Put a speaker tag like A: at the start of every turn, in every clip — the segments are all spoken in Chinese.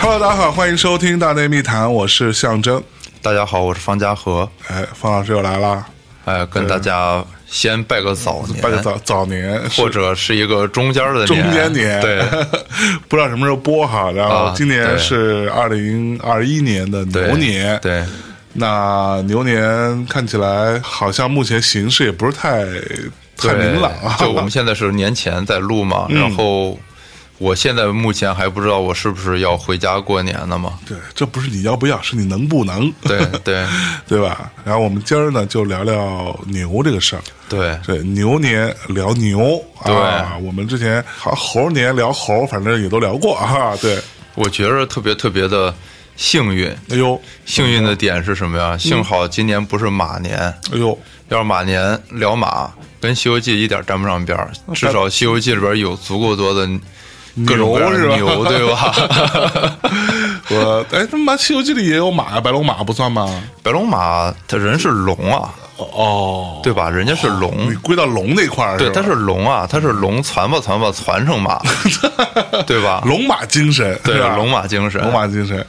A: Hello，大家好，欢迎收听《大内密谈》，我是象征。
B: 大家好，我是方家和，
A: 哎，方老师又来了，
B: 哎，跟大家先拜个早年，
A: 嗯拜个，早早年，
B: 或者是一个中间的
A: 中间年，
B: 对，
A: 不知道什么时候播哈。然后
B: 啊
A: 今年
B: 对
A: 是二零二一年的
B: 对
A: 牛年，
B: 对，
A: 那牛年看起来好像目前形势也不是太太
B: 对
A: 明朗嗯啊。，
B: 就我们现在是年前在录嘛，然后我现在目前还不知道我是不是要回家过年呢嘛
A: 对，这不是你要不要，是你能不能，
B: 对对
A: 对吧？然后我们今儿呢就聊聊牛这个事儿。
B: 对
A: 对，牛年聊牛啊，我们之前好像猴年聊猴，反正也都聊过啊。 对，
B: 我觉着特别特别的幸运。
A: 哎呦，
B: 幸运的点是什么
A: 嗯
B: 呀？幸好今年不是马年，
A: 哎呦，
B: 要是马年聊马，跟《西游记》一点沾不上边儿，至少《西游记》里边有足够多的各种各样的
A: 牛
B: 牛，对吧？
A: 我哎，他妈《西游记》里也有马呀，白龙马不算吗？
B: 白龙马它人是龙啊，
A: 哦，
B: 对吧？人家是龙
A: 你，归到龙那块儿，
B: 对，
A: 吧
B: 它是龙啊，它是龙，传吧传吧，传 成马，对吧？
A: 龙马精神，
B: 对
A: 是吧，
B: 龙马精神，
A: 啊龙马精神。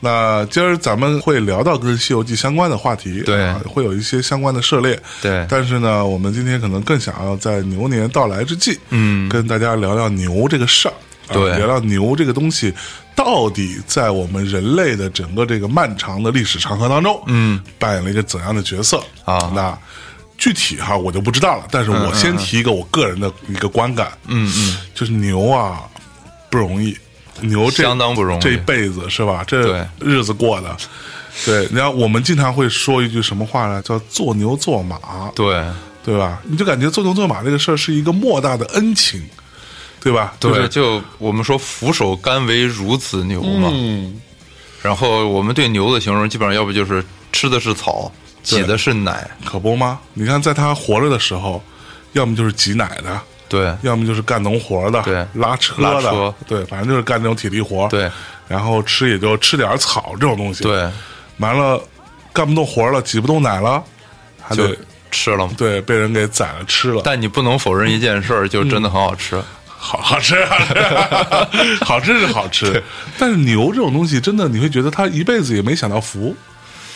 A: 那今儿咱们会聊到跟《西游记》相关的话题，
B: 对
A: 啊会有一些相关的涉猎，
B: 对
A: 但是呢，我们今天可能更想要在牛年到来之际，嗯，跟大家聊聊牛这个事儿，啊
B: 对
A: 聊聊牛这个东西到底在我们人类的整个这个漫长的历史长河当中，嗯，扮演了一个怎样的角色
B: 啊嗯
A: 那具体哈我就不知道了，但是我先提一个我个人的一个观感，嗯嗯，就是牛啊不容易。牛这
B: 相当不容易
A: 这一辈子是吧？这
B: 对
A: 日子过的，对。然后我们经常会说一句什么话呢？叫做牛做马，
B: 对
A: 对吧？你就感觉做牛做马这个事儿是一个莫大的恩情，对吧？就
B: 对，
A: 是
B: 就我们说俯首甘为孺子牛嘛，
A: 嗯，
B: 然后我们对牛的形容，基本上要不就是吃的是草，挤的是奶，
A: 可不吗？你看，在他活着的时候，要么就是挤奶的，
B: 对
A: 要么就是干农活的，
B: 对
A: 拉车
B: 拉
A: 的，
B: 车
A: 对，反正就是干这种体力活，
B: 对。
A: 然后吃也就吃点儿草这种东西，。
B: 对，
A: 完了，干不动活了，挤不动奶了，还
B: 就
A: 得
B: 吃了嘛。
A: 对，被人给宰了吃了，
B: 但你不能否认一件事儿，就真的很好吃。
A: 嗯好好吃，好吃好吃是好吃。但是牛这种东西，真的你会觉得它一辈子也没享到福，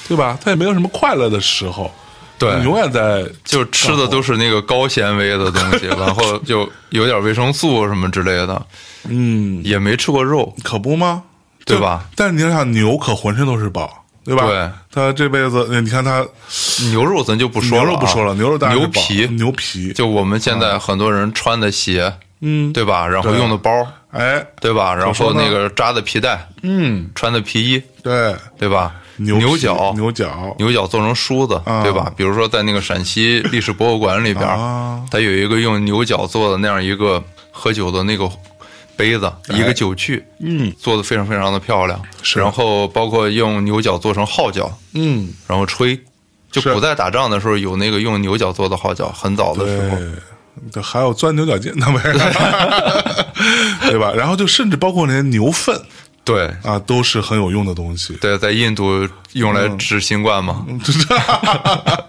A: 对吧？它也没有什么快乐的时候，
B: 对
A: 你永远在
B: 就吃的都是那个高纤维的 东西，然后就有点维生素什么之类的，
A: 嗯，
B: 也没吃过肉。
A: 可不吗？
B: 对
A: 就
B: 吧？
A: 但是你要想牛，可浑身都是宝，对吧？
B: 对，
A: 它这辈子，你看它
B: 牛肉咱就不说
A: 牛
B: 了、啊
A: 肉不说了，啊牛肉当然是
B: 牛
A: 宝
B: 皮，
A: 牛皮，
B: 就我们现在很多人穿的鞋，
A: 嗯，
B: 对吧？然后
A: 对
B: 用的包，
A: 哎，
B: 对吧？然
A: 说
B: 后
A: 呢
B: 那个扎的皮带，
A: 嗯，
B: 穿的皮衣，
A: 对，
B: 对吧？
A: 牛
B: 牛
A: 皮
B: 角，
A: 牛角，
B: 牛角做成梳子，
A: 啊
B: 对吧？比如说在那个 陕西历史博物馆里边儿
A: 啊，
B: 它有一个用牛角做的那样一个喝酒的那个杯子，一个酒具，
A: 哎嗯，
B: 做的非常非常的漂亮。
A: 是
B: 然后包括用牛角做成号角，
A: 嗯，
B: 然后吹。就是古代打仗的时候有那个用牛角做的号角，很早的时候，
A: 对，这还有钻牛角尖的没 有，对吧？然后就甚至包括连牛粪
B: 对
A: 啊，都是很有用的东西。
B: 对，在印度
A: 嗯
B: 用来治新冠嘛，啊，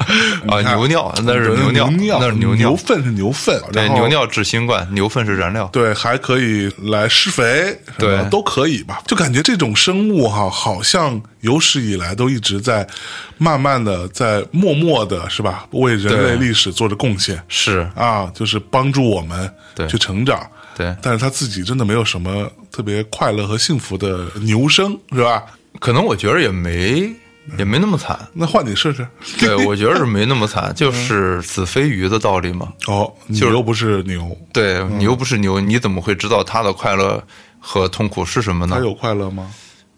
A: 啊
B: 牛尿 那是
A: 牛
B: 牛尿，那是
A: 牛
B: 牛尿，
A: 粪是牛粪，
B: 对，
A: 然后
B: 牛。尿治新冠，牛粪是燃料，
A: 对，还可以来施肥，什么
B: 对
A: 都可以吧。就感觉这种生物哈，好像有史以来都一直在慢慢的在默默的，是吧？为人类
B: 对
A: 历史做着贡献。
B: 是
A: 啊，就是帮助我们
B: 对
A: 去成长。
B: 对
A: 但是他自己真的没有什么特别快乐和幸福的牛生，是吧？
B: 可能我觉得也没也没那么惨，
A: 那换你试试。
B: 对，我觉得是没那么 惨，就是子非鱼的道理嘛。
A: 哦，你又不是牛，
B: 对你又不是牛，你怎么会知道他的快乐和痛苦是什么
A: 它
B: 呢？
A: 有快乐吗？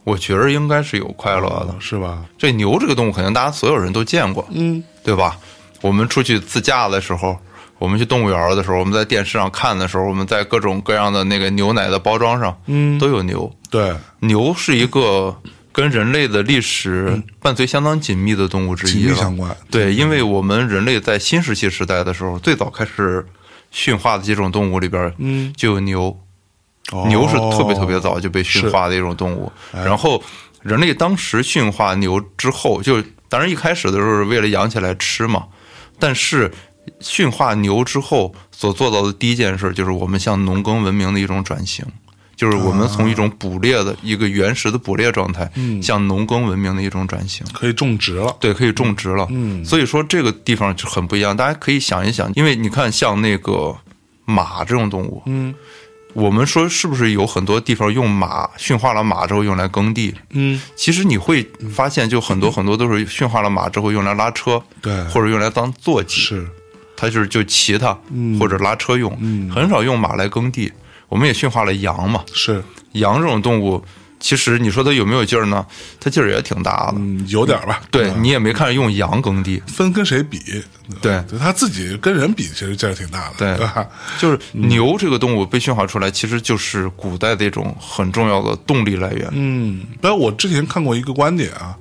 B: 我觉得应该是有啊快乐的。
A: 是吧？
B: 这牛这个动物，肯定大家所有人都见过，嗯，对吧？我们出去自驾的时候，我们去动物园的时候，我们在电视上看的时候，我们在各种各样的那个牛奶的包装上，嗯，都有牛。
A: 对，
B: 牛是一个跟人类的历史伴随相当紧密的动物之
A: 紧
B: 一
A: 密
B: 了。
A: 相关。
B: 对，因为我们人类在新石器时代的时候，最早开始驯化的几种动物里边，嗯，就有牛。
A: 哦
B: 牛是特别特别早就被驯化的一种动物。然后，人类当时驯化牛之后，就当然一开始的时候是为了养起来吃嘛，但是。驯化牛之后所做到的第一件事，就是我们向农耕文明的一种转型，就是我们从一种捕猎的一个原始的捕猎状态，向农耕文明的一种转型。
A: 可以种植了。
B: 对，可以种植了。嗯，所以说这个地方就很不一样。大家可以想一想，因为你看，像那个马这种动物，
A: 嗯，
B: 我们说是不是有很多地方用马驯化了马之后用来耕地？
A: 嗯，
B: 其实你会发现，就很多很多都是驯化了马之后用来拉车，
A: 对
B: 或者用来当坐骑，
A: 是
B: 它就是就骑它，或者拉车用，很少用马来耕地。我们也驯化了羊嘛，
A: 是，
B: 羊这种动物，其实你说它有没有劲儿呢？它劲儿也挺大的。
A: 嗯，有点儿吧。
B: 对你也没看用羊耕地，
A: 分跟谁比？
B: 对
A: 对他自己跟人比，其实劲儿挺大的，
B: 对
A: 吧？
B: 就是牛这个动物被驯化出来，其实就是古代的一种很重要的动力来源。
A: 嗯，但我之前看过一个观点啊，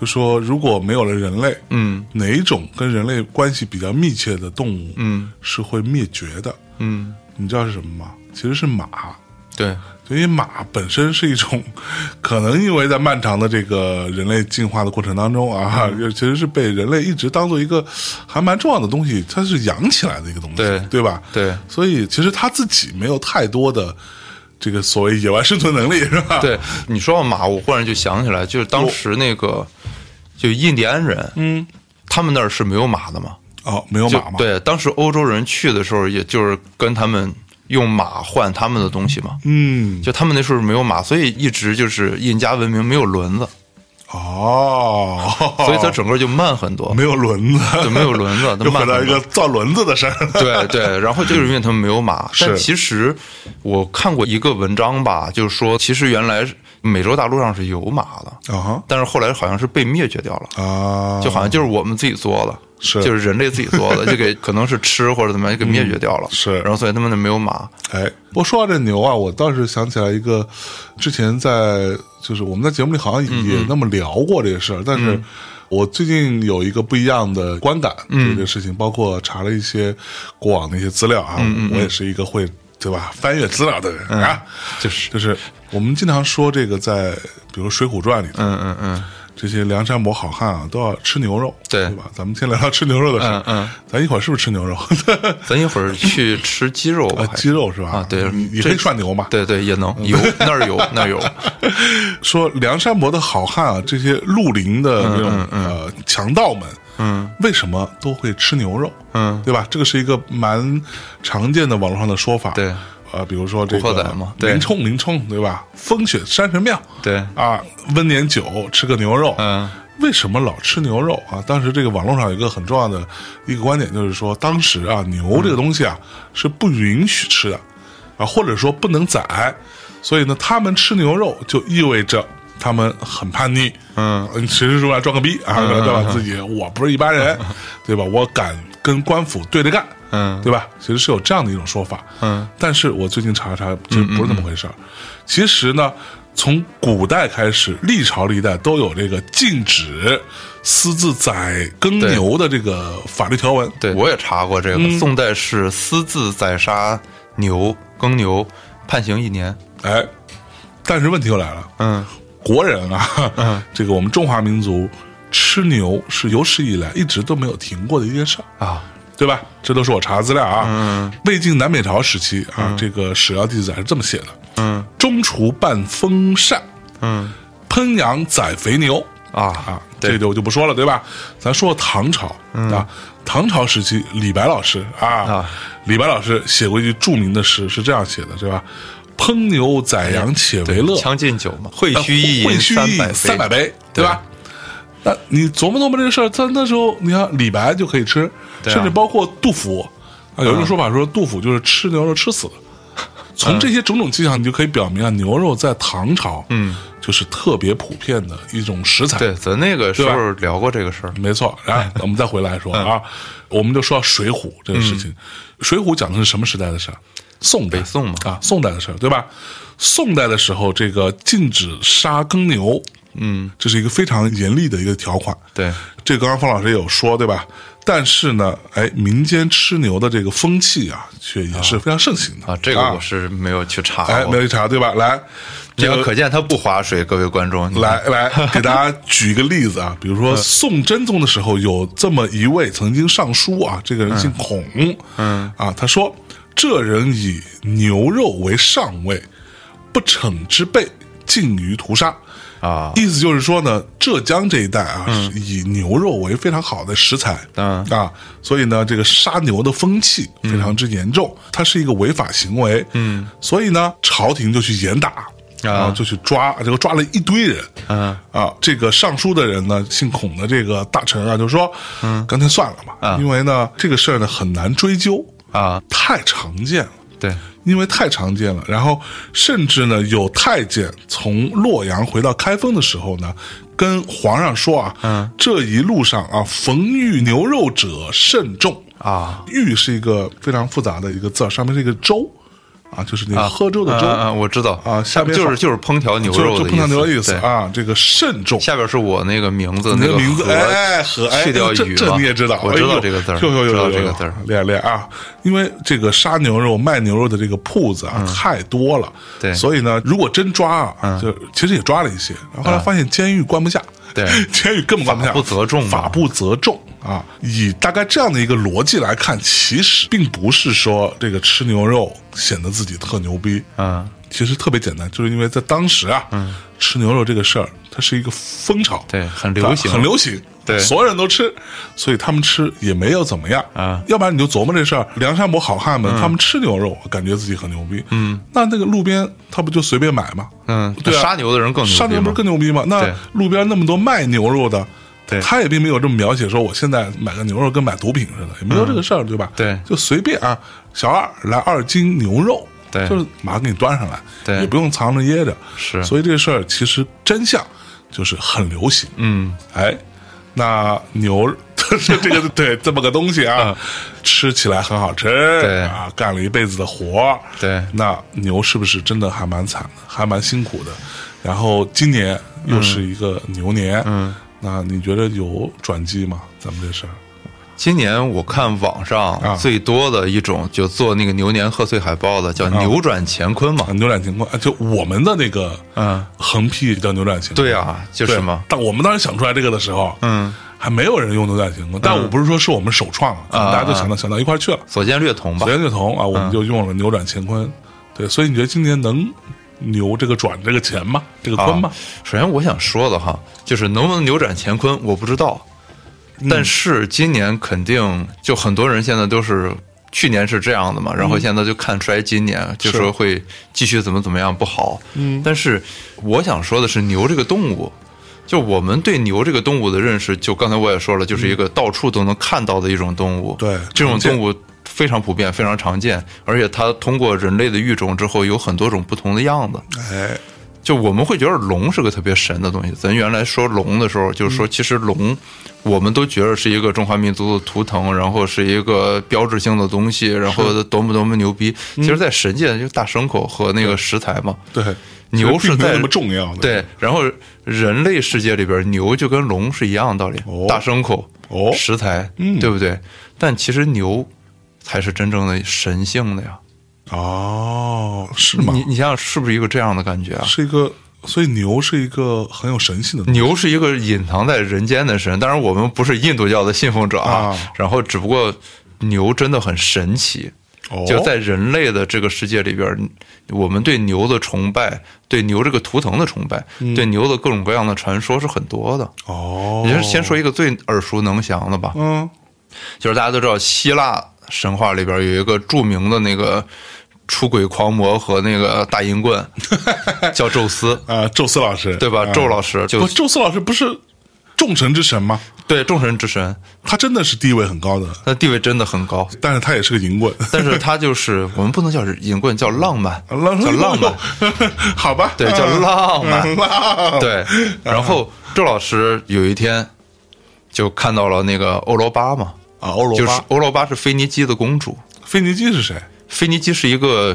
A: 就说如果没有了人类，
B: 嗯
A: 哪一种跟人类关系比较密切的动物，
B: 嗯，
A: 是会灭绝的？
B: 嗯，
A: 你知道是什么吗？其实是马。
B: 对，
A: 因为马本身是一种， 可能因为在漫长的这个人类进化的过程当中啊，
B: 嗯
A: 其实是被人类一直当做一个还蛮重要的东西，它是养起来的一个东西，
B: 对
A: 吧？
B: 对
A: 所以其实它自己没有太多的这个所谓野外生存能力，是吧？
B: 对，你说到马，我忽然就想起来，就是当时那个就印第安人，嗯，他们那儿是没有马的嘛，
A: 哦，没有
B: 就
A: 马嘛，
B: 对，当时欧洲人去的时候，也就是跟他们用马换他们的东西嘛，
A: 嗯，
B: 就他们那时候没有马，所以一直就是印加文明没有轮子，
A: 哦，
B: 所以它整个就慢很多，
A: 没有轮 子，
B: 就没有轮子，它
A: 又
B: 慢
A: 回
B: 很
A: 到
B: 多
A: 一个造轮子的事儿，
B: 对对，然后就是因为他们没有马。但其实我看过一个文章吧，就是说，其实原来美洲大陆上是有马的，
A: 啊
B: 但是后来好像是被灭绝掉了，
A: 哈啊，
B: 就好像就是我们自己做的，
A: 是
B: 就是人类自己做的，就给可能是吃或者怎么样就给灭绝掉了。
A: 是
B: 然后所以他们就没有马。
A: 哎，不过说到这牛啊，我倒是想起来一个，之前在就是我们在节目里好像
B: 嗯
A: 也那么聊过这个事儿，但是我最近有一个不一样的观感，
B: 嗯
A: 对这个事情，包括查了一些过往的一些资料啊，
B: 嗯
A: 我也是一个会对吧翻阅资料的人啊，
B: 就是
A: 就是我们经常说这个在比如《水浒传》里头，
B: 嗯嗯嗯，
A: 这些梁山伯好汉啊都要吃牛肉，
B: 对
A: 对吧？咱们先聊聊吃牛肉的事儿，
B: 嗯嗯
A: 咱一会儿是不是吃牛 肉？
B: 咱一会儿去吃鸡肉吧
A: 啊，，
B: 还
A: 鸡肉是吧？
B: 啊对
A: 你你
B: 这
A: 可以涮牛嘛？
B: 对对也能有那儿有那儿有，
A: 说梁山伯的好汉啊，这些绿林的这种、
B: 嗯
A: 呃强盗们，嗯，为什么都会吃牛肉？
B: 嗯，
A: 对吧？这个是一个蛮常见的网络上的说法。
B: 对，
A: 呃，比如说这
B: 古惑仔
A: 个
B: 嘛对
A: 林冲，林冲对吧？风雪山神庙，
B: 对
A: 啊，温年酒吃个牛肉，
B: 嗯
A: 为什么老吃牛肉啊？当时这个网络上有一个很重要的一个观点，就是说当时啊，牛这个东西啊、是不允许吃的，啊，或者说不能宰，所以呢，他们吃牛肉就意味着他们很叛逆，
B: 嗯，
A: 其实说来装个逼啊，对吧？自己我不是一般人， 对吧？我敢跟官府对着干，
B: 嗯
A: 对吧？其实是有这样的一种说法，
B: 嗯，
A: 但是我最近查了查，这不是那么回事儿。其实呢，从古代开始，历朝历代都有这个禁止私自宰耕牛的这个法律条文。
B: 对，我也查过这个，
A: 嗯
B: 宋代是私自宰杀牛、耕牛，判刑一年。
A: 哎，但是问题又来了，
B: 嗯，
A: 国人啊， 这个我们中华民族吃牛是有史以来一直都没有停过的一件事儿。
B: 啊，
A: 对吧？这都是我查的资料啊。
B: 嗯
A: 魏晋南北朝时期啊，这个史料记载是这么写的：
B: 嗯
A: 中厨拌风扇，
B: 嗯
A: 烹羊宰肥牛。
B: 啊，
A: 啊，
B: 对嗯
A: 这个我就不说了，对吧？咱说唐朝、啊，唐朝时期，李白老师啊，
B: 啊
A: 李白老师写过一句著名的诗，是这样写的，对吧？烹牛宰羊且为乐，
B: 将进酒嘛，会
A: 呃
B: 须一
A: 会
B: 饮
A: 须
B: 三
A: 一
B: 百
A: 饮三百
B: 杯。
A: 杯，对吧？那你琢磨琢磨这事儿，在那时候，你看李白就可以吃，
B: 对啊嗯
A: 甚至包括杜甫啊，有一种说法说杜甫就是吃牛肉吃死的。从这些种种迹象，你就可以表明啊，牛肉在唐朝，嗯，就是特别普遍的一种食材。
B: 对，咱那个时
A: 对吧
B: 候聊过这个事儿。
A: 没错，然后我们再回来说啊，
B: 嗯
A: 我们就说《水浒》这个事情，水浒》讲的是什么时代的事儿？啊宋代，
B: 北宋嘛
A: 啊，宋代的事儿，对吧？宋代的时候，这个禁止杀耕牛，嗯，这是一个非常严厉的一个条款。
B: 对，
A: 这个刚刚方老师也有说，对吧？但是呢，哎，民间吃牛的这个风气啊，却也是非常盛行的
B: 啊，这个我是啊没有去查
A: 哎，没
B: 过。
A: 有查对吧？来，
B: 这
A: 这
B: 个
A: 个
B: 可见他不划水，各位观众。你看，嗯
A: 来来，给大家举一个例 子啊，比如说宋真宗的时候，有这么一位曾经上书啊，这个人姓孔，
B: 嗯
A: 嗯，啊，他说这人以牛肉为上位，不不逞之辈，尽于屠杀。
B: 啊，
A: 意思就是说呢，浙江这一带啊，是以牛肉为非常好的食材，
B: 嗯
A: 啊，所以呢，这个杀牛的风气非常之严重，它是一个违法行为，嗯，所以呢，朝廷就去严打，然后就去抓，结果抓了一堆人，
B: 嗯
A: 啊，这个上书的人呢，姓孔的这个大臣啊，就说，嗯，干脆算了吧，因为呢，这个事儿呢很难追究，
B: 啊，
A: 太常见了。
B: 对，
A: 因为太常见了。然后甚至呢，有太监从洛阳回到开封的时候呢，跟皇上说啊，
B: 嗯，
A: 这一路上啊，逢遇牛肉者慎重。
B: 啊
A: 遇是一个非常复杂的一个字儿，上面是一个粥，啊，就是那个
B: 啊，
A: 喝粥的粥。
B: 啊啊，我知道
A: 啊下边
B: 就是
A: 好
B: 就是烹调牛
A: 就
B: 肉
A: 就
B: 的
A: 碰到牛的意思
B: 对
A: 啊，这个慎重，
B: 下边是我那个名字，
A: 你
B: 那
A: 的
B: 个
A: 名字，
B: 和
A: 哎，和哎，
B: 去掉
A: 这
B: 雨
A: 这
B: 嘛
A: 你也知道，
B: 我知
A: 哎
B: 道
A: 呦
B: 这个字儿，
A: 呦呦呦
B: 知道
A: 呦，
B: 这个字儿，
A: 练练啊！因为这个杀牛肉、卖牛肉的这个铺子啊太多了，
B: 嗯对嗯
A: 所以呢，如果真抓啊，就其实也抓了一些，然后后来发现监狱关不下，
B: 对
A: 监狱根本关不下，
B: 法不责众嘛
A: 法不责众啊！以大概这样的一个逻辑来看，其实并不是说这个吃牛肉显得自己特牛逼，
B: 嗯，
A: 其实特别简单，就是因为在当时啊，吃牛肉这个事儿，它是一个风潮，
B: 对很流行
A: 很流行，
B: 对
A: 所有人都吃，所以他们吃也没有怎么样
B: 啊嗯
A: 要不然你就琢磨这事儿，梁山伯好汉们、他们吃牛肉，感觉自己很牛逼，嗯，那那个路边他不就随便买吗？
B: 嗯，
A: 对啊
B: 杀牛的人更牛逼
A: 杀牛不是
B: 嘛
A: 更牛逼吗？那
B: 对
A: 路边那么多卖牛肉的。
B: 对
A: 他也并没有这么描写，说我现在买个牛肉跟买毒品似的，也没有这个事儿，对吧？
B: 嗯对
A: 就随便啊，小二来二斤牛肉，
B: 对
A: 就是马上给你端上来，
B: 对
A: 也不用藏着掖着。
B: 是
A: 所以这个事儿其实真相就是很流行。
B: 嗯，
A: 哎，那牛 是这 个对这么个东西啊，吃起来很好吃，
B: 嗯对
A: 啊，干了一辈子的活儿
B: 对
A: 那牛是不是真的还蛮惨的，还蛮辛苦的？然后今年又是一个牛年，嗯，那你觉得有转机吗？咱们这事儿
B: 今年我看网
A: 啊
B: 上最多的一种就做那个牛年贺岁海报的，叫扭转乾坤嘛
A: 啊，，扭转乾坤啊，就我们的那个
B: 嗯
A: 横批叫扭转乾坤，
B: 对啊，就是
A: 对
B: 嘛，
A: 但我们当时想出来这个的时候，
B: 嗯，
A: 还没有人用扭转乾坤，但我不是说是我们首创啊，
B: 啊
A: 大家就想到想到一块儿去了。
B: 所见略同吧嗯
A: 左，肩略同啊，我们就用了扭转乾坤。对，所以你觉得今年能牛这个转这个钱吗？这个
B: 啊
A: 坤吗？
B: 首先我想说的哈，就是能不能扭转乾坤，我不知道。
A: 嗯
B: 但是今年肯定就很多人现在都是去年是这
A: 嗯
B: 样的嘛，然后现在就看衰今年，就说会继续怎么怎么样不好。嗯，但是我想说的是牛这个动物。就我们对牛这个动物的认识，就刚才我也说了，就是一个到处都能看到的一种动物。
A: 对
B: 这种
A: 常见
B: 动物非常普遍，非常常见，而且它通过人类的育种之后，有很多种不同的样子。
A: 哎，
B: 就我们会觉得龙是个特别神的东西。咱原来说龙的时候，就是说
A: 嗯
B: 其实龙，我们都觉得是一个中华民族的图腾，然后是一个标志性的东西，然后多么多么牛逼。
A: 嗯
B: 其实，在神界就是大牲口和那个食材嘛。
A: 对，
B: 牛
A: 其实
B: 是
A: 并没有
B: 在
A: 那么重要的。
B: 对，然后人类世界里边，牛就跟龙是一样的道理，
A: 哦
B: 大牲口、
A: 哦
B: 食材，
A: 嗯
B: 对不对？但其实牛才是真正的神性的呀。
A: 哦，是吗
B: 你？你想想，是不是一个这样的感觉啊？
A: 是一个，所以牛是一个很有神性的东西。
B: 牛是一个隐藏在人间的神，当然我们不是印度教的信奉者啊。
A: 啊
B: 然后，只不过牛真的很神奇，
A: 哦，
B: 就在人类的这个世界里边，我们对牛的崇拜、对牛这个图腾的崇拜、对牛的各种各样的传说是很多的。
A: 嗯哦，
B: 你先先说一个最耳熟能详的吧，
A: 嗯，
B: 就是大家都知道希腊神话里边有一个著名的那个出轨狂魔和那个大淫棍， 叫宙斯，
A: 啊，宙斯老师
B: 对吧？
A: 啊
B: 宙老师就
A: 不，宙斯老师不是众神之神吗？
B: 对众神之神。
A: 他真的是地位很高的，
B: 他地位真的很高，
A: 但是他也是个淫棍。
B: 但是他就是我们不能叫淫棍，叫浪漫， 叫浪漫，
A: 漫， 好吧，
B: 对，叫
A: 啊
B: 浪漫，
A: 浪，
B: 对。然后周老师有一天就看到了那个欧罗巴嘛，
A: 啊，欧罗巴，
B: 就是欧罗巴是腓尼基的公主，
A: 腓尼基是谁？
B: 腓尼基是一个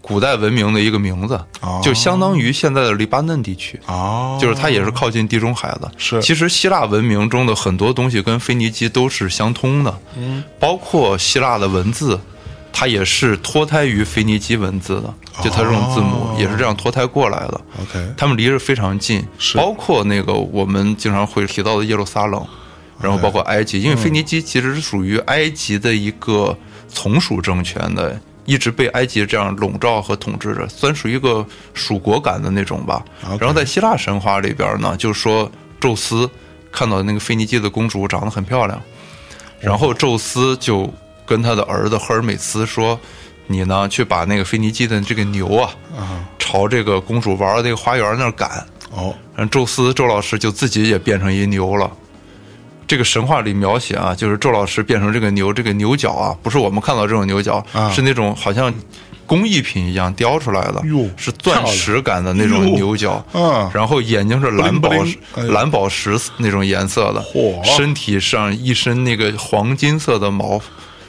B: 古代文明的一个名字
A: 哦，
B: 就相当于现在的黎巴嫩地区。
A: 哦，
B: 就是它也是靠近地中海的。
A: 是
B: 其实希腊文明中的很多东西跟腓尼基都是相通的，嗯，包括希腊的文字，它也是脱胎于腓尼基文字的，就它这种字
A: 哦
B: 母也是这样脱胎过来的。
A: OK，
B: 他们离着非常近，
A: 是
B: 包括那个我们经常会提到的耶路撒冷，然后包
A: 哎嗯
B: 括埃及，因为腓尼基其实是属于埃及的一个从属政权的一直被埃及这样笼罩和统治着，算属于一个属国感的那种吧。
A: OK
B: 然后在希腊神话里边呢，就说宙斯看到那个腓尼基的公主长得很漂亮，然后宙斯就跟他的儿子赫尔美斯说：“你呢，去把那个腓尼基的这个牛啊，
A: 啊，
B: 朝这个公主玩的那个花园那儿赶。”
A: 哦，
B: 然后宙斯周老师就自己也变成一牛了。这个神话里描写啊，就是周老师变成这个牛，这个牛角啊，不是我们看到这种牛角，
A: 啊
B: 是那种好像工艺品一样雕出来的
A: 哟，
B: 是钻石感的那种
A: 漂亮
B: 牛角。
A: 啊
B: 然后眼睛是蓝宝
A: 不灵
B: 石
A: 不灵哎呦
B: 蓝宝石那种颜色的
A: 嚯，
B: 身体上一身那个黄金色的毛，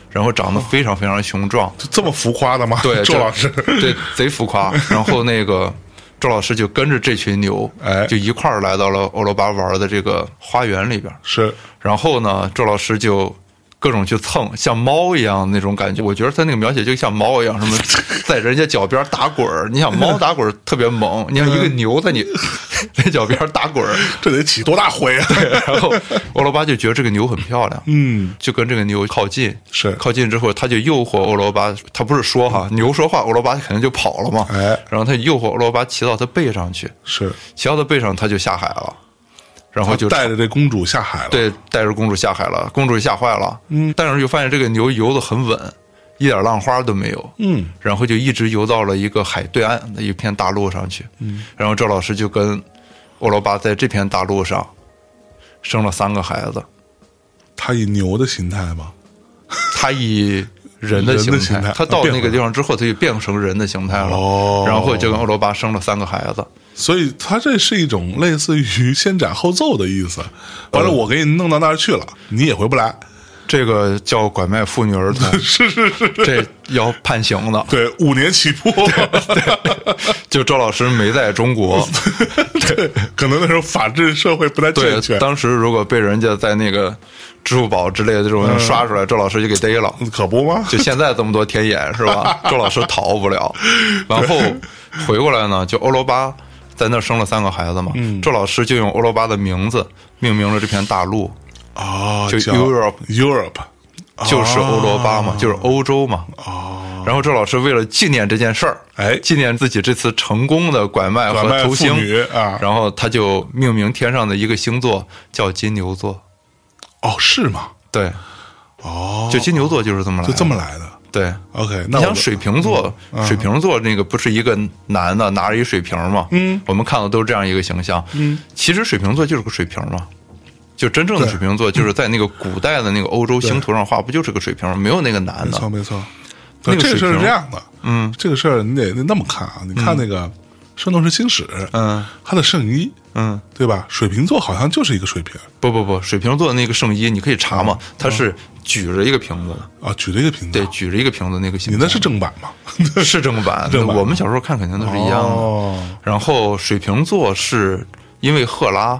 B: 然后长得
A: 哦
B: 非常非常雄壮。
A: 就这么浮夸的吗？
B: 对，
A: 周
B: 这
A: 老师，
B: 对，贼浮夸。然后那个 周老师就跟着这群牛，
A: 哎
B: 就一块儿来到了欧罗巴玩的这个花园里边儿。
A: 是
B: 然后呢，周老师就各种去蹭，像猫一样那种感觉。我觉得他那个描写就像猫一 样，什么在人家脚边儿打滚儿。你想猫打滚儿特别猛，你想一个
A: 嗯
B: 牛在你 在脚边儿打滚儿，
A: 这得起多大灰 啊？
B: 然后欧罗巴就觉得这个牛很漂亮，
A: 嗯，
B: 就跟这个牛靠近，
A: 是
B: 靠近之后，他就诱惑欧罗巴，他不是说哈，牛说话，欧罗巴肯定就跑了嘛，
A: 嗯哎
B: 然后他诱惑欧罗巴骑到他背上去，
A: 是，
B: 骑到他背上，他就下海了，然啊后就
A: 带着这公主下海了。，
B: 对带着公主下海了，公主也吓坏了，嗯，但是又发现这个牛游得很稳，一点浪花都没有，
A: 嗯，
B: 然后就一直游到了一个海对岸的一片大陆上去，嗯，然后赵老师就跟欧罗巴在这片大陆上生了三个孩子。
A: 她以牛的形态嘛，
B: 他以人的形
A: 人的形态
B: 他
A: 啊
B: 到
A: 变回
B: 那个地方之后，他就变哦成人的形态了。
A: 哦
B: 然后就跟欧罗巴生了三个孩子。
A: 所以她这是一种类似于 先斩后奏的意思。完了，
B: 嗯
A: 我给你弄到那儿去了，你也回不来。
B: 这个叫拐卖妇女儿童，
A: 是是是，
B: 这要判刑 的。
A: 对，五年起步。
B: 就周老师没在中 国，
A: 对，可能那时候法治社会不太
B: 对
A: 健全，，
B: 当时如果被人家在那个支付宝之类的这种刷出来，周老师就给逮了。
A: 嗯可不吗？
B: 就现在这么多天眼是 吧？周老师逃不了。然后回过来呢，就欧罗巴在那儿生了三个孩子嘛。周老师就用欧罗巴的名字命名了这片大陆。
A: 啊，
B: 就
A: 叫
B: Europe
A: Europe，啊
B: 就是欧罗巴嘛，就是欧洲嘛。
A: 哦，
B: 然后周老师为了纪念这件事儿，
A: 哎
B: 纪念自己这次成功的拐卖
A: 拐卖
B: 和投
A: 妇
B: 星
A: 女啊
B: 然后他就命名天上的一个星座叫金牛座。
A: 哦，是吗？
B: 对，
A: 哦，
B: 就金牛座就是这么来的，
A: 就这哦么来的。
B: 对。
A: OK，那
B: 你
A: 我嗯
B: 想水瓶座，水瓶座那个不是一个男的拿着一水瓶嘛？嗯，我们看到都是这样一个形象。嗯，其实水瓶座就是个水瓶嘛，就真正的水瓶座就是在那个古代的那个欧洲星图上画，不就是个水瓶吗？没有那个男
A: 没
B: 的
A: 错，没错，
B: 那个
A: 这个
B: 水
A: 事儿是
B: 平
A: 这样的，
B: 嗯，
A: 这个事儿你得得那么看啊，你看那个《圣斗士星矢》，
B: 嗯，
A: 他的圣衣，
B: 嗯，
A: 对吧？水瓶座好像就是一个水瓶
B: 不不不，水瓶座的那个圣衣你可以查嘛，
A: 嗯
B: 他是举着一个瓶子的，
A: 啊，举了一个瓶子，
B: 对，举着一个瓶子那个形
A: 你
B: 象。
A: 那是正版吗？
B: 是正 版，
A: 正版
B: 我们小时候看肯定都是一样的。
A: 哦
B: 然后水瓶座是因为赫拉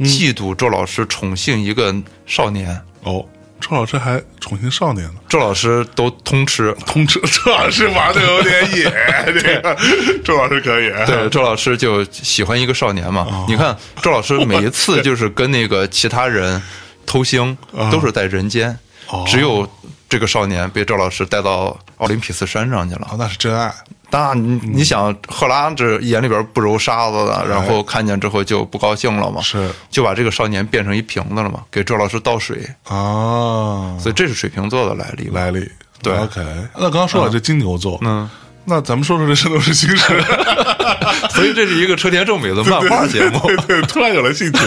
B: 嫉妒周老师宠幸一个少年，
A: 哦，周老师还宠幸少年呢，
B: 周老师都 通吃。
A: 通吃，周老师玩的有点 野，这个周老师可以，
B: 对，周老师就喜欢一个少年嘛。
A: 哦
B: 你看，周老师每一次就是跟那个其他人偷腥，都是在人间，
A: 嗯哦
B: 只有这个少年被周老师带到奥林匹斯山上去了。
A: 哦，那是真爱，
B: 那你你想，赫拉这眼里边不揉沙子的，然后看见之后就不高兴了嘛，
A: 哎是
B: 就把这个少年变成一瓶子了嘛，给周老师倒水，
A: 嗯啊，
B: 所以这是水瓶座的来历吧。
A: 来历。
B: 对
A: ，OK。那刚刚说了这金牛座，
B: 嗯，
A: 那咱们说说这《圣斗士星矢》
B: 所以这是一个车田正美的漫画节目，
A: 对对，突然有了兴 趣。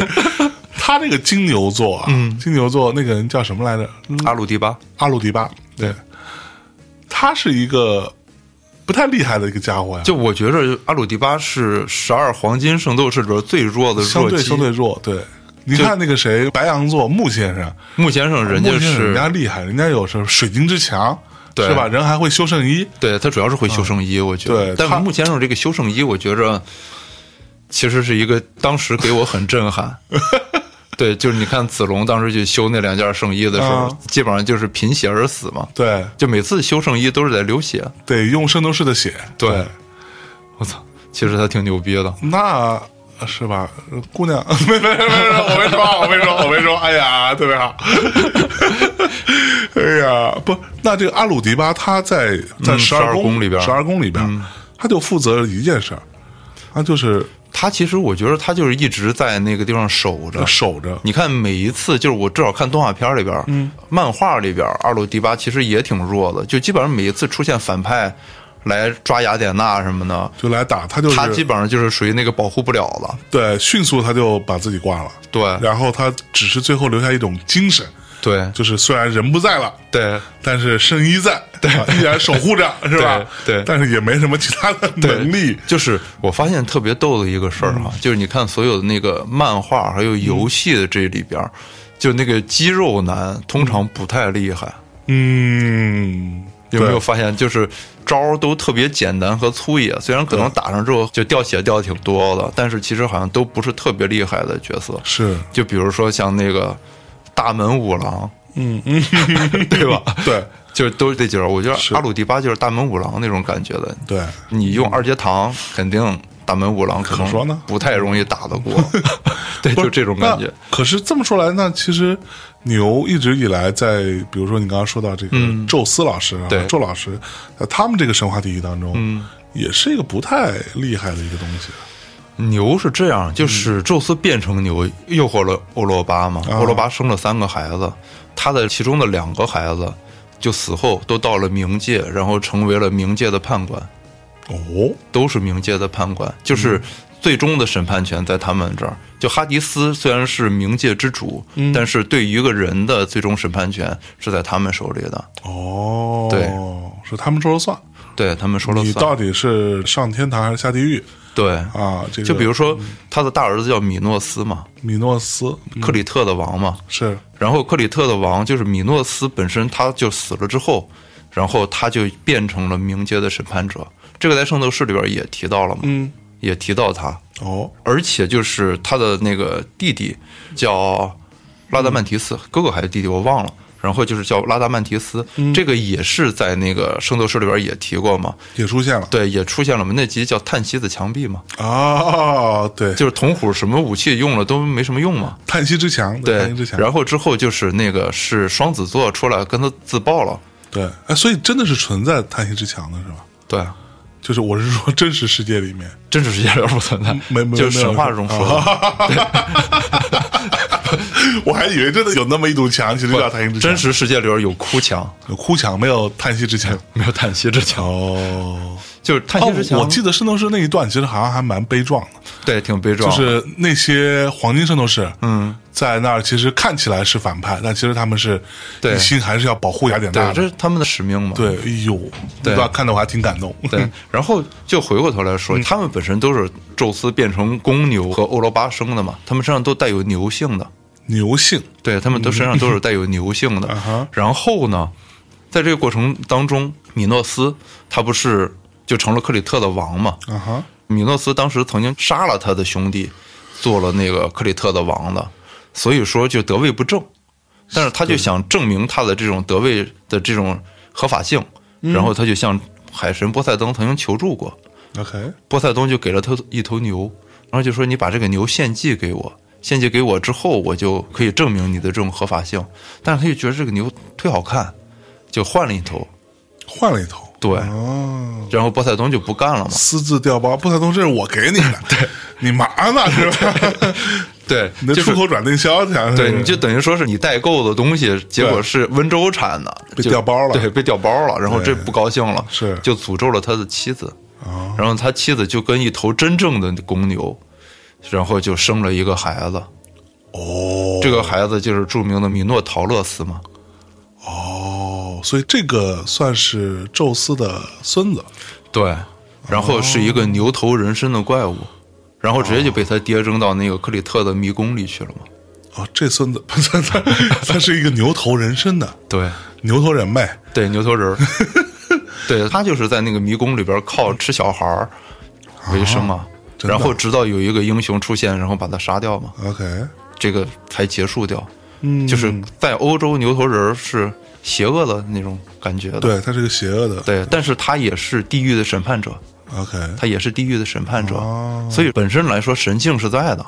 A: 他这个金牛座啊，
B: 嗯
A: 金牛座那个人叫什么来着？
B: 阿鲁迪巴，
A: 阿鲁迪巴。对，他是一个不太厉害的一个家伙呀，
B: 就我觉着阿鲁迪巴是十二黄金圣斗士里边最弱的
A: 相
B: 弱
A: 对
B: 鸡。
A: 相对弱。对，你看那个谁，白羊座穆先生，
B: 穆先生人
A: 穆
B: 家
A: 先生人
B: 是
A: 家厉害，人家有什么水晶之墙，
B: 对
A: 是吧？人还会修圣衣，
B: 对他主要是会修圣衣，我觉
A: 嗯对
B: 得。但
A: 他
B: 是穆先生这个修圣衣，我觉着其实是一个当时给我很 震撼。对，就是你看子龙当时去修那两件圣衣的时候，
A: 啊
B: 基本上就是贫血而死嘛。
A: 对，
B: 就每次修圣衣都是在流血。
A: 得用圣斗士的血。
B: 对，我操，其实他挺牛逼的。
A: 那是吧， 啊姑娘？没没没没，我没说，我没说，我没说。哎呀，特别好。 哎呀，不，那这个阿鲁迪巴他在在
B: 嗯
A: 十二
B: 12宫里边嗯
A: 十二宫里边，他就负责一件事儿，他就是
B: 他其实我觉得他就是一直在那个地方守着。
A: 守着。
B: 你看每一次，就是我至少看动画片里边，嗯，漫画里边，二路迪巴其实也挺弱的，就基本上每一次出现反派来抓雅典娜什么的，
A: 就来打他，就是
B: 他基本上就是属于那个保护不了了。
A: 对，迅速他就把自己挂了，
B: 对，
A: 然后他只是最后留下一种精神，
B: 对，
A: 就是虽然人不在了，
B: 对，
A: 但是圣医在，对，依然守护着，是吧？
B: 对对
A: 但是也没什么其他的
B: 对
A: 能力，
B: 就是我发现特别逗的一个事儿
A: 嗯
B: 哈，就是你看所有的那个漫画还有游戏的这里边儿，就那个肌肉男通常不太厉害，
A: 嗯，
B: 有没有
A: 对？
B: 发现？就是招儿都特别简单和粗野，虽然可能打上之后就掉血掉挺多的，但是其实好像都不是特别厉害的角色。
A: 是，
B: 就比如说像那个大门五郎，
A: 嗯嗯，
B: 对吧？
A: 对
B: 就是都是这几人，我觉
A: 是
B: 得阿鲁迪巴就是大门五郎那种感觉的。
A: 对，
B: 你用二阶堂，肯定大门五郎可能
A: 可说呢
B: 不太容易打得 过。对，
A: 不
B: 就是这种感觉。。
A: 那可是这么说来，那其实牛一直以来在，比如说你刚刚说到这个宙斯老师啊，
B: 嗯对嗯
A: 宙老师，在他们这个神话体系当中，也是一个不太厉害的一个东西。
B: 牛是这样，就是宙斯变成牛诱惑了欧罗巴嘛，欧罗嗯巴生了三个孩子，他的其中的两个孩子就死后都到了冥界，然后成为了冥界的判官，
A: 哦，
B: 都是冥界的判官，就是最终的审判权在他们这儿。就哈迪斯虽然是冥界之主，但是对于一个人的最终审判权是在他们手里的，
A: 哦，
B: 对，
A: 是他们说了算，
B: 对他们说了
A: 你
B: 算。
A: 到底是上天堂还是下地狱
B: 对，
A: 啊？这个
B: 就比如说他的大儿子叫米诺斯嘛，
A: 米诺斯
B: 克里特的王嘛，
A: 是
B: 然后克里特的王就是米诺斯本身，他就死了之后，然后他就变成了冥界的审判者。这个在圣斗士里边也提到了嘛，
A: 嗯，
B: 也提到他，
A: 哦，
B: 而且就是他的那个弟弟叫拉达曼提斯，哥哥还是弟弟我忘了。然后就是叫拉达曼提斯，这个也是在那个圣斗士里边也提过嘛，
A: 也出现了
B: 对，也出现了嘛。那集叫《叹息的墙壁》嘛，
A: 啊，对，
B: 就是铜虎什么武器用了都没什么用嘛。
A: 叹息之墙，叹
B: 对
A: 息之，墙，
B: 然后之后就是那个是双子座出来跟他自爆了，
A: 对，哎，所以真的是存在叹息之墙的是吧？
B: 对，啊
A: 就是我是说 真实世界里面
B: 真实世界里边不存在，
A: 没没啊
B: 就是神话中说的，
A: 的， 我还以为真的有那么一堵墙，其实叫叹息之墙，
B: 啊真实世界里边有哭墙，
A: 有哭墙没有叹息之墙。
B: 没有叹息之墙，
A: 哦，
B: 就是叹
A: 哦
B: 息之，墙，
A: 我记得圣斗士那一段其实好像还蛮悲壮的，
B: 对，挺悲壮
A: 就
B: 的，
A: 是那些黄金圣斗士，嗯，在那儿其实看起来是反派，但其实他们是
B: 对
A: 一心还是要保护雅典
B: 对，啊
A: 娜
B: 这
A: 的。
B: 是他们的使命嘛，
A: 对，嗯哎呦，那
B: 对
A: 段看的我还挺感动。
B: 对，然后就回过头来
A: 嗯
B: 说，他们本身都是宙斯变成公牛和欧罗巴生的嘛，他们身上都带有牛性的，
A: 牛性，
B: 对他们都身上都是带有牛性的。
A: 啊哈
B: 然后呢，在这个过程当中，米诺斯他不是就成了克里特的王嘛？
A: 啊哈，
B: 米诺斯当时曾经杀了他的兄弟，做了那个克里特的王的，所以说就得位不正。但是他就想证明他的这种得位的这种合法性，然后他就向海神波塞冬曾经求助过，
A: ，OK，
B: 波塞冬就给了他一头牛，然后就说你把这个牛献祭给我，献祭给我之后，我就可以证明你的这种合法性。但是他就觉得这个牛忒好看，就换了一头。
A: 换了一头。
B: 对，
A: 哦，
B: 然后波塞冬就不干了嘛。
A: 私自调包，不太通，这是我给你 的，对你嘛呢？是吧？
B: 对，
A: 你的
B: 就是
A: 出口转内销去啊，是
B: 对，你就等于说是你代购的东西，结果是温州产的，
A: 被
B: 就
A: 调包了
B: 对，被调包了，然后这不高兴了，
A: 是
B: 就诅咒了他的妻子，
A: 哦
B: 然后他妻子就跟一头真正的公牛，然后就生了一个孩子，
A: 哦，
B: 这个孩子就是著名的米诺陶勒斯嘛，
A: 哦，所以这个算是宙斯的孙子，
B: 对，然后是一个牛头人身的怪物，然后直接就被他爹扔到那个克里特的迷宫里去了嘛，
A: 哦，这孙子 他他他是一个牛头人身的
B: 对，
A: 牛头人呗，
B: 对，牛头人 儿，对他就是在那个迷宫里边靠吃小孩儿为生啊，
A: 嗯真的
B: 然后直到有一个英雄出现，然后把他杀掉嘛，
A: OK，
B: 这个才结束掉。
A: 嗯
B: 就是在欧洲，牛头人儿是邪恶的那种感觉的，
A: 对他是个邪恶的
B: 对，但是他也是地狱的审判者，
A: ，OK，
B: 他也是地狱的审判者
A: 哦，
B: 所以本身来说神性是在的，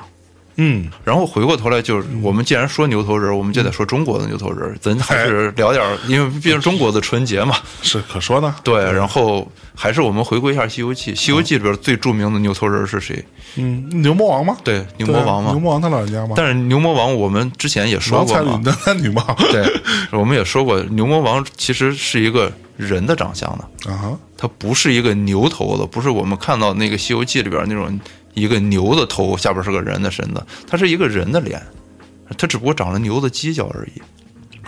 A: 嗯，
B: 然后回过头来，就是我们既然说牛头人，我们就得说中国的牛头人，咱
A: 哎
B: 还是聊点儿，因为毕竟中国的春节嘛。
A: 是可说呢。
B: 对，然后还是我们回归一下《西游记》，《西游记》里边最著名的牛头人是谁？
A: 嗯，牛魔王吗？
B: 对，牛魔王
A: 对牛
B: 嘛。
A: 魔王他老人家吗？
B: 但是牛魔王我们之前也说
A: 王
B: 过
A: 彩
B: 嘛
A: 礼，的男女嘛。
B: 对， 我们也说过，牛魔王其实是一个人的长相 的，
A: 啊哈，
B: 它不是一个牛头的，不是我们看到那个《西游记》里边那种一个牛的头下边是个人的身子，它是一个人的脸，它只不过长了牛的犄角而已。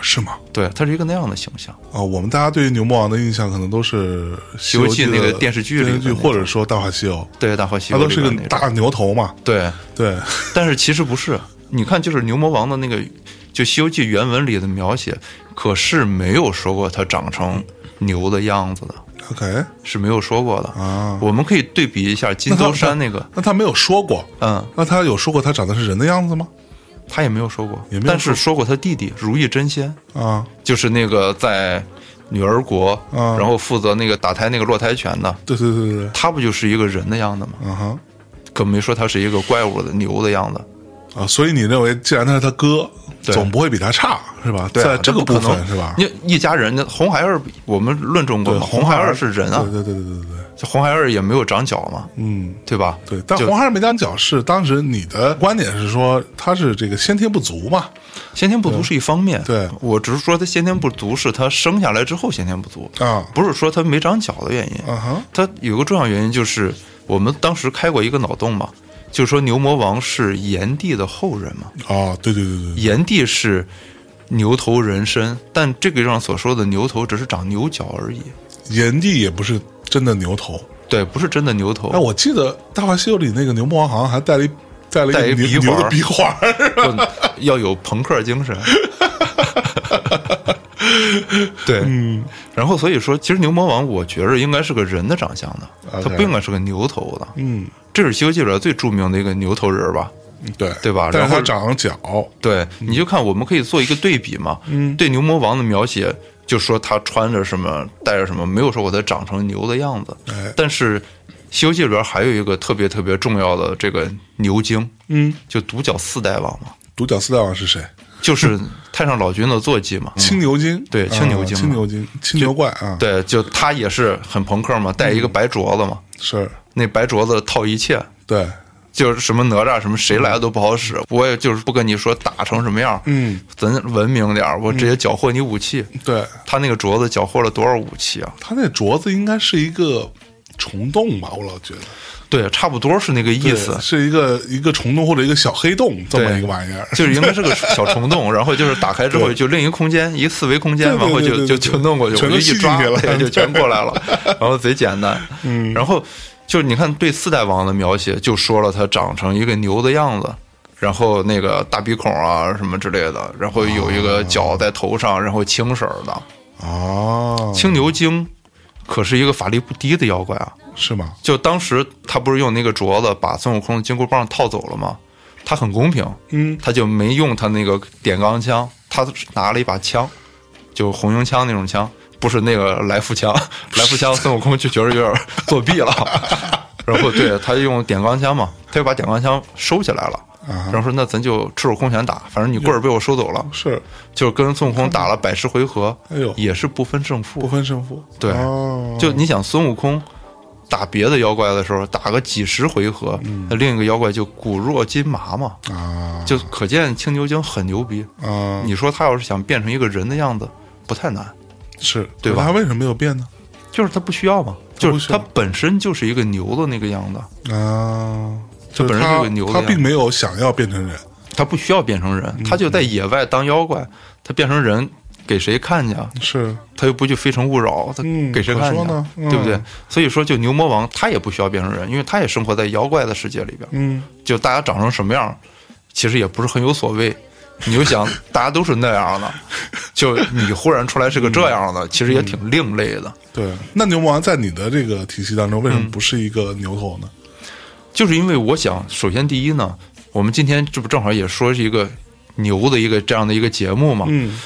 A: 是吗？
B: 对，它是一个那样的形象。
A: 啊，我们大家对于牛魔王的印象可能都是《西
B: 游
A: 记
B: 记》
A: 的
B: 那个电视剧里
A: 电视剧
B: 的那
A: 或者说《大话西游》，
B: 对，大话西
A: 他
B: 游
A: 都
B: 里
A: 是
B: 边
A: 个
B: 那种。
A: 大牛头嘛。
B: 对，
A: 对，
B: 但是其实不是。你看，就是牛魔王的那个，就《西游记》原文里的描写，可是没有说过他长成牛的样子的，
A: OK，
B: 是没有说过的。
A: 啊
B: 我们可以对比一下金
A: 那他
B: 刀山 那个，
A: 那他没有说过，
B: 嗯，
A: 那他有说过他长得是人的样子吗？
B: 他也没有说过，
A: 也没有
B: 但是说过他弟弟如意真仙，
A: 啊，
B: 就是那个在女儿国，
A: 嗯
B: 然后负责那个打胎那个落胎犬的，
A: 对对对对对，
B: 他不就是一个人的样子吗？
A: 啊哈
B: 可没说他是一个怪物的牛的样子。
A: 啊，所以你认为既然他是他哥，
B: 对
A: 总不会比他差是吧？
B: 对啊
A: 在这个
B: 那不
A: 部
B: 可能
A: 分是吧？
B: 因为一家人，那红孩儿，我们论证过
A: 对，
B: 嘛，红孩儿是人啊
A: 对，对对对对对，
B: 这红孩儿也没有长脚嘛，
A: 嗯。
B: 对吧？
A: 对，但
B: 就
A: 红孩儿没长脚是当时你的观点是说他是这个先天不足嘛？
B: 先天不足是一方面，
A: 对
B: 我只是说他先天不足是他生下来之后先天不足，
A: 啊
B: 不是说他没长脚的原因。
A: 啊哈，
B: 它有个重要原因就是我们当时开过一个脑洞嘛，就说牛魔王是炎帝的后人嘛，
A: 哦，对对对对对，
B: 炎帝是牛头人身，但这个上所说的牛头只是长牛角而已，
A: 炎帝也不是真的牛头。
B: 对，不是真的牛头
A: 哎，。我记得《大话西游》里那个牛魔王好像还带了一带了
B: 带
A: 一
B: 一
A: 个
B: 鼻
A: 牛牛
B: 环
A: 的
B: 儿
A: 鼻环儿，
B: 就要有朋克精神。对，嗯，然后所以说，其实牛魔王，我觉着应该是个人的长相的，他
A: OK
B: 不应该是个牛头的。
A: 嗯，
B: 这是《西游记》里边最著名的一个牛头人吧？
A: 对
B: 对吧
A: 但
B: 然
A: 是
B: 后
A: 他长了脚，
B: 对，你就看我们可以做一个对比嘛。嗯，对牛魔王的描写，就说他穿着什么，戴着什么，没有说过他长成牛的样子。
A: 哎
B: 但是《西游记》里边还有一个特别特别重要的这个牛精，
A: 嗯，
B: 就独角四大王嘛，
A: 独角四大王是谁？
B: 就是太上老君的坐骑嘛。
A: 青牛精，
B: 对
A: 啊
B: 青牛精嘛
A: 青牛精，青牛怪啊，，
B: 对，就他也是很朋克嘛，戴
A: 嗯
B: 一个白镯子嘛，
A: 是，
B: 那白镯子套一切。
A: 对，
B: 就是什么哪吒什么谁来的都不好使，我也就是不跟你说打成什么样，
A: 嗯，
B: 咱文明点儿，我直接缴获你武器，
A: 对，
B: 他那个镯子缴获了多少武器啊？
A: 他那镯子应该是一个虫洞吧，我老觉得
B: 对，差不多是那个意思
A: 对，是一个一个虫洞或者一个小黑洞这么
B: 对
A: 一个玩意儿，
B: 就是应该是个小虫洞，然后就是打开之后
A: 对
B: 就另一空间，一四维空间，
A: 对对
B: 然后就
A: 对对
B: 就
A: 对
B: 就弄过去，
A: 全
B: 我
A: 都
B: 就一
A: 吸进
B: 抓
A: 去了，
B: 对，就全过来 了，然后贼简单。嗯，然后就是你看对四代王的描写，就说了他长成一个牛的样子。然后那个大鼻孔啊什么之类的，然后有一个角在头上，然后青色儿的
A: 哦，
B: 青牛精，可是一个法力不低的妖怪啊。
A: 是吗？
B: 就当时他不是用那个镯子把孙悟空的金箍棒套走了吗？他很公平，
A: 嗯，
B: 他就没用他那个点钢枪，他拿了一把枪，就红缨枪那种枪，不是那个来福枪， 来福枪孙悟空就觉得有点作弊了， 然后对他就用点钢枪嘛，他就把点钢枪收起来了，
A: 啊
B: 然后说那咱就赤手空拳打，反正你棍儿被我收走了，
A: 是
B: 就跟孙悟空打了百十回合，
A: 哎呦
B: 也是不分胜负，
A: 不分胜负，
B: 对
A: 哦，
B: 就你想孙悟空打别的妖怪的时候，打个几十回合，那、另一个妖怪就骨弱筋麻嘛，
A: 嗯啊
B: 就可见青牛精很牛逼。
A: 啊，
B: 你说他要是想变成一个人的样子，不太难，
A: 是
B: 对吧
A: 他为什么没有变呢？
B: 就是他不需要嘛，
A: 他不
B: 就
A: 需
B: 是
A: 要
B: 他本身就是一个牛的那个样子，
A: 啊，
B: 这
A: 就是
B: 本身
A: 他
B: 是个牛的
A: 他
B: 呀
A: 并没有想要变成人，
B: 他不需要变成
A: 嗯
B: 人，他就在野外当妖怪，他变成人给谁看去啊？
A: 是
B: 他又不去《非诚勿扰》，他
A: 嗯
B: 给谁看
A: 可
B: 去
A: 说
B: 啊
A: 呢？嗯
B: 对不对？所以说，就牛魔王他也不需要变成人，因为他也生活在妖怪的世界里边。
A: 嗯，
B: 就大家长成什么样，其实也不是很有所谓。你就 想，大家都是那样的，就你忽然出来是个这样的，其实也挺另类的。
A: 对。那牛魔王在你的这个体系当中，为
B: 嗯
A: 什么不是一个牛头呢？
B: 就是因为我想，首先第一呢，我们今天这不正好也说是一个牛的一个这样的一个节目嘛。
A: 嗯，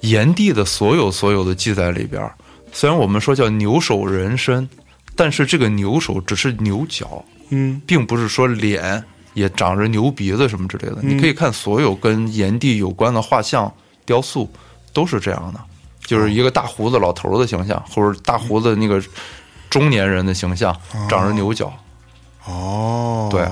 B: 炎帝的所有所有的记载里边儿，虽然我们说叫牛首人身，但是这个牛首只是牛角，
A: 嗯
B: 并不是说脸也长着牛鼻子什么之类的。你可以看所有跟炎帝有关的画像、雕塑，都是这样的，就是一个大胡子老头儿的形象，或者大胡子那个中年人的形象，长着牛角。
A: 哦，
B: 对，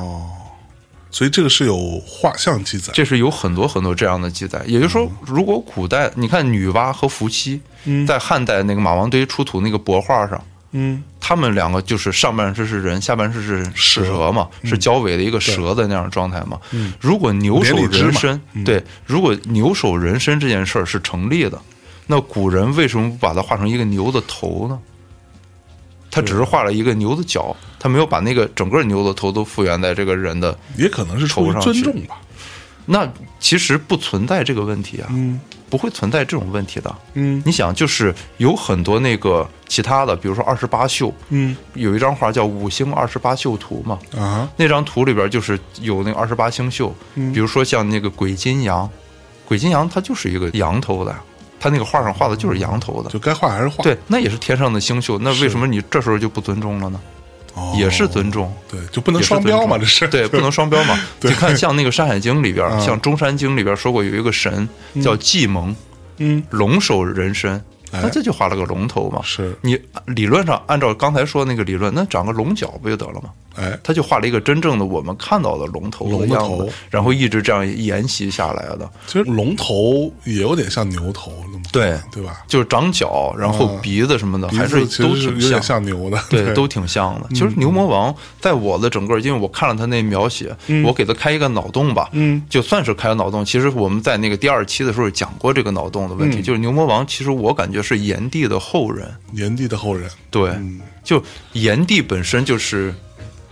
A: 所以这个是有画像记载，
B: 这是有很多很多这样的记载。也就是
A: 嗯
B: 说，如果古代你看女娲和伏羲，在汉代那个马王堆出土那个帛画上，
A: 嗯，
B: 他们两个就是上半身是人，下半身是是蛇嘛，
A: 嗯
B: 是交尾的一个蛇的那样的状态嘛。如果牛首
A: 连理枝嘛嗯
B: 人身，对，如果牛首人身这件事儿是成立的，那古人为什么不把它画成一个牛的头呢？他只是画了一个牛的角，他没有把那个整个牛的头都复原在这个人的
A: 也可能是出于
B: 瞅上
A: 尊
B: 去
A: 重吧。
B: 那其实不存在这个问题啊，
A: 嗯
B: 不会存在这种问题的。
A: 嗯
B: 你想，就是有很多那个其他的，比如说二十八宿，
A: 嗯
B: 有一张画叫《五星二十八宿图》嘛，
A: 啊，
B: 那张图里边就是有那个二十八星宿，比如说像那个鬼金羊，鬼金羊它就是一个羊头的，它那个画上画的就是羊头的，
A: 就该画还是画，
B: 对，那也是天上的星宿，那为什么你这时候就不尊重了呢？
A: 哦，
B: 也是尊重，
A: 对，就不能
B: 也是
A: 双标嘛，
B: 尊重
A: 这是
B: 对，不能双标 嘛。你看，像那个《山海经》里边，像《中山经》里边说过有一个神叫季蒙，
A: 嗯，
B: 龙首人身，
A: 哎
B: 那这就画了个龙头嘛。
A: 是
B: 你理论上按照刚才说那个理论，那长个龙角不就得了吗？
A: 哎，
B: 他就画了一个真正的我们看到的龙头
A: 龙
B: 的
A: 的
B: 样
A: 头
B: 子，然后一直这样沿袭下来的，
A: 其实龙头也有点像牛头那么
B: 对
A: 对吧？
B: 就是长角，然后鼻子什么的，
A: 鼻
B: 还
A: 子
B: 是
A: 其
B: 都
A: 实是有
B: 挺
A: 点
B: 像。
A: 像牛的，
B: 对，都挺像
A: 嗯
B: 的。其实牛魔王在我的整个，因为我看了他那描写，我给他开一个脑洞吧，
A: 嗯，
B: 就算是开个脑洞。其实我们在那个第二期的时候讲过这个脑洞的问题，
A: 嗯
B: 就是牛魔王其实我感觉是炎帝的后人，
A: 炎帝的后人，
B: 对，
A: 嗯
B: 就炎帝本身就是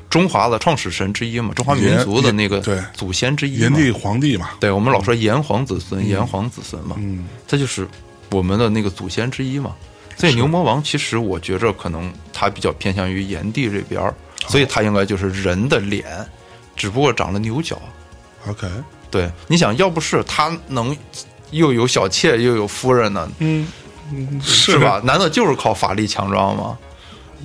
B: 中华的创始神之一嘛，中华民族的
A: 炎
B: 那个
A: 对
B: 祖先之一嘛，
A: 炎帝皇帝嘛，
B: 对，我们老说炎黄子
A: 嗯
B: 孙，炎黄子孙嘛，嗯，他就是我们的那个祖先之一嘛。所以牛魔王其实我觉着可能他比较偏向于炎帝这边儿，
A: 哦
B: 所以他应该就是人的脸，只不过长了牛角。
A: OK，
B: 对，你想要不是他能又有小妾又有夫人呢，
A: 嗯，
B: 是？吧？难道就是靠法力强壮吗？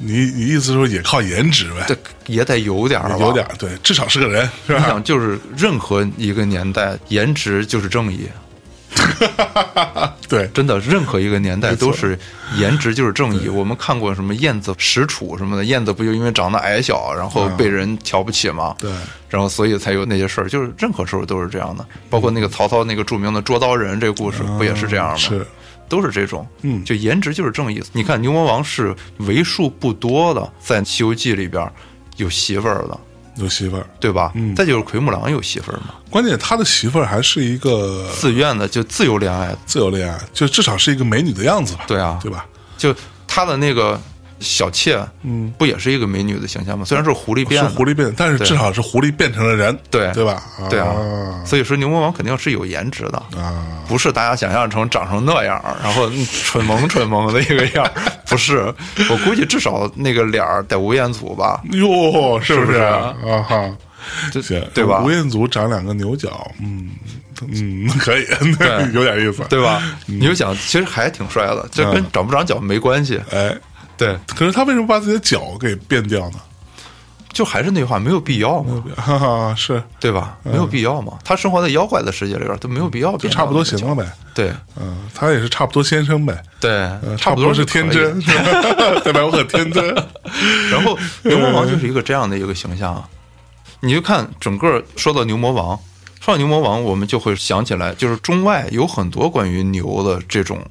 A: 你你意思说也靠颜值呗？
B: 这也得有点儿吧，
A: 有点儿对，至少是个人，是
B: 你
A: 吧？
B: 想，就是任何一个年代，颜值就是正义，
A: 对，
B: 真的，任何一个年代
A: 错
B: 都是颜值就是正义。我们看过什么燕子使楚什么的，燕子不就因为长得矮小，然后被人瞧不起吗？
A: 对
B: 然后所以才有那些事儿，就是任何时候都是这样
A: 嗯
B: 的。包括那个曹操那个著名的捉刀人这个故事，不也是这样吗？
A: 是，
B: 都是这种，
A: 嗯
B: 就颜值就是正义。你看牛魔王是为数不多的在《西游记》里边有媳妇儿的，
A: 有媳妇儿，
B: 对吧？
A: 嗯
B: 再就是奎木狼有媳妇儿嘛，
A: 关键他的媳妇儿还是一个
B: 自愿的就自由恋爱的
A: 自由恋爱，就至少是一个美女的样子吧？
B: 对啊
A: 对吧？
B: 就他的那个小妾，嗯，不也是一个美女的形象吗？虽然是狐狸变
A: 哦是
B: 的，
A: 狐狸变，但是
B: 对
A: 至少是狐狸变成了人，
B: 对
A: 对吧？
B: 对啊，
A: 啊
B: 所以说牛魔王肯定是有颜值的，
A: 啊
B: 不是大家想象成长成那样，然后嗯蠢萌蠢萌的一个样儿， 不是。我估计至少那个脸儿得吴彦祖吧，
A: 哟，是
B: 是不
A: 是
B: 是
A: 啊？哈，
B: 这
A: 行，
B: 对吧
A: 吴？彦祖长两个牛角，嗯嗯，可以， 有点意思，
B: 对吧？
A: 嗯
B: 你就想，其实还挺帅的，这跟长不长脚没关系。
A: 哎，
B: 对，
A: 可是他为什么把自己的脚给变掉呢？
B: 就还是那句话，没有必要嘛，
A: 哈哈，是
B: 对吧？没有必要嘛。他生活在妖怪的世界里边，他没有必要
A: 嗯就
B: 变成
A: 差不多
B: 那个
A: 行了呗。
B: 角。对
A: 嗯，他也是差不多先生呗，
B: 对，
A: 呃
B: 差
A: 不
B: 多
A: 是
B: 就可以
A: 天真，是吧 代表我很天真。
B: 然后牛魔王就是一个这样的一个形象啊。你就看整个说到牛魔王，说到牛魔王，我们就会想起来，就是中外有很多关于牛的这种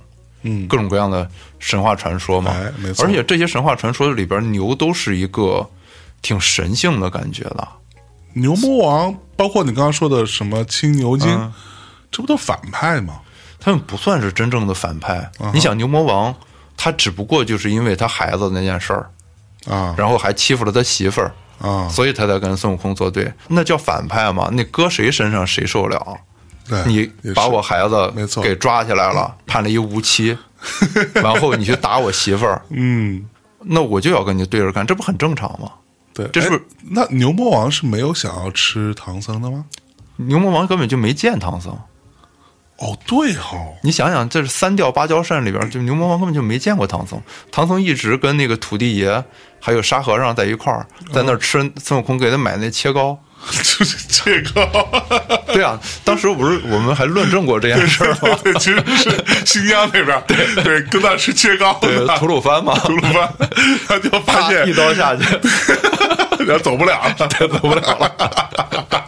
A: 嗯，
B: 各种各样的神话传说嘛。
A: 哎没错
B: 而且这些神话传说里边，牛都是一个挺神性的感觉的。
A: 牛魔王，包括你刚刚说的什么青牛精，
B: 嗯
A: 这不都反派吗？
B: 他们不算是真正的反派。
A: 嗯
B: 你想牛魔王，他只不过就是因为他孩子那件事儿，
A: 啊
B: 然后还欺负了他媳妇儿，
A: 啊，
B: 所以他才跟孙悟空作对，那叫反派嘛？那搁谁身上谁受了？
A: 对，
B: 你
A: 也是
B: 把我孩子
A: 没错嗯
B: 给抓起来了，判了一无期，然后你去打我 媳妇儿，
A: 嗯，
B: 那我就要跟你对着干，这不很正常吗？
A: 对，
B: 这是不是
A: 哎那牛魔王是没有想要吃唐僧的吗？
B: 牛魔王根本就没见唐僧，
A: 哦，对哦，
B: 你想想，这是三教芭蕉扇里边，就牛魔王根本就没见过唐僧，唐僧一直
A: 嗯
B: 跟那个土地爷还有沙和尚在一块儿，在那儿吃孙悟空给他买那切糕，
A: 就是这个，
B: 对啊，当时不是我们还论证过这件 事儿吗？
A: 对，其实是新疆那边，对对，跟那是切糕
B: 对
A: 的，
B: 吐鲁番嘛，
A: 吐鲁番，他就发
B: 啪
A: 现
B: 一刀下去，
A: 然后走不了了，
B: 走不了了，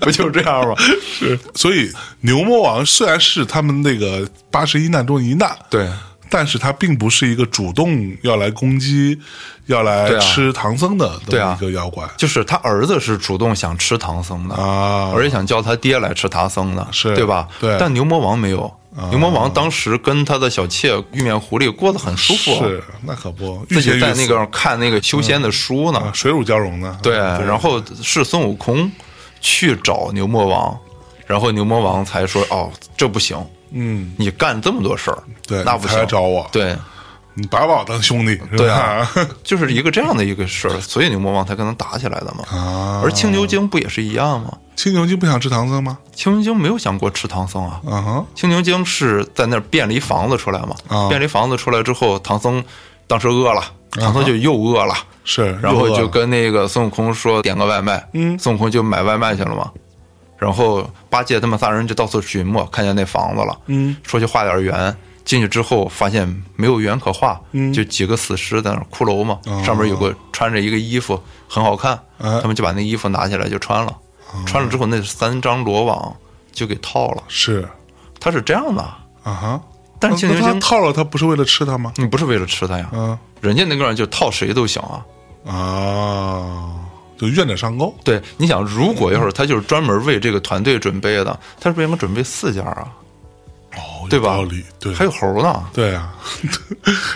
B: 不就这 样吗？
A: 是，所以牛魔王虽然是他们那个八十一难中一难，
B: 对，
A: 但是他并不是一个主动要来攻击、要来
B: 对啊
A: 吃唐僧的这
B: 对
A: 么
B: 啊
A: 一个妖怪
B: 就是他儿子是主动想吃唐僧的，
A: 啊
B: 而且想叫他爹来吃唐僧的，
A: 是
B: 对吧？
A: 对啊
B: 但牛魔王没有，牛魔王当时跟他的小妾玉面狐狸过得很舒服啊，
A: 是那可不，
B: 自
A: 御
B: 己
A: 前
B: 在
A: 御
B: 那
A: 死嗯
B: 个看那个修仙的书呢
A: 啊，水乳交融啊的，
B: 对，然后是孙悟空去找牛魔王，然后牛魔王才说：“哦，这不行，
A: 嗯，
B: 你干这么多事儿，
A: 对
B: 那不
A: 你才
B: 行，
A: 来找我
B: 对，
A: 你把我当兄弟，是
B: 对
A: 吧
B: 啊？就是一个这样的一个事儿，所以牛魔王才跟他打起来的嘛。
A: 啊，
B: 而青牛精不也是一样吗？
A: 青牛精不想吃唐僧吗？
B: 青牛精没有想过吃唐僧啊，
A: 啊哈，
B: 青牛精是在那儿变了一房子出来嘛，
A: 啊
B: 变了一房子出来之后，唐僧当时饿了，唐僧就啊又饿了。
A: 是，
B: 然后
A: 又饿
B: 就跟那个孙悟空说点个外卖，嗯，孙悟空就买外卖去了嘛。然后八戒他们仨人就到处寻摸，看见那房子了，
A: 嗯，
B: 说去画点圆。进去之后发现没有圆可画，
A: 嗯
B: 就几个死尸在那儿骷髅嘛，上面有个穿着一个衣服很好看，
A: 哎
B: 他们就把那衣服拿起来就穿了，穿了之后那三张罗网就给套了，
A: 是
B: 他是这样的。
A: 啊哈，
B: 但是青
A: 那
B: 牛
A: 那他
B: 精，
A: 套了他不是为了吃他吗？
B: 你不是为了吃他呀，
A: 嗯
B: 人家那个人就套谁都行啊，
A: 啊，就愿者上钩，
B: 对，你想，如果
A: 嗯
B: 要是他就是专门为这个团队准备的，他是不是应该准备四家啊？
A: 哦，有
B: 对吧
A: 道理，对，
B: 还有 猴呢？
A: 对啊，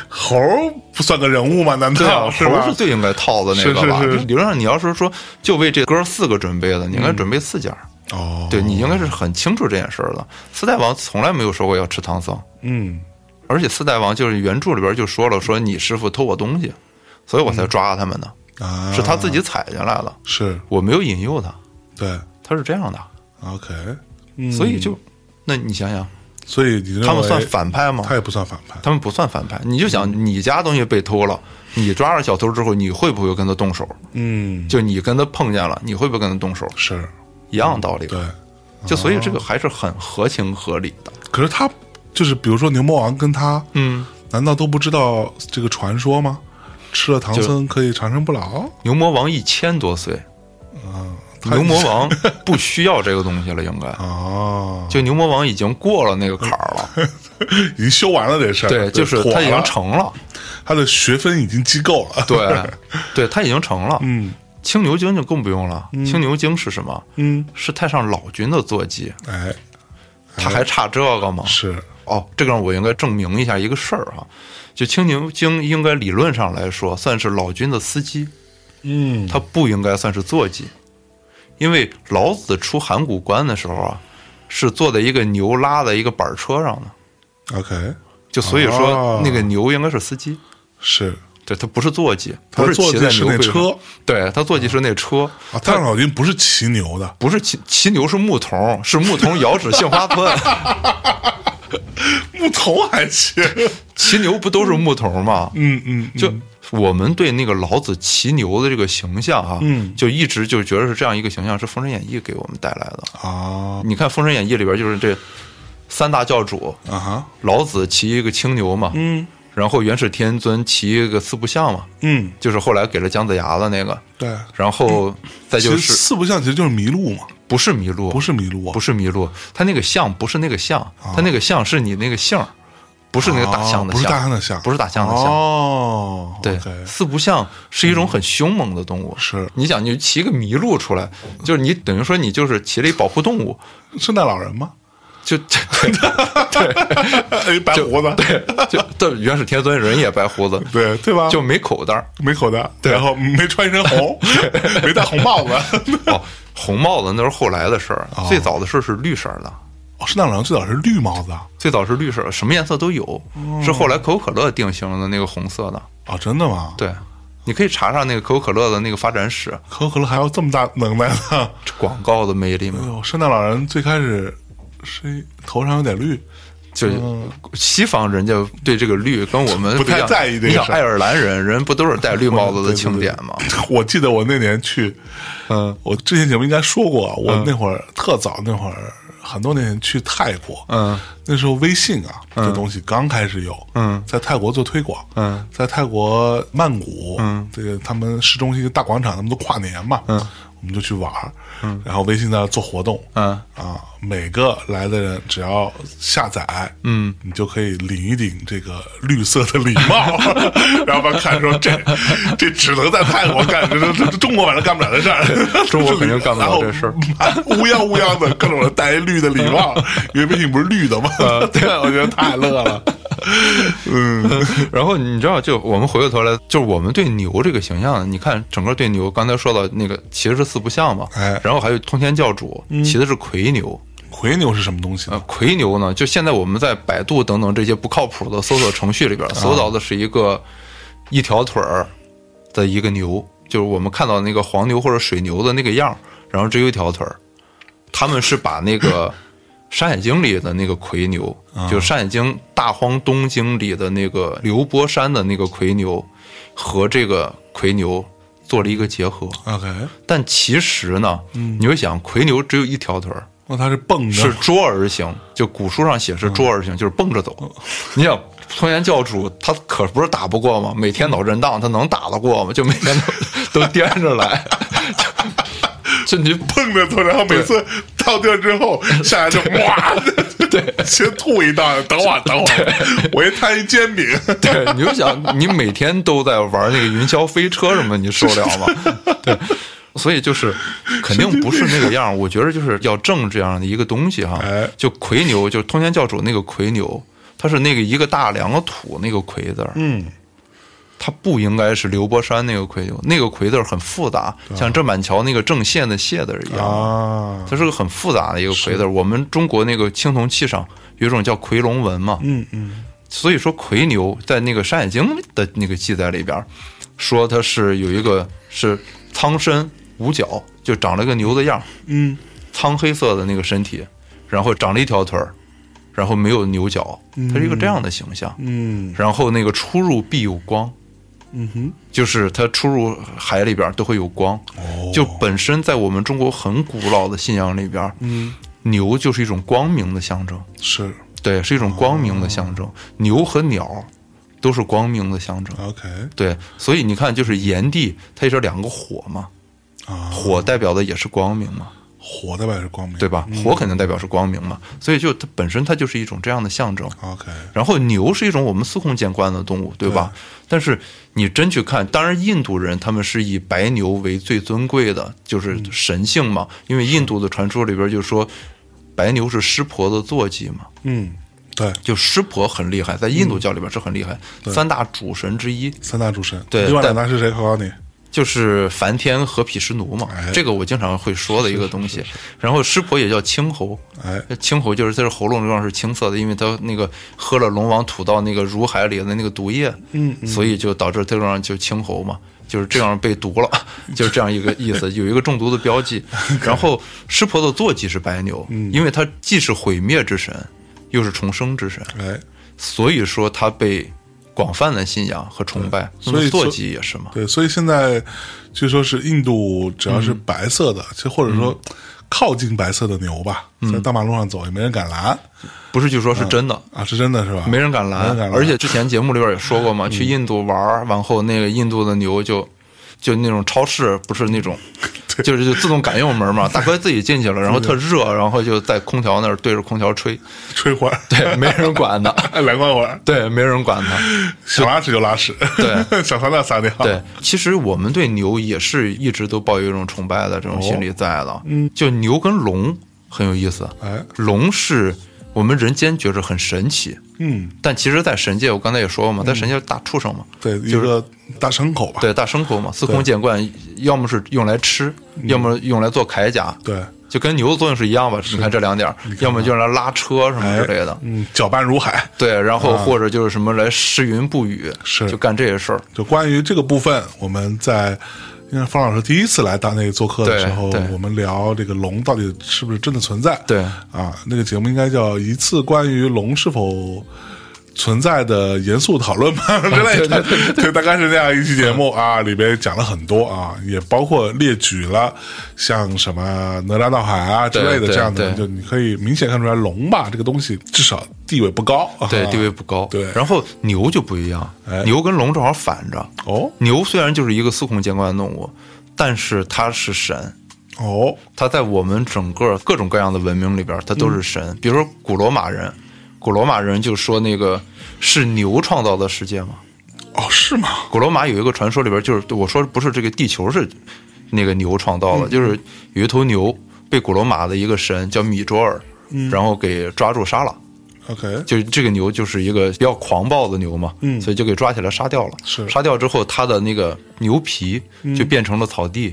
A: 猴儿不算个人物吗？难
B: 对
A: 道、
B: 啊，
A: 是
B: 猴
A: 吧？
B: 是最应该套的那个吧？
A: 是是是嗯
B: 就理论上，你要是说就为这哥四个准备的，你应该准备四家。
A: 哦，
B: 对你应该是很清楚这件事儿的。四大王从来没有说过要吃唐僧，
A: 嗯，
B: 而且四大王就是原著里边就说了，说你师傅偷我东西，所以我才抓他们的，
A: 嗯啊，
B: 是他自己踩进来的，
A: 是
B: 我没有引诱他，
A: 对啊
B: 他是这样的，
A: ，OK，
B: 所以就，那你想想，
A: 所以嗯你认为
B: 他们算反派吗？
A: 他也不嗯算反派，
B: 他们不算反派。你就想你家东西被偷了，你抓着小偷之后，你会不会跟他动手？
A: 嗯，
B: 就你跟他碰见了，你会不会跟他动手？
A: 是
B: 一样道理。
A: 对，
B: 就所以这个还是很合情合理的。
A: 可是他就是比如说牛魔王跟他，
B: 嗯，
A: 难道都不知道这个传说吗？吃了唐僧可以长生不老，
B: 牛魔王一千多岁，
A: 他
B: 牛魔王不需要这个东西 了，应该。
A: 哦，
B: 就牛魔王已经过了那个坎 儿了，
A: 已经修完了这事儿，
B: 对，就是
A: 妥
B: 他已
A: 了
B: 经成了，
A: 他的学分已经机够了，
B: 对，对他已经成了。
A: 嗯
B: 青牛精就更不用了，青牛精是什么？
A: 嗯，
B: 是太上老君的坐骑，
A: 哎，
B: 他还差这个吗？
A: 是
B: 哦，这个让我应该证明一下一个事儿哈，就青牛精应该理论上来说算是老君的司机，
A: 嗯，
B: 他不应该算是坐骑，因为老子出函谷关的时候啊，是坐在一个牛拉的一个板车上的，
A: OK，
B: 就所以
A: 哦
B: 说那个牛应该是司机，
A: 是
B: 对，他不是坐骑，
A: 他
B: 不是
A: 坐
B: 骑
A: 骑
B: 在
A: 是
B: 牛
A: 那
B: 背上
A: 车，
B: 对他坐骑是那车，
A: 啊，太上老君不是骑牛的，
B: 不是骑骑牛是牧童，是牧童遥指杏花 村，
A: 木头还骑，
B: 骑牛不都是牧童吗？
A: 嗯嗯，嗯
B: 就我们对那个老子骑牛的这个形象啊，
A: 嗯
B: 就一直就觉得是这样一个形象，是《封神演义》给我们带来的。
A: 啊
B: 你看《封神演义》里边就是这三大教主，
A: 啊哈，
B: 老子骑一个青牛嘛，
A: 嗯
B: 然后元始天尊骑一个四不像嘛，
A: 嗯，
B: 就是后来给了姜子牙的那个，
A: 对，
B: 然后再就
A: 其实
B: 是
A: 四不像其实就是麋鹿嘛，
B: 不是麋鹿，
A: 不是麋鹿啊，
B: 不是麋鹿，他那个像不是那个像，他那个像是你那个姓儿，不是那个大象
A: 哦
B: 的
A: 不是
B: 像，
A: 大象的象
B: 不是大象的象。
A: 哦，
B: 对
A: OK，
B: 四不像是一种很凶猛的动物。
A: 是
B: 你想，你骑个麋鹿出来，就是你等于说你就是骑了一保护动物，
A: 圣诞老人吗？
B: 就 对
A: 哎，白胡子，对
B: 就 对，元始天尊人也白 胡子，
A: 对对吧？
B: 就没口 袋儿。
A: 没口袋，然后没穿一身红，没戴红帽子。
B: 哦，红帽子那是后来的事儿，最早的事儿是绿色儿的，
A: 哦，圣诞老人最早是绿帽子啊？
B: 最早是绿色儿，什么颜色都有，是后来可口可乐定型的那个红色的。
A: 哦，真的吗？，
B: 对，你可以查查那个可口可乐的那个发展史，
A: 可口可乐还有这么大能耐呢。
B: 这广告的魅力
A: 哎
B: 嘛。
A: 呦，圣诞老人最开始是头上有点绿，
B: 就是西方人家对这个绿跟我们
A: 嗯不太
B: 一样
A: 在意这个
B: 你想
A: 事儿
B: 爱尔兰人，人不都是戴绿帽子的庆典吗？
A: 我记得我那年去，
B: 嗯
A: 我之前节目应该说过，啊我那会儿特早那会儿，很多年前去泰国，
B: 嗯，
A: 那时候微信啊这东西刚开始有，
B: 嗯，
A: 在泰国做推广，
B: 嗯，
A: 在泰国曼谷，嗯，这个他们市中心大广场，他们都跨年嘛，嗯，我们就去玩儿，嗯，然后微信在那做活动，
B: 嗯
A: 啊，每个来的人只要下载，嗯，你就可以领一顶这个绿色的礼帽， 然后把看说这这只能在泰国干，这这这中国反正干不了的事儿，
B: 中国肯定干不了这事儿
A: 然后 乌泱乌泱的各种人戴一绿的礼帽，因为毕竟不是绿的嘛， 对，我觉得太乐 了，嗯
B: 然后你知道，就我们回过头来，就是我们对牛这个形象，你看整个对牛，刚才说到那个骑的是四不像嘛，
A: 哎嗯
B: 然后还有通天教主骑的是魁牛，
A: 魁牛是什么东西
B: 呃
A: 呢？，
B: 魁牛呢，就现在我们在百度等等这些不靠谱的搜索程序里边搜到的是一个一条腿儿的一个牛，就是我们看到那个黄牛或者水牛的那个样儿，然后只有一条腿儿。他们是把那个《山海经》里的那个魁牛，就是《山海经·大荒东经》里的那个刘伯山的那个魁牛，和这个魁牛做了一个结合。
A: OK，
B: 但其实呢，你会想，魁牛只有一条腿儿，
A: 那它是蹦着
B: 是卓而行，就古书上写是卓而行，就是蹦着走。 你想，通天教主他可不是打不过吗？每天脑震荡，他能打得过吗？就每天都都颠着来，就你
A: 蹦着走，然后每次到地儿之后下来就哇，对，先吐一道，等会儿等会儿，我一摊一煎饼，
B: 对，你就想你每天都在玩那个云霄飞车什么，你受得了吗？ 对，所以就是肯定不是那个样儿。我觉得就是要正这样的一个东西哈
A: 哎，
B: 就魁牛，就是通天教主那个魁牛，它是那个一个大两个土那个魁字儿，
A: 嗯，
B: 它不应该是刘伯山那个魁牛，那个魁字儿很复杂，像郑板桥那个郑宪的谢字儿一样。
A: 啊，
B: 它是个很复杂的一个魁字儿。我们中国那个青铜器上有一种叫夔龙纹嘛，
A: 嗯嗯，
B: 所以说魁牛在那个《山海经》的那个记载里边儿，说它是有一个是苍身无角，就长了个牛的样儿，
A: 嗯
B: 苍黑色的那个身体，然后长了一条腿儿，然后没有牛角，它是一个这样的形象。
A: 嗯
B: 然后那个出入必有光，
A: 嗯哼，
B: 就是它出入海里边儿都会有光。就本身在我们中国很古老的信仰里边，
A: 嗯，
B: 牛就是一种光明的象征。
A: 是
B: 对，是一种光明的象征。牛和鸟都是光明的象征。
A: OK
B: 对，所以你看，就是炎帝，它也是两个火嘛，
A: 啊，
B: 火代表的也是光明嘛，
A: 火的外是光明，
B: 对吧？火肯定代表是光明嘛，所以就它本身它就是一种这样的象征。
A: ？OK，
B: 然后牛是一种我们司空见惯的动物，对吧？但是你真去看，当然印度人他们是以白牛为最尊贵的，就是神性嘛，因为印度的传说里边就说白牛是湿婆的坐骑嘛，
A: 嗯，对，
B: 就湿婆很厉害，在印度教里边是很厉害，三大主神之一
A: 三大主神，
B: 对
A: 另外两
B: 但
A: 大是谁？考考你，
B: 就是梵天和毗湿奴嘛
A: 哎，
B: 这个我经常会说的一个东西。然后湿婆也叫青猴，
A: 哎，
B: 青猴就是它是喉咙这段是青色的，因为它那个喝了龙王吐到那个乳海里的那个毒液，
A: 嗯，
B: 所以就导致这种就青猴嘛，就是这样被毒了， 就是这样一个意思，有一个中毒的 标记。然后湿婆的坐骑是白牛，
A: 嗯
B: 因为它既是毁灭之神，又是重生之神。
A: 哎，
B: 所以说它被广泛的信仰和崇拜。
A: 对
B: 那么
A: 所以
B: 坐
A: 说
B: 骑也是嘛，
A: 对，所以现在据说是印度只要是
B: 嗯
A: 白色的，就或者说靠近白色的牛吧，
B: 嗯
A: 在大马路上走也没人敢拦
B: 不是据说是真的。
A: 啊，是真的是吧？
B: 没人敢嗯
A: 没
B: 拦
A: 人敢，拦
B: 而且之前节目里边也说过嘛，去印度玩儿，往后那个印度的牛就，就那种超市不是那 种，就是就自动改油门 嘛，大哥自己进去了，然后特热，然后就在空调那儿对着空调吹，
A: 吹会儿，哎
B: 对，没人管 他，
A: 来逛会儿，
B: 对，没人管他，啊
A: 想拉屎就拉屎，
B: 对，
A: 想撒尿撒尿，
B: 对，其实我们对牛也是一直都抱有一种崇拜的这种心理在的。嗯，就牛跟龙很有意思。
A: 哎
B: 龙是我们人间觉着很神奇，
A: 嗯，
B: 但其实，在神界，我刚才也说过嘛，在神界大畜生嘛，
A: 对，一
B: 就是
A: 个大牲口吧，
B: 对大牲口嘛，司空见惯，要么是用来吃，要么用来做铠甲，
A: 嗯对，
B: 就跟牛的作用是一样吧？你看这两点儿，要么用来拉车什么
A: 啊哎
B: 之类的。
A: 嗯，搅拌如海。
B: 对，然后或者就是什么来诗云布雨，
A: 是啊
B: 就干这些事儿。
A: 就关于这个部分，我们在因为方老师第一次来大内做客的时候
B: 对对，
A: 我们聊这个龙到底是不是真的存在。
B: 对
A: 啊，那个节目应该叫一次关于龙是否。存在的严肃讨论吧之类的，对，大概是那样一期节目啊，里边讲了很多啊，也包括列举了像什么哪吒闹海啊之类的
B: 对对
A: 这样的，
B: 对
A: 就你可以明显看出来龙吧这个东西至少地位不高，
B: 对
A: 啊
B: 地位不高。
A: 对
B: 然后牛就不一样
A: 哎，
B: 牛跟龙正好反着。
A: 哦
B: 牛虽然就是一个司空见惯的动物，但是它是神，
A: 哦
B: 它在我们整个各种各样的文明里边，它
A: 嗯
B: 都是神。比如说古罗马人，古罗马人就说那个是牛创造的世界嘛。
A: 哦是吗？
B: 古罗马有一个传说里边，就是我说不是这个地球是那个牛创
A: 嗯
B: 造的，就是有一头牛被古罗马的一个神叫米卓尔，
A: 嗯
B: 然后给抓住杀了。
A: OK，
B: 就是这个牛就是一个比较狂暴的牛嘛，
A: 嗯
B: 所以就给抓起来杀掉了。
A: 是嗯
B: 杀掉之后，它的那个牛皮就变成了草地，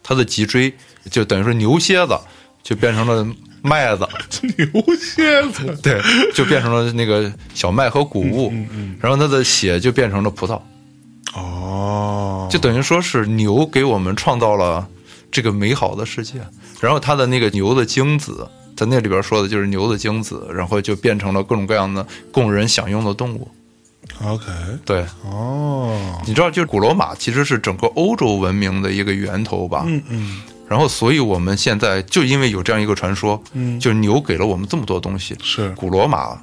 B: 它的脊椎就等于说牛蝎子就变成了麦子，
A: 牛蝎子，
B: 对，就变成了那个小麦和谷物，
A: 嗯
B: 然后它的血就变成了葡萄，
A: 哦，
B: 就等于说是牛给我们创造了这个美好的世界。然后它的那个牛的精子，在那里边说的就是牛的精子，然后就变成了各种各样的供人享用的动物。
A: OK，
B: 对，
A: 哦，
B: 你知道，就是古罗马其实是整个欧洲文明的一个源头吧？
A: 嗯嗯，
B: 然后，所以我们现在就因为有这样一个传说，
A: 嗯
B: 就是牛给了我们这么多东西。
A: 是
B: 古罗马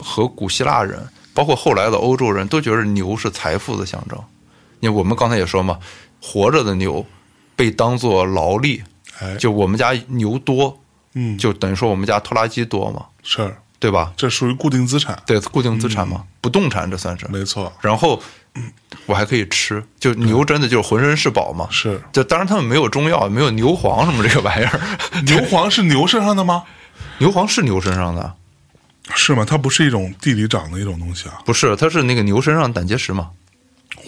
B: 和古希腊人，包括后来的欧洲人都觉得牛是财富的象征。因为我们刚才也说嘛，活着的牛被当做劳力，
A: 哎，
B: 就我们家牛多，
A: 嗯，
B: 就等于说我们家拖拉机多嘛，
A: 是，
B: 对吧？
A: 这属于固定资产，
B: 对，固定资产嘛，不动产这算是。
A: 嗯没错，
B: 然后我还可以吃，就牛真的就是浑身是宝嘛。
A: 是
B: 就当然他们没有中药，没有牛黄什么这个玩意儿。
A: 牛黄是牛身上的吗？
B: 牛黄是牛身上的，
A: 是吗？它不是一种地里长的一种东西啊。
B: 不是，它是那个牛身上的胆结石嘛。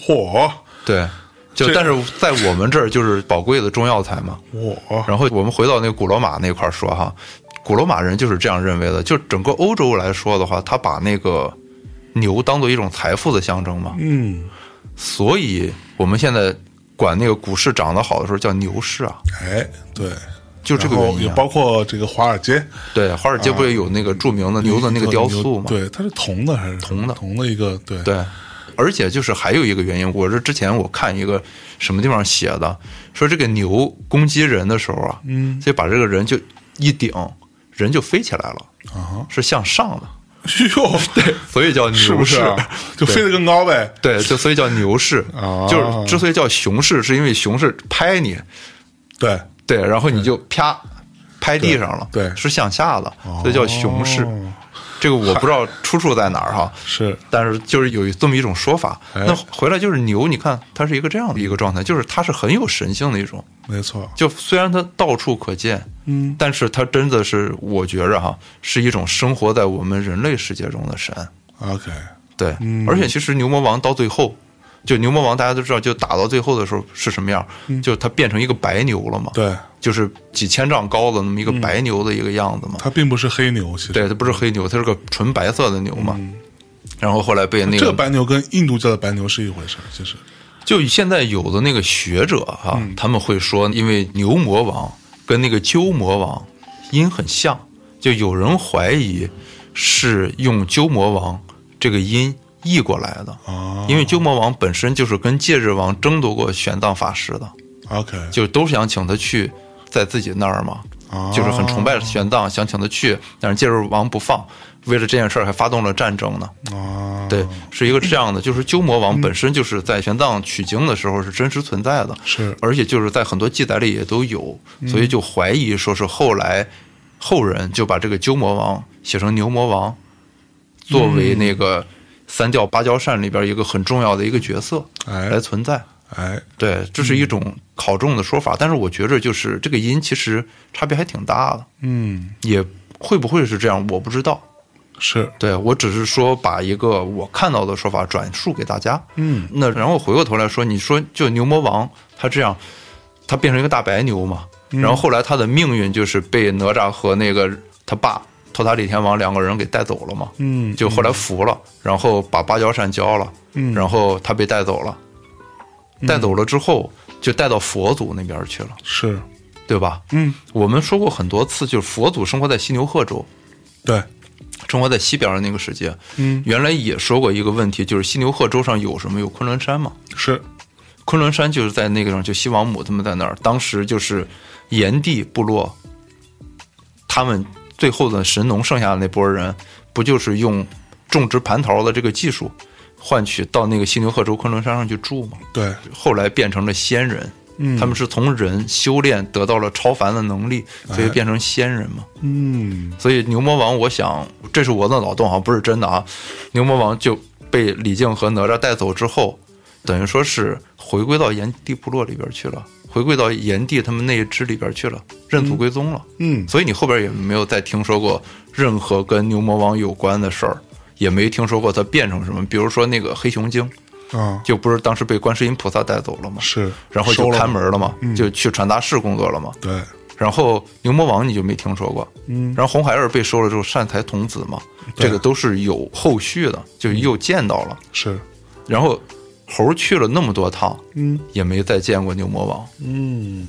A: 嚯，
B: 对，就
A: 这
B: 但是在我们这儿就是宝贵的中药材嘛。
A: 我
B: 然后我们回到那个古罗马那块儿说哈，古罗马人就是这样认为的。就整个欧洲来说的话，他把那个牛当做一种财富的象征嘛，
A: 嗯，
B: 所以我们现在管那个股市涨得好的时候叫牛市啊，
A: 哎，对，
B: 就这个
A: 然
B: 原
A: 后
B: 因啊、
A: 也包啊括这个华尔街
B: 对，华尔街不是有那个著名
A: 嗯
B: 的牛的那个雕塑吗？
A: 对，它是铜的还是
B: 铜的
A: 铜的一个对
B: 对，而且就是还有一个原因，我是之前我看一个什么地方写的，说这个牛攻击人的时候啊，嗯，就把这个人就一顶，人就飞起来了，
A: 啊，
B: 是向上的，
A: 哟，对，
B: 所以叫牛市。
A: 是不是啊就飞得更高呗？
B: 对，就所以叫牛市，
A: 啊
B: 就是之所以叫熊市，是因为熊市拍你，
A: 对，
B: 对，然后你就啪拍地上了，
A: 对对
B: 是向下的，所以叫熊市。
A: 哦
B: 这个我不知道出处在哪儿哈，
A: 是
B: 但是就是有这么一种说法。
A: 哎
B: 那回来就是牛，你看它是一个这样的一个状态，就是它是很有神性的一种。
A: 没错，
B: 就虽然它到处可见，
A: 嗯，
B: 但是它真的是我觉着哈，是一种生活在我们人类世界中的神。
A: OK，
B: 对，
A: 嗯
B: 而且其实牛魔王到最后，就牛魔王大家都知道，就打到最后的时候是什么样，就它变成一个白牛了嘛，，
A: 嗯对，
B: 就是几千丈高的那么一个白牛的一个样子嘛。
A: 它并不是黑牛，其实
B: 对，它不是黑牛，它是个纯白色的牛嘛。然后后来被
A: 嗯
B: 那
A: 这
B: 个
A: 个白牛跟印度教的白牛是一回事儿，其实
B: 就现在有的那个学者哈、他们会说，因为牛魔王跟那个鸠魔王音很像，就有人怀疑是用鸠魔王这个音译过来的，
A: 啊
B: 因为鸠魔王本身就是跟戒指王争夺过玄奘法师的，
A: ，OK，
B: 就都想请他去在自己那儿嘛，
A: 啊
B: 就是很崇拜玄奘，想请他去，但是戒指王不放，为了这件事儿还发动了战争呢。
A: 啊，
B: 对，是一个这样的，就是鸠摩王本身就是在玄奘取经的时候是真实存在的，
A: 是
B: 而且就是在很多记载里也都有，所以就怀疑说是后来后人就把这个鸠摩王写成牛魔王，作为那个三教芭蕉扇里边一个很重要的一个角色
A: 哎
B: 来存在。
A: 哎，
B: 对，这是一种考中的说法，但是我觉着就是这个音其实差别还挺大的，
A: 嗯，
B: 也会不会是这样，我不知道。
A: 是
B: 对我只是说把一个我看到的说法转述给大家。
A: 嗯，
B: 那然后回过头来说，你说就牛魔王他这样，他变成一个大白牛嘛，
A: 嗯
B: 然后后来他的命运就是被哪吒和那个他爸托塔李天王两个人给带走了嘛。
A: 嗯
B: 就后来服了，然后把芭蕉扇交了，
A: 嗯
B: 然后他被带走了。带走了之后，就带到佛祖那边去了，
A: 是，
B: 对吧？
A: 嗯，
B: 我们说过很多次，就是佛祖生活在犀牛贺州，
A: 对，
B: 生活在西边的那个世界。
A: 嗯，
B: 原来也说过一个问题，就是犀牛贺州上有什么？有昆仑山嘛？
A: 是，
B: 昆仑山就是在那个上，就西王母他们在那儿，当时就是炎帝部落，他们最后的神农剩下的那波人，不就是用种植蟠桃的这个技术，换取到那个犀牛贺州昆仑山上去住吗？
A: 对，
B: 后来变成了仙人。
A: 嗯
B: 他们是从人修炼得到了超凡的能力，所以变成仙人嘛。
A: 嗯，
B: 所以牛魔王，我想这是我的脑洞啊，不是真的啊。牛魔王就被李靖和哪吒带走之后，等于说是回归到炎帝部落里边去了，回归到炎帝他们那一支里边去了，认祖归宗了。
A: 嗯
B: 所以你后边也没有再听说过任何跟牛魔王有关的事儿，也没听说过他变成什么。比如说那个黑熊精，
A: 啊，
B: 就不是当时被观世音菩萨带走了吗？
A: 是，
B: 然后就
A: 收了嗯
B: 看门了嘛，就去传达室工作了嘛。
A: 对，
B: 然后牛魔王你就没听说过，嗯，然后红孩儿被收了之后，善财童子嘛，
A: 对嗯
B: 这个都是有后续的，就又见到了。
A: 是，
B: 然后猴儿去了那么多趟，
A: 嗯
B: 也没再见过牛魔王。
A: 嗯，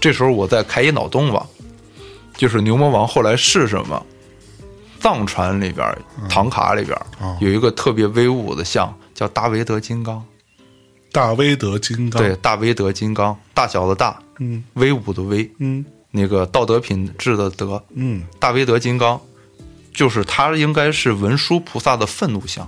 B: 这时候我再开一脑洞吧，就是牛魔王后来是什么？藏传里边儿，唐卡里边儿
A: 嗯哦
B: 有一个特别威武的像，叫大维德金刚。
A: 大威德金刚，
B: 对，，大威德金刚，大小的大，
A: 嗯
B: 威武的威，
A: 嗯
B: 那个道德品质的德，
A: 嗯，
B: 大威德金刚，就是他应该是文殊菩萨的愤怒像，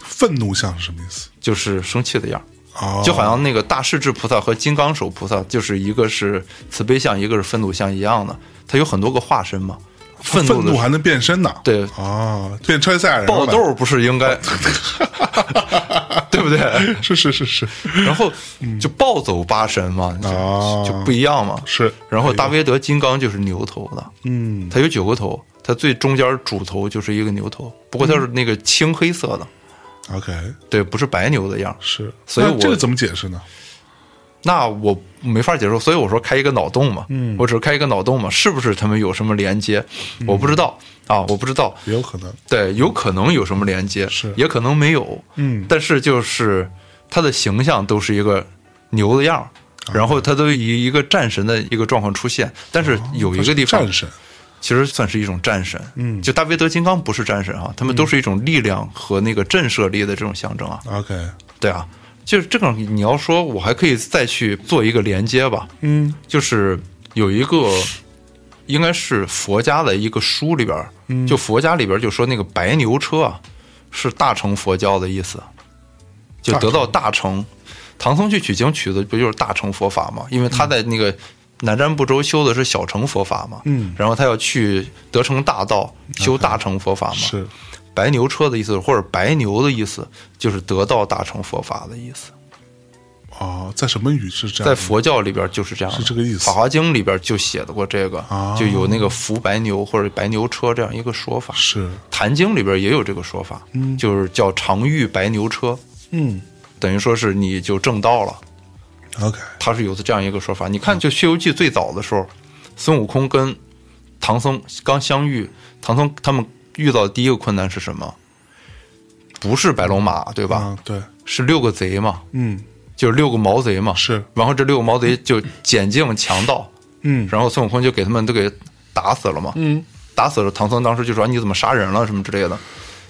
A: 愤怒像是什么意思？
B: 就是生气的样儿，
A: 哦，
B: 就好像那个大势至菩萨和金刚手菩萨，就是一个是慈悲像，一个是愤怒像一样的，它有很多个化身嘛。愤
A: 愤
B: 怒的
A: 还能变身呢，
B: 对
A: 啊，变穿赛亚人
B: 爆
A: 了呗，
B: 豆不是 应该，对不对？
A: 是是是 是
B: 然后
A: 嗯
B: 就暴走八神嘛，
A: 啊
B: 就就不一样嘛。
A: 是，
B: 然后大威德金刚就是牛头的，
A: 嗯
B: 它有九个头，它最中间主头就是一个牛头，不过它是那个青黑色的，
A: ，OK，
B: 对，不是白牛的样儿。
A: 是，
B: 所以
A: 那
B: 我
A: 这个怎么解释呢？
B: 那我没法接受，所以我说开一个脑洞嘛，嗯，我只是开一个脑洞嘛，是不是他们有什么连接？
A: 嗯
B: 我不知道啊，我不知道，
A: 也有可能，
B: 对，有可能有什么连接，
A: 是
B: 也可能没有，
A: 嗯
B: 但是就是他的形象都是一个牛的样儿。
A: 啊
B: 然后他都以一个战神的一个状况出现，但是有一个地方，
A: 哦战神，
B: 其实算是一种战神。嗯，就大威德金刚不是战神啊，他
A: 嗯
B: 们都是一种力量和那个震慑力的这种象征啊。
A: OK，
B: 对啊，就是这个你要说，我还可以再去做一个连接吧，
A: 嗯
B: 就是有一个应该是佛家的一个书里边儿，
A: 嗯
B: 就佛家里边儿就说那个白牛车啊，是大乘佛教的意思，就得到大乘。唐僧去取经取的不就是大乘佛法吗？因为他在那个南瞻部洲修的是小乘佛法嘛，
A: 嗯
B: 然后他要去德成大道修大乘佛法嘛，
A: 嗯是
B: 白牛车的意思，或者白牛的意思，就是得到大乘佛法的意思。
A: 哦，在什么语是这样
B: 在
A: 的？
B: 佛教里边就是这样的，
A: 是这个意思
B: 法华经》里边就写的过这个，
A: 啊
B: 就有那个扶白牛或者白牛车这样一个说法。
A: 是，
B: 《坛经》里边也有这个说法，
A: 嗯
B: 就是叫常遇白牛车，
A: 嗯
B: 等于说是你就正道了。
A: ，OK，
B: 它是有这样一个说法。你看，就《西游记》最早的时候，孙悟空跟唐僧刚相遇，唐僧他们遇到的第一个困难是什么？不是白龙马，对吧？
A: 啊，对，
B: 是六个贼嘛，
A: 嗯
B: 就是六个毛贼嘛。
A: 是
B: 然后这六个毛贼就捡净强盗，
A: 嗯
B: 然后孙悟空就给他们都给打死了嘛。
A: 嗯，
B: 打死了，唐僧当时就说你怎么杀人了什么之类的，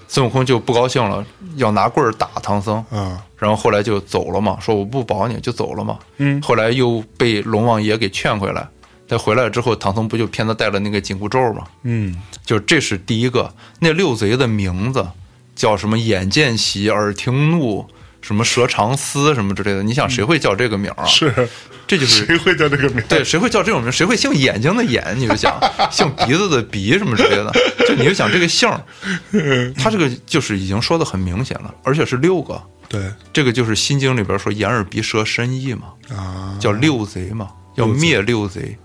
B: 孙悟空就不高兴了，要拿棍儿打唐僧。
A: 啊，
B: 然后后来就走了嘛，说我不保你就走了嘛。
A: 嗯
B: 后来又被龙王爷给劝回来。他回来之后，唐僧不就骗他带了那个紧箍咒嘛？
A: 嗯
B: 就这是第一个。那六贼的名字叫什么？眼见喜，耳听怒，什么舌长嘶，什么之类的。你想谁会叫这个名儿啊？
A: 嗯是，
B: 这就是
A: 谁会叫这个名？
B: 对，谁会叫这种名？谁会姓眼睛的眼？你 就想姓鼻子的鼻什么之类的，就你就想这个姓儿，他这个就是已经说的很明显了，而且是六个。
A: 对
B: 这个就是《心经》里边说眼耳鼻舌身意嘛，
A: 啊，
B: 叫六贼嘛，要灭六贼，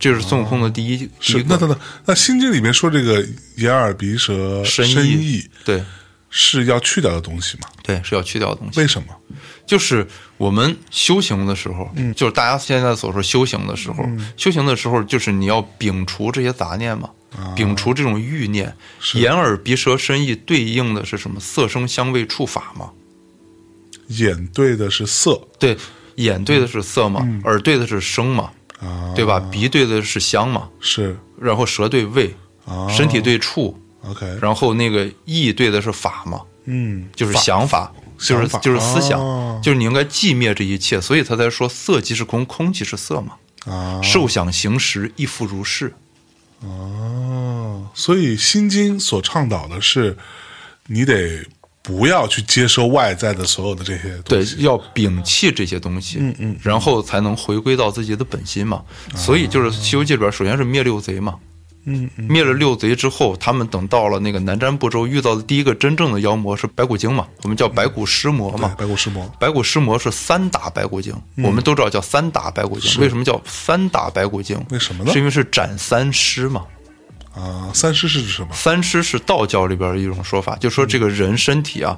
B: 这是孙悟空的第一、第
A: 是
B: 一
A: 那
B: 个
A: 等等，那《心经》里面说这个眼耳鼻舌
B: 身
A: 身
B: 意
A: 意，
B: 对
A: 是要去掉的东西吗？
B: 对是要去掉的东西。
A: 为什么？
B: 就是我们修行的时候，
A: 嗯
B: 就是大家现在所说修行的时候，修行的时候就是你要摒除这些杂念嘛，
A: 啊
B: 摒除这种欲念，眼耳鼻舌身意对应的是什么？色声香味触法嘛。
A: 眼对的是色，嗯
B: 对，眼对的是色嘛，耳对的是声嘛，
A: 啊，
B: 对吧？鼻对的是香嘛，
A: 是
B: 然后舌对味，
A: 啊，
B: 身体对触，
A: 哦 OK，
B: 然后那个意对的是法嘛，
A: 嗯，
B: 就是想法，就是
A: 想法
B: 就是思想，
A: 哦
B: 就是你应该寂灭这一切，所以他才说色即是空，空即是色嘛。
A: 啊，
B: 受想行识亦复如是，
A: 哦，所以《心经》所倡导的是，你得不要去接收外在的所有的这些东
B: 对
A: 西，，
B: 要摒弃这些东西，嗯嗯，哦然后才能回归到自己的本心嘛。所以就是《西游记》里边，首先是灭六贼嘛，
A: 嗯嗯，
B: 灭了六贼之后，他们等到了那个南瞻部洲，遇到的第一个真正的妖魔是白骨精嘛，我们叫白骨尸魔嘛
A: 对，。白骨尸魔，
B: 白骨尸魔是三打白骨精，
A: 嗯
B: 我们都知道叫三打白骨精。为什么叫三打白骨精？
A: 为什么呢
B: 是因为是斩三尸嘛。
A: 啊，三尸是指什么？
B: 三尸是道教里边一种说法，就说
A: 嗯
B: 这个人身体啊，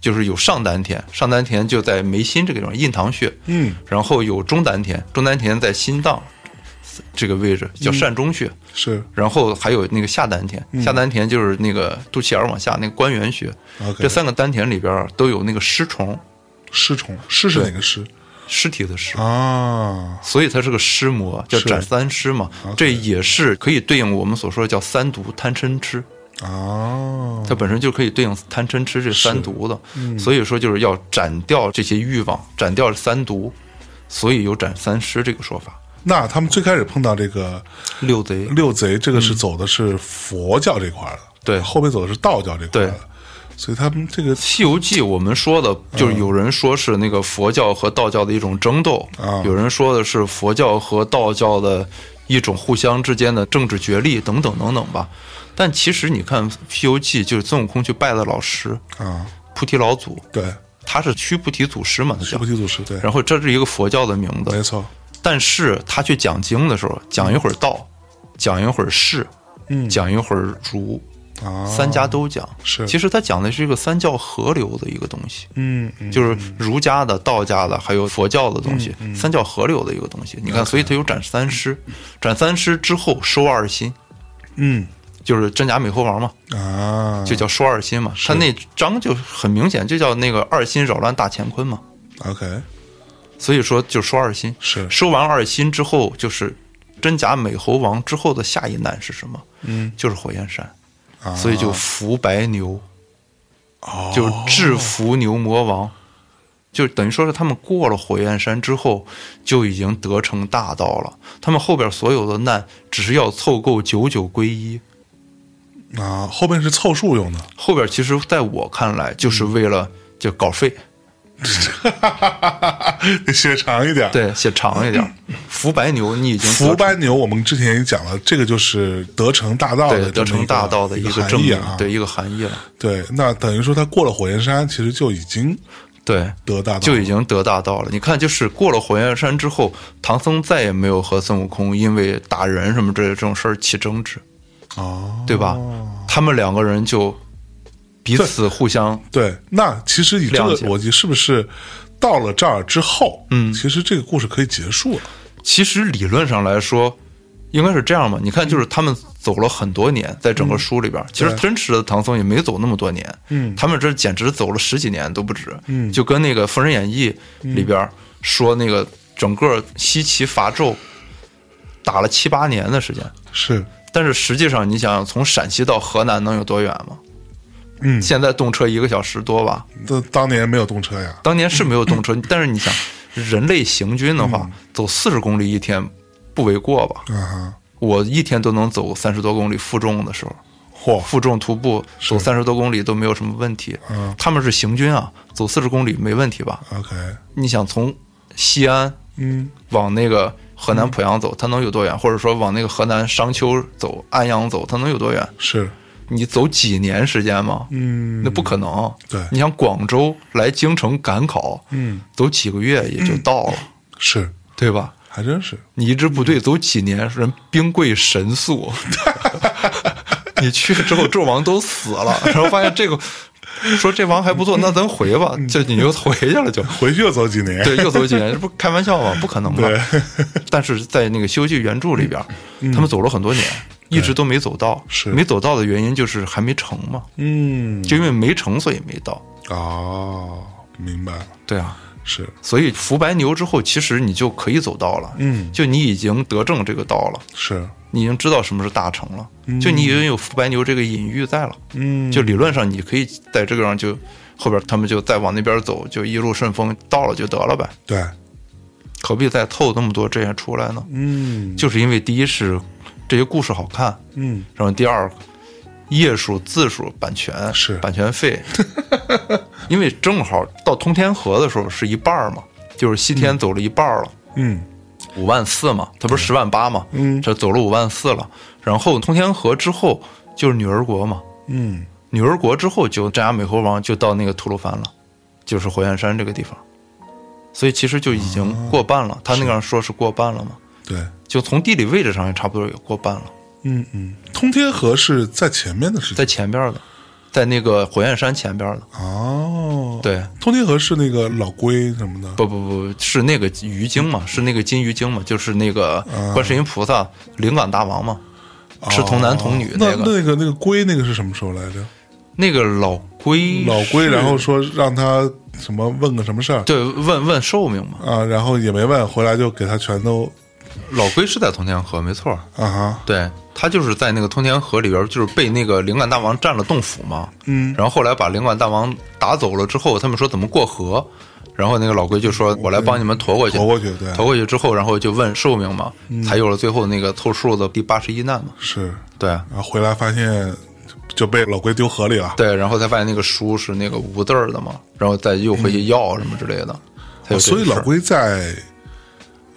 B: 就是有上丹田，上丹田就在眉心这个地方，印堂穴，
A: 嗯，
B: 然后有中丹田，中丹田在心脏这个位置
A: 嗯
B: 叫膻中穴，
A: 是
B: 然后还有那个下丹田，下丹田就是那个肚脐眼儿往下那个关元穴，
A: 嗯 OK
B: 这三个丹田里边都有那个尸虫，
A: 尸虫，尸是哪个尸
B: 尸体的尸。
A: 啊？
B: 所以它是个尸魔，叫
A: 是
B: 斩三尸嘛，这也是可以对应我们所说的叫三毒贪嗔痴。
A: 啊，
B: 它本身就可以对应贪嗔痴这三毒的，所以说就是嗯要斩掉这些欲望，斩掉三毒，所以有斩三尸这个说法。
A: 那他们最开始碰到这个
B: 六贼，
A: 六贼，这个是走的是佛教这块儿的，
B: 对
A: 后面走的是道教这块儿
B: 对
A: 的，所以他们这个
B: 《西游记》我们说的就是有人说是那个佛教和道教的一种争斗，
A: 啊
B: 有人说的是佛教和道教的一种互相之间的政治角力等等等等吧。但其实你看《西游记》，就是孙悟空去拜的老师
A: 啊，
B: 菩提老祖，
A: 对，
B: 他是须菩提祖师嘛，他
A: 是
B: 叫
A: 菩。提祖师，对，
B: 然后这是一个佛教的名字，
A: 没错，
B: 但是他去讲经的时候，讲一会儿道，讲一会儿释，
A: 嗯
B: 讲一会儿儒，
A: 啊，
B: 三家都讲。
A: 是
B: 其实他讲的是一个三教合流的一个东西，
A: 嗯嗯，
B: 就是儒家的、道家的，还有佛教的东西，三教合流的一个东西。你
A: 嗯
B: 看，所以他有斩三师，斩三师之后收二心，
A: 嗯
B: 就是真假美猴王嘛，
A: 啊，
B: 就叫收二心嘛。他那章就很明显，就叫那个二心扰乱大乾坤嘛。
A: OK，
B: 所以说就收二心，
A: 是
B: 收完二心之后，就是真假美猴王之后的下一难是什么？
A: 嗯，
B: 就是火焰山，
A: 啊
B: 所以就伏白牛，
A: 哦
B: 就制服牛魔王，就等于说是他们过了火焰山之后，就已经得成大道了。他们后边所有的难，只是要凑够九九归一。
A: 啊，后面是凑数 用的，
B: 后边其实在我看来，就是为了就稿费，
A: 得写长一点。，
B: 对，写长一 点。伏白牛，你已经得
A: 福班牛，我们之前也讲了，这个就是德成大道
B: 对
A: 的
B: 得
A: 这么
B: 成
A: 一个
B: 大道的
A: 一
B: 一
A: 个
B: 个
A: 含
B: 证
A: 义
B: 明，
A: 啊。
B: 对一个含义了。
A: 对，那等于说他过了火焰山，其实就已经
B: 对，
A: 得大道了，
B: 就已经得大道了。你看，就是过了火焰山之后，唐僧再也没有和孙悟空因为打人什么这这种事儿起争执，
A: 哦，
B: 对吧？他们两个人就彼此互相
A: 对，那其实以这个
B: 谅解
A: 逻辑，是不是到了这儿之后，
B: 嗯
A: 其实这个故事可以结束了。
B: 其实理论上来说，应该是这样吧？你看，就是他们走了很多年，在整个书里边，其实
A: 嗯对
B: 真实的唐僧也没走那么多年，
A: 嗯
B: 他们这简直走了十几年都不止，
A: 嗯
B: 就跟那个《封神演义》里边说那个整个西岐伐纣打了七八年的时间，
A: 是，
B: 但是实际上你想想，从陕西到河南能有多远吗？
A: 嗯，
B: 现在动车一个小时多吧，
A: 那当年没有动车呀，
B: 当年是没有动车，但是你想，人类行军的
A: 嗯
B: 话，走四十公里一天不为过吧？
A: 啊哈，
B: 我一天都能走三十多公里，负重的时候，
A: 嚯，
B: 负重徒步走三十多公里都没有什么问题。
A: 嗯
B: 他们是行军啊，走四十公里没问题吧？
A: ，OK，
B: 你想从西安
A: 嗯，
B: 往那个河南濮阳走，它能有多远？或者说往那个河南商丘走、安阳走，它能有多远？
A: 是，
B: 你走几年时间吗？
A: 嗯，
B: 那不可能。
A: 对
B: 你想广州来京城赶考，
A: 嗯，
B: 走几个月也就到了，
A: 是，
B: 对吧？
A: 还真是。
B: 你一支部
A: 嗯
B: 队走几年，人兵贵神速， 你去了之后纣王都死了， 然后发现这个说这王还不错，
A: 嗯
B: 那咱回吧，就你就回去了就。
A: 回去又走几年，
B: 对，又走几年，这不开玩 笑吗？不可能吧
A: 对？嗯
B: 但是在那个《西游记》原著里边，他们走了很多年，一直都没走到。
A: 是
B: 没走到的原因就是还没成嘛，
A: 嗯，
B: 就因为没成，所以没到。
A: 哦，明白了，
B: 对啊，
A: 是
B: 所以服白牛之后，其实你就可以走道了。
A: 嗯
B: 就你已经得正这个道了，
A: 是，
B: 你已经知道什么是大成了，就你已经有服白牛这个隐喻在了。
A: 嗯
B: 就理论上你可以在这个上就后边他们就再往那边走，就一路顺风到了就得了呗，
A: 对，
B: 何必再凑那么多这些出来呢？
A: 嗯
B: 就是因为第一是这些故事好看，
A: 嗯
B: 然后第二页数、字数、版权
A: 是
B: 版 权费，因为正好到通天河的时候是一半儿嘛，就是西天走了一半儿了。
A: 嗯
B: 五万四嘛，他不是十万八嘛，
A: 嗯
B: 这走了五万四了。然后通天河之后就是女儿国嘛，
A: 嗯
B: 女儿国之后就镇压美猴王，就到那个吐鲁番了，就是火焰山这个地方。所以其实就已
A: 哦
B: 经过半了，他那个说是过半了嘛，
A: 对，
B: 就从地理位置上也差不多也过半了，
A: 嗯嗯，通天河是在前面的事情
B: 在前边的，在那个火焰山前边的，
A: 哦，，
B: 对。
A: 通天河是那个老龟什么的，
B: 不不不，是那个鱼精嘛，是那个金鱼精嘛，就是那个
A: 嗯
B: 观世音菩萨灵感大王嘛，是童男童女
A: 哦那
B: 个。
A: 那个那个龟那个是什么时候来着？
B: 那个老龟
A: 老龟，
B: 是
A: 然后说让他什么问个什么事儿
B: 对问问寿命嘛，
A: 啊，然后也没问，回来就给他全都
B: 老龟是在通天河，没错儿，
A: 啊哈，
B: 对他就是在那个通天河里边，就是被那个灵感大王占了洞府嘛，
A: 嗯
B: 然后后来把灵感大王打走了之后，他们说怎么过河，然后那个老龟就说我来帮你们驮过去，嗯
A: 驮过去对
B: 驮过去之后，然后就问寿命嘛，才有了最后那个凑数的第八十一难嘛，
A: 是，
B: 对。
A: 然后回来发现就被老龟丢河里了。
B: 对，然后才发现那个书是那个无字儿的嘛，然后再又回去要什么之类的，才有这
A: 所以
B: 个事
A: 老
B: 儿
A: 龟在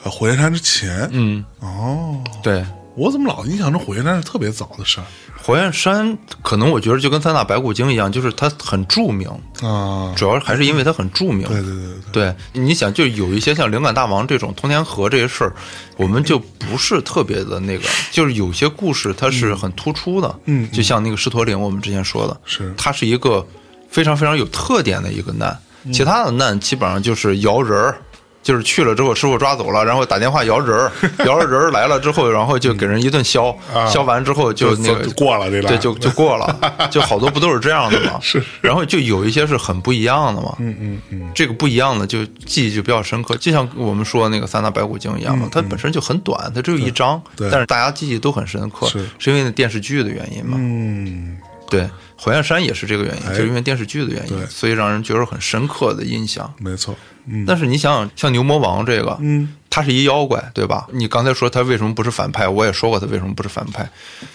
A: 呃火焰山之前，
B: 嗯，
A: 哦，
B: 对，
A: 我怎么老印象中火焰山是特别早的事儿
B: 火焰山可能我觉得就跟三打白骨精一样，就是它很著名，
A: 啊？
B: 主要还是因为它很著名。
A: 对对对对，
B: 对你想，就有一些像灵感大王这种通天河这些事儿，我们就不是特别的那个，就是有些故事它是很突出的。
A: 嗯嗯
B: 就像那个狮驼岭，我们之前说的，
A: 是
B: 它是一个非常非常有特点的一个难，
A: 嗯
B: 其他的难基本上就是摇人儿。就是去了之后，师傅抓走了，然后打电话摇人儿，摇了人儿来了之后，然后就给人一顿削，
A: 啊
B: 削完之后就那个
A: 就过了这栏
B: 对，就就 过了，就好多不都是这样的嘛？
A: 是，
B: 然后就有一些是很不一样的嘛。嗯
A: 嗯嗯，
B: 这个不一样的就记忆就比较深刻，就像我们说那个三大白骨精一样嘛，它本身就很短，它只有一章，
A: 嗯对
B: 但是大家记忆都很深刻，
A: 是
B: 因为那电视剧的原因嘛。
A: 嗯，
B: 对，火焰山也是这个原因，
A: 哎
B: 就是因为电视剧的原
A: 对
B: 因，所以让人觉得很深刻的印象。
A: 没错，嗯
B: 但是你想想，像牛魔王这个，
A: 嗯，
B: 他是一妖怪，对吧？你刚才说他为什么不是反派，我也说过他为什么不是反派。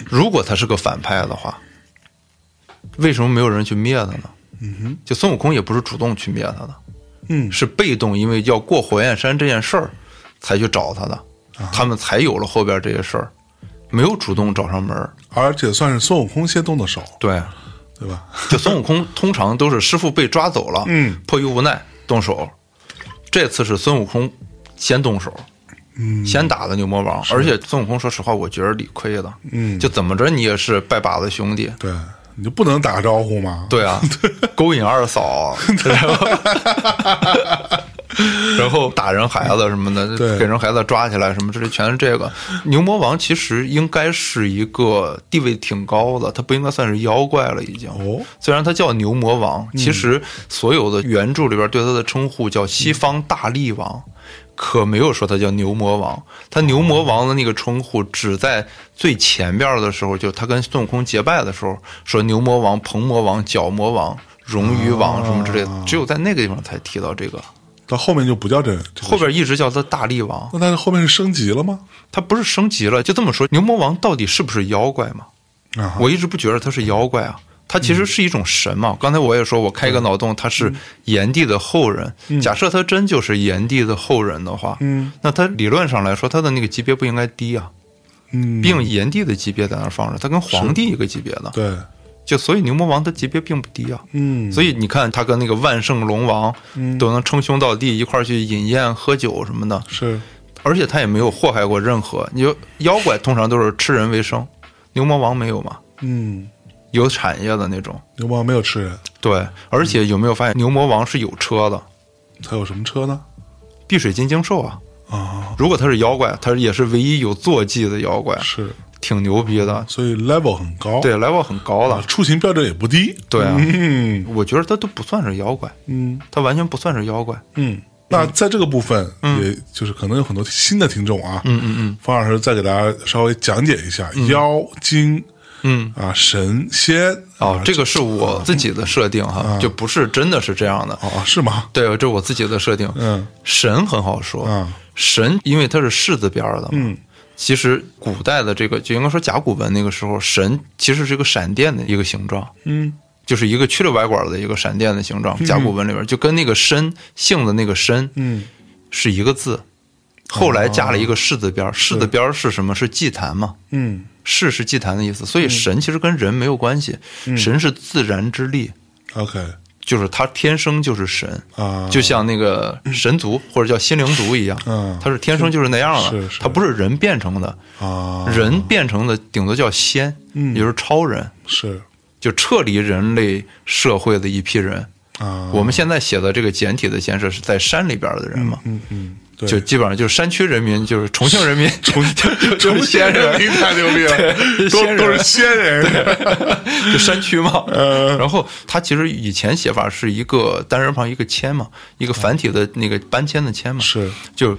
B: 如果他是个反派的话，为什么没有人去灭他呢？
A: 嗯哼，
B: 就孙悟空也不是主动去灭他的，
A: 嗯
B: 是被动，因为要过火焰山这件事儿才去找他的，
A: 啊
B: 他们才有了后边这些事儿，没有主动找上门儿。
A: 而且算是孙悟空先动的手，
B: 对，
A: 对吧？
B: 就孙悟空通常都是师傅被抓走了，
A: 嗯，
B: 迫于无奈动手。这次是孙悟空先动手，
A: 嗯，
B: 先打的牛魔王，而且孙悟空说实话，我觉得理亏了，
A: 嗯
B: 就怎么着你也是拜把子兄弟，
A: 对，你就不能打个招呼吗？
B: 对啊，勾引二嫂，啊然后 然后打人孩子什么的，
A: 对
B: 给人孩子抓起来什么之类，全是这个。牛魔王其实应该是一个地位挺高的，他不应该算是妖怪了，已经。
A: 哦嗯
B: 虽然他叫牛魔王，其实所有的原著里边对他的称呼叫西方大力王。可没有说他叫牛魔王，他牛
A: 哦
B: 魔王的那个称呼只在最前边的时候，就他跟孙悟空结拜的时候说牛魔王、鹏魔王、角魔王、荣鱼王什么之类
A: 哦
B: 的，只有在那个地方才提到这个，
A: 到后面就不叫这，这个
B: 后边一直叫他大力王。
A: 那他后面是升级了吗？
B: 他不是升级了，就这么说，牛魔王到底是不是妖怪嘛？
A: 啊嗯哈，
B: 我一直不觉得他是妖怪啊，他其实是一种神嘛。刚才我也说，我开一个脑洞，他是炎帝的后人。假设他真就是炎帝的后人的话，
A: 嗯
B: 那他理论上来说，他的那个级别不应该低啊。
A: 嗯，
B: 毕竟炎帝的级别在那儿放着，他跟皇帝一个级别的，
A: 对，
B: 就所以牛魔王的级别并不低啊。
A: 嗯，
B: 所以你看，他跟那个万圣龙王都能称兄道弟，一块儿去饮宴喝酒什么的，
A: 是
B: 而且他也没有祸害过任何。你就妖怪通常都是吃人为生，牛魔王没有嘛，
A: 嗯，
B: 有产业的那种。
A: 牛魔王没有吃人，
B: 对，而且有没有发现牛魔王是有车的？
A: 他有什么车呢？
B: 碧水金睛兽啊，
A: 啊，
B: 如果他是妖怪，他也是唯一有坐骑的妖怪，
A: 是，
B: 挺牛逼的。
A: 所以 level 很高，
B: 对，来往很高
A: 啊
B: 了，。
A: 出行标准也不低，
B: 对啊
A: 嗯
B: 我觉得他都不算是妖怪，
A: 嗯
B: 他完全不算是妖怪。
A: 嗯那在这个部分，
B: 嗯
A: 也就是可能有很多新的听众啊，嗯嗯嗯，方老师再给大家稍微讲解一
B: 嗯
A: 下妖精，嗯啊神仙
B: 哦
A: 啊，
B: 这个是我自己的设定哈，就不是真的是这样的。
A: 哦是吗？
B: 对，这是我自己的设定。
A: 嗯，
B: 神很好说，
A: 嗯
B: 神因为它是士字边儿的嘛。嗯，其实古代的这个就应该说甲骨文那个时候，神其实是一个闪电的一个形状。
A: 嗯，
B: 就是一个曲里拐拐的一个闪电的形状，甲骨文里边就跟那个申姓的那个申，
A: 嗯，
B: 是一个字，后来加了一个士字边儿，士字边儿哦是什么？是祭坛嘛？
A: 嗯
B: 士是祭坛的意思，所以神其实跟人没有关系，神是自然之力，
A: ，OK
B: 就是他天生就是神
A: 啊
B: 就像那个神族或者叫心灵族一样，
A: 嗯
B: 他是天生就是那样的，
A: 是是
B: 他不是人变成的，
A: 啊
B: 人变成的顶多叫仙，
A: 嗯
B: 也就是超人，
A: 是
B: 就撤离人类社会的一批人。
A: 啊，
B: 我们现在写的这个简体的先是是在山里边的人嘛，
A: 嗯嗯对，
B: 就基本上就是山区人民，就是重庆人 民，重 就就是
A: 仙
B: 仙人，
A: 听太牛逼 了，都
B: 仙人
A: 都是嗯仙人，
B: 就山区嘛。然后它其实以前写法是一个单人旁一个谦嘛，一个繁体的那个搬迁的迁嘛，
A: 是
B: 就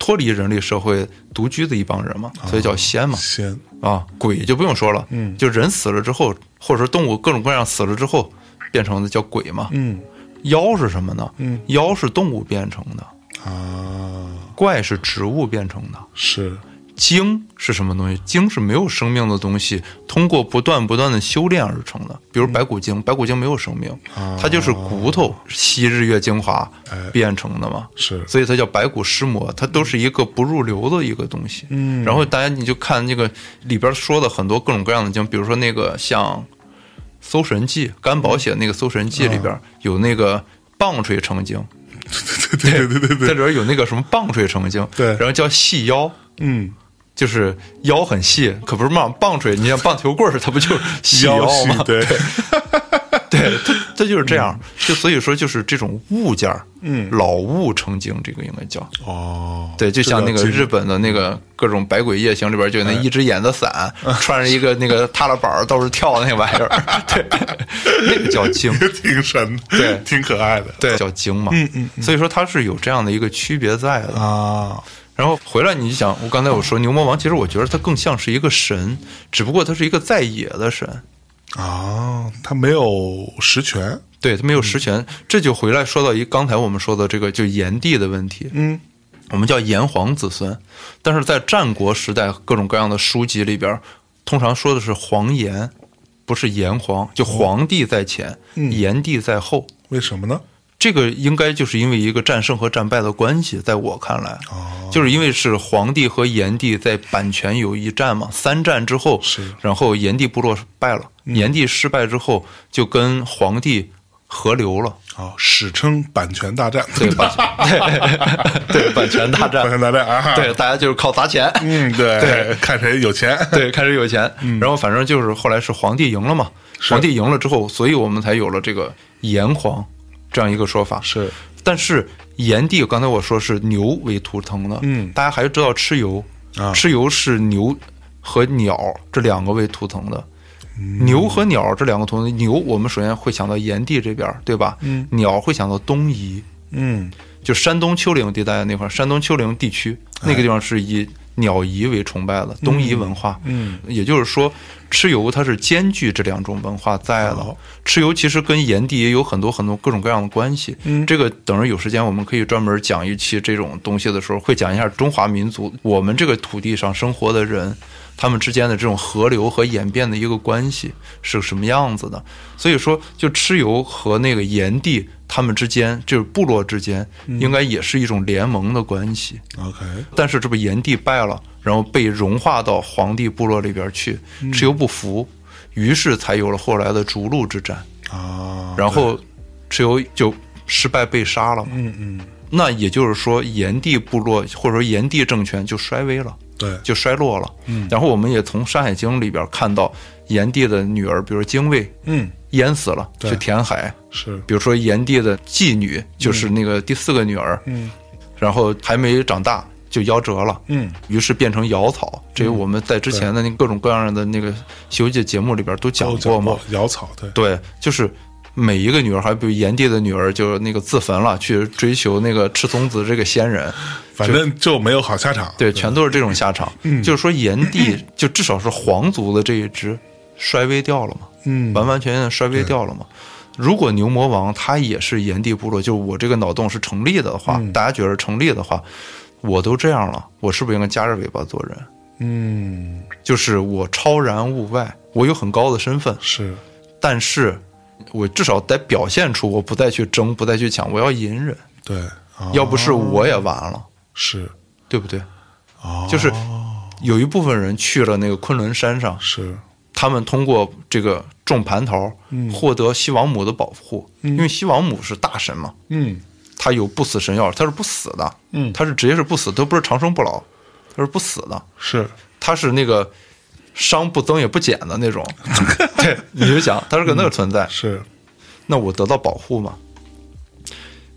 B: 脱离人类社会独居的一帮人
A: 啊
B: 嘛，所以叫仙嘛。
A: 仙
B: 啊，鬼就不用说了，嗯，就人死了之后，或者说动物各种各样死了之后变成的叫鬼嘛。
A: 嗯
B: 妖是什么呢？
A: 嗯，
B: 妖是动物变成的，
A: 啊
B: 怪是植物变成的。
A: 是
B: 精是什么东西？精是没有生命的东西，通过不断不断的修炼而成的。比如
A: 嗯
B: 白骨精，白骨精没有生命，它就是骨头吸日月精华
A: 啊哎
B: 变成的嘛。
A: 是
B: 所以它叫白骨尸魔，它都是一个不入流的一个东西。
A: 嗯
B: 然后大家你就看那个里边说的很多各种各样的经，比如说那个像《搜神记》，甘宝写的那个《搜神记》里
A: 啊
B: 边有那个棒槌成精，
A: 对对对对对
B: 在
A: 对，
B: 里边有那个什么棒槌成精，
A: 对
B: 然后叫细腰。
A: 嗯
B: 就是腰很细，可不是嘛棒槌，你像棒球棍儿，它不就是细腰
A: 细
B: 吗？
A: 对，
B: 对，它它就是这样。就所以说，就是这种物件儿，
A: 嗯
B: 老物成精，这个应该叫。
A: 哦，
B: 对，就像那个
A: 这
B: 日本的嗯那个各种百鬼夜行里边，就有那一只眼的伞， 穿着一个那个踏拉板儿到处跳的那玩意儿，对，那个叫精。
A: 挺神的，
B: 对
A: 挺可爱的，
B: 对，叫精嘛，嗯嗯，所以说它是有这样的一个区别在的，
A: 啊，
B: 然后回来，你就想，我刚才我说牛魔王，其实我觉得他更像是一个神，只不过他是一个在野的神，
A: 啊，他没有实权，
B: 对他没有实权。这就回来说到一刚才我们说的这个就炎帝的问题，
A: 嗯，
B: 我们叫炎黄子孙，但是在战国时代各种各样的书籍里边，通常说的是黄炎，不是炎黄，就皇帝在前，炎帝在后。
A: 为什么呢？
B: 这个应该就是因为一个战胜和战败的关系，在我看来，就是因为是皇帝和炎帝在阪泉有一战嘛，三战之后，
A: 是
B: 然后炎帝部落败了，炎帝失败之后就跟皇帝合流了，
A: 啊，史称版权大战，
B: 对阪对对阪泉大
A: 版
B: 战，
A: 权大战啊，
B: 对，大家就是靠砸钱，
A: 嗯，对
B: 对，
A: 看谁有钱，
B: 对，开始有钱，
A: 嗯
B: 然后反正就是后来是皇帝赢了嘛，皇帝赢了之后，所以我们才有了这个炎黄这样一个说法。
A: 是，
B: 但是炎帝刚才我说是牛为图腾的，
A: 嗯
B: 大家还知道蚩尤，
A: 啊
B: 蚩尤是牛和鸟这两个为图腾的。
A: 嗯
B: 牛和鸟这两个图腾，牛我们首先会想到炎帝这边儿，对吧？嗯，鸟会想到东夷，
A: 嗯，
B: 就山东丘陵地带那块儿，山东丘陵地区那个地方是以鸟夷为崇拜的东夷文化。
A: 哎嗯，
B: 也就是说，蚩尤它是兼具这两种文化在的
A: 好。
B: 蚩尤其实跟炎帝也有很多很多各种各样的关系。嗯，这个等着有时间我们可以专门讲一期这种东西的时候，会讲一下中华民族我们这个土地上生活的人。他们之间的这种河流和演变的一个关系是什么样子的？所以说，就蚩尤和那个炎帝他们之间，就是部落之间，应该也是一种联盟的关系。
A: OK，
B: 但是这不炎帝败了，然后被融化到黄帝部落里边去，
A: 嗯
B: 蚩尤不服，于是才有了后来的逐鹿之战。
A: 啊，
B: 然后蚩尤就失败被杀了嘛。
A: 嗯嗯，
B: 那也就是说，炎帝部落或者说炎帝政权就衰微了。
A: 对，
B: 就衰落了。嗯，然后我们也从《山海经》里边看到炎帝的女儿，比如精卫
A: 嗯，
B: 淹死了，
A: 对
B: 去填海；
A: 是，
B: 比如说炎帝的继女，就是那个第四个女儿，
A: 嗯
B: 然后还没长大就夭折了。
A: 嗯，
B: 于是变成瑶草，这个我们在之前的那各种各样的那个《西游记》节目里边都讲
A: 都
B: 过嘛。
A: 过，瑶草，对，
B: 对，就是每一个女儿，还比如炎帝的女儿，就那个自焚了，去追求那个赤松子这个仙人。
A: 反正就没有好下场。
B: 对，全都是这种下场。就是说，炎帝就至少是皇族的这一支衰微掉了嘛，
A: 嗯
B: 完完全全地衰微掉了嘛。如果牛魔王他也是炎帝部落，就我这个脑洞是成立的话，大家觉得成立的话，我都这样了，我是不是应该夹着尾巴做人？
A: 嗯，
B: 就是我超然物外，我有很高的身份，
A: 是，
B: 但是我至少得表现出我不再去争，不再去抢，我要隐忍，
A: 对，啊
B: 要不是我也完了，
A: 是
B: 对不对？
A: 哦，
B: 就是有一部分人去了那个昆仑山上，
A: 是，
B: 他们通过这个种蟠桃，获得西王母的保护，因为西王母是大神嘛，
A: 嗯
B: 她有不死神药，她是不死的，
A: 嗯
B: 她是直接是不死，都不是长生不老，她是不死的，
A: 是，
B: 她是那个伤不增也不减的那种， 对，你就想她是
A: 嗯
B: 个那个存在，
A: 是，
B: 那我得到保护嘛，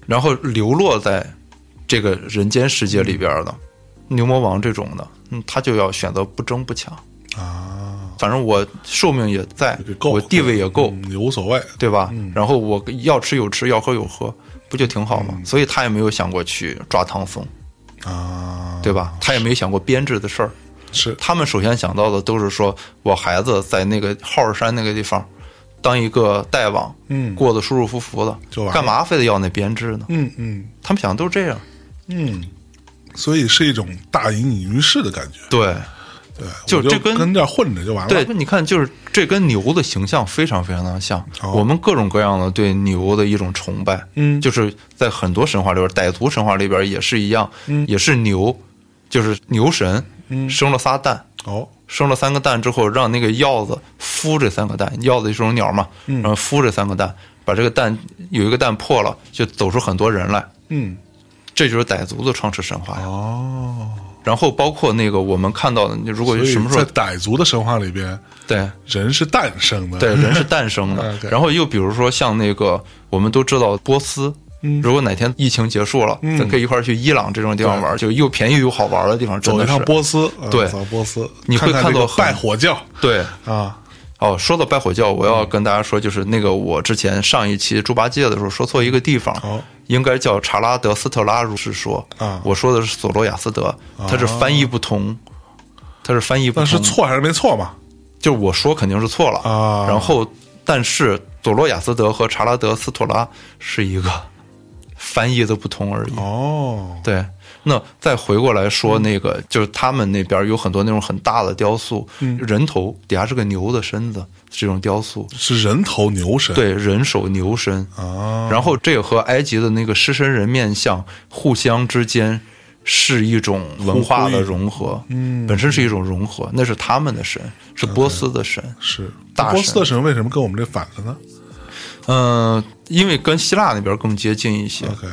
B: 然后流落在这个人间世界里边的牛魔王这种的，嗯，他就要选择不争不抢，
A: 啊，
B: 反正我寿命也在
A: 这，够，
B: 我地位也够，
A: 嗯也嗯无所谓，
B: 对吧？然后我要吃有吃，要喝有喝，不就挺好吗？
A: 嗯
B: 所以他也没有想过去抓唐僧，
A: 啊，
B: 对吧？他也没想过编制的事儿。
A: 是，
B: 他们首先想到的都是说，我孩子在那个浩尔山那个地方当一个大王，
A: 嗯
B: 过得舒舒服服的，
A: 就完了
B: 干嘛非得要那编制呢？
A: 嗯嗯
B: 他们想的都是这样，
A: 嗯，所以是一种大隐隐于市的感觉，
B: 对
A: 对，
B: 就
A: 我
B: 这跟
A: 跟这儿混着就完了，
B: 对。，你看，就是这跟牛的形象非常非常的像，
A: 哦
B: 我们各种各样的对牛的一种崇拜，
A: 嗯
B: 就是在很多神话里边，傣族神话里边也是一样，
A: 嗯
B: 也是牛，就是牛神，生了仨蛋，
A: 哦，
B: 生了三个蛋之后，让那个鹞子孵这三个蛋，鹞子是种鸟嘛，
A: 嗯
B: 然后孵这三个蛋，把这个蛋有一个蛋破了，就走出很多人来，
A: 嗯，
B: 这就是傣族的创世神话呀。
A: 哦，
B: 然后包括那个我们看到的，如果
A: 所以嗯
B: 什么时
A: 在
B: 候
A: 傣族的神话里边，
B: 对
A: 人是诞生的，
B: 对，人是 诞生的。
A: OK
B: 然后又比如说像那个，我们都知道波斯，
A: 嗯
B: 如果哪天疫情结束了，咱可以一块儿去伊朗这种地方玩，就又便宜又好玩的地方，真
A: 走
B: 的
A: 一趟
B: 是。
A: 波斯，啊
B: 对
A: 走波斯，
B: 你会
A: 看
B: 看
A: 这
B: 到
A: 个
B: 很
A: 拜火教
B: 对，
A: 啊，
B: 哦，说到拜火教，我要跟大家说，就是那个我之前上一期猪八戒的时候说错一个地方
A: 好，
B: 应该叫查拉德斯特拉如是说
A: 啊
B: 我说的是索罗亚斯德，它是翻译不同，它是翻译不
A: 但是
B: 同，
A: 错还是没错嘛？
B: 就是我说肯定是错了
A: 啊
B: 然后，但是佐罗亚斯德和查拉德斯托拉是一个 翻译的不同而已。
A: 哦，
B: 对，那再回过来说那个，就是他们那边有很多那种很大的雕塑，人头底下是个牛的身子，这种雕塑，
A: 是人头牛神，
B: 对，哦人手牛身。
A: 啊，
B: 然后这个和埃及的那个狮身人面像互相之间是一种文化的融合，嗯，本身是一种融合，那是他们的神，是波斯的神，
A: 是
B: 大
A: 波
B: 神
A: 斯的神为什么跟我们这反了呢
B: 嗯，因为跟希腊那边更接近一些，
A: ？OK，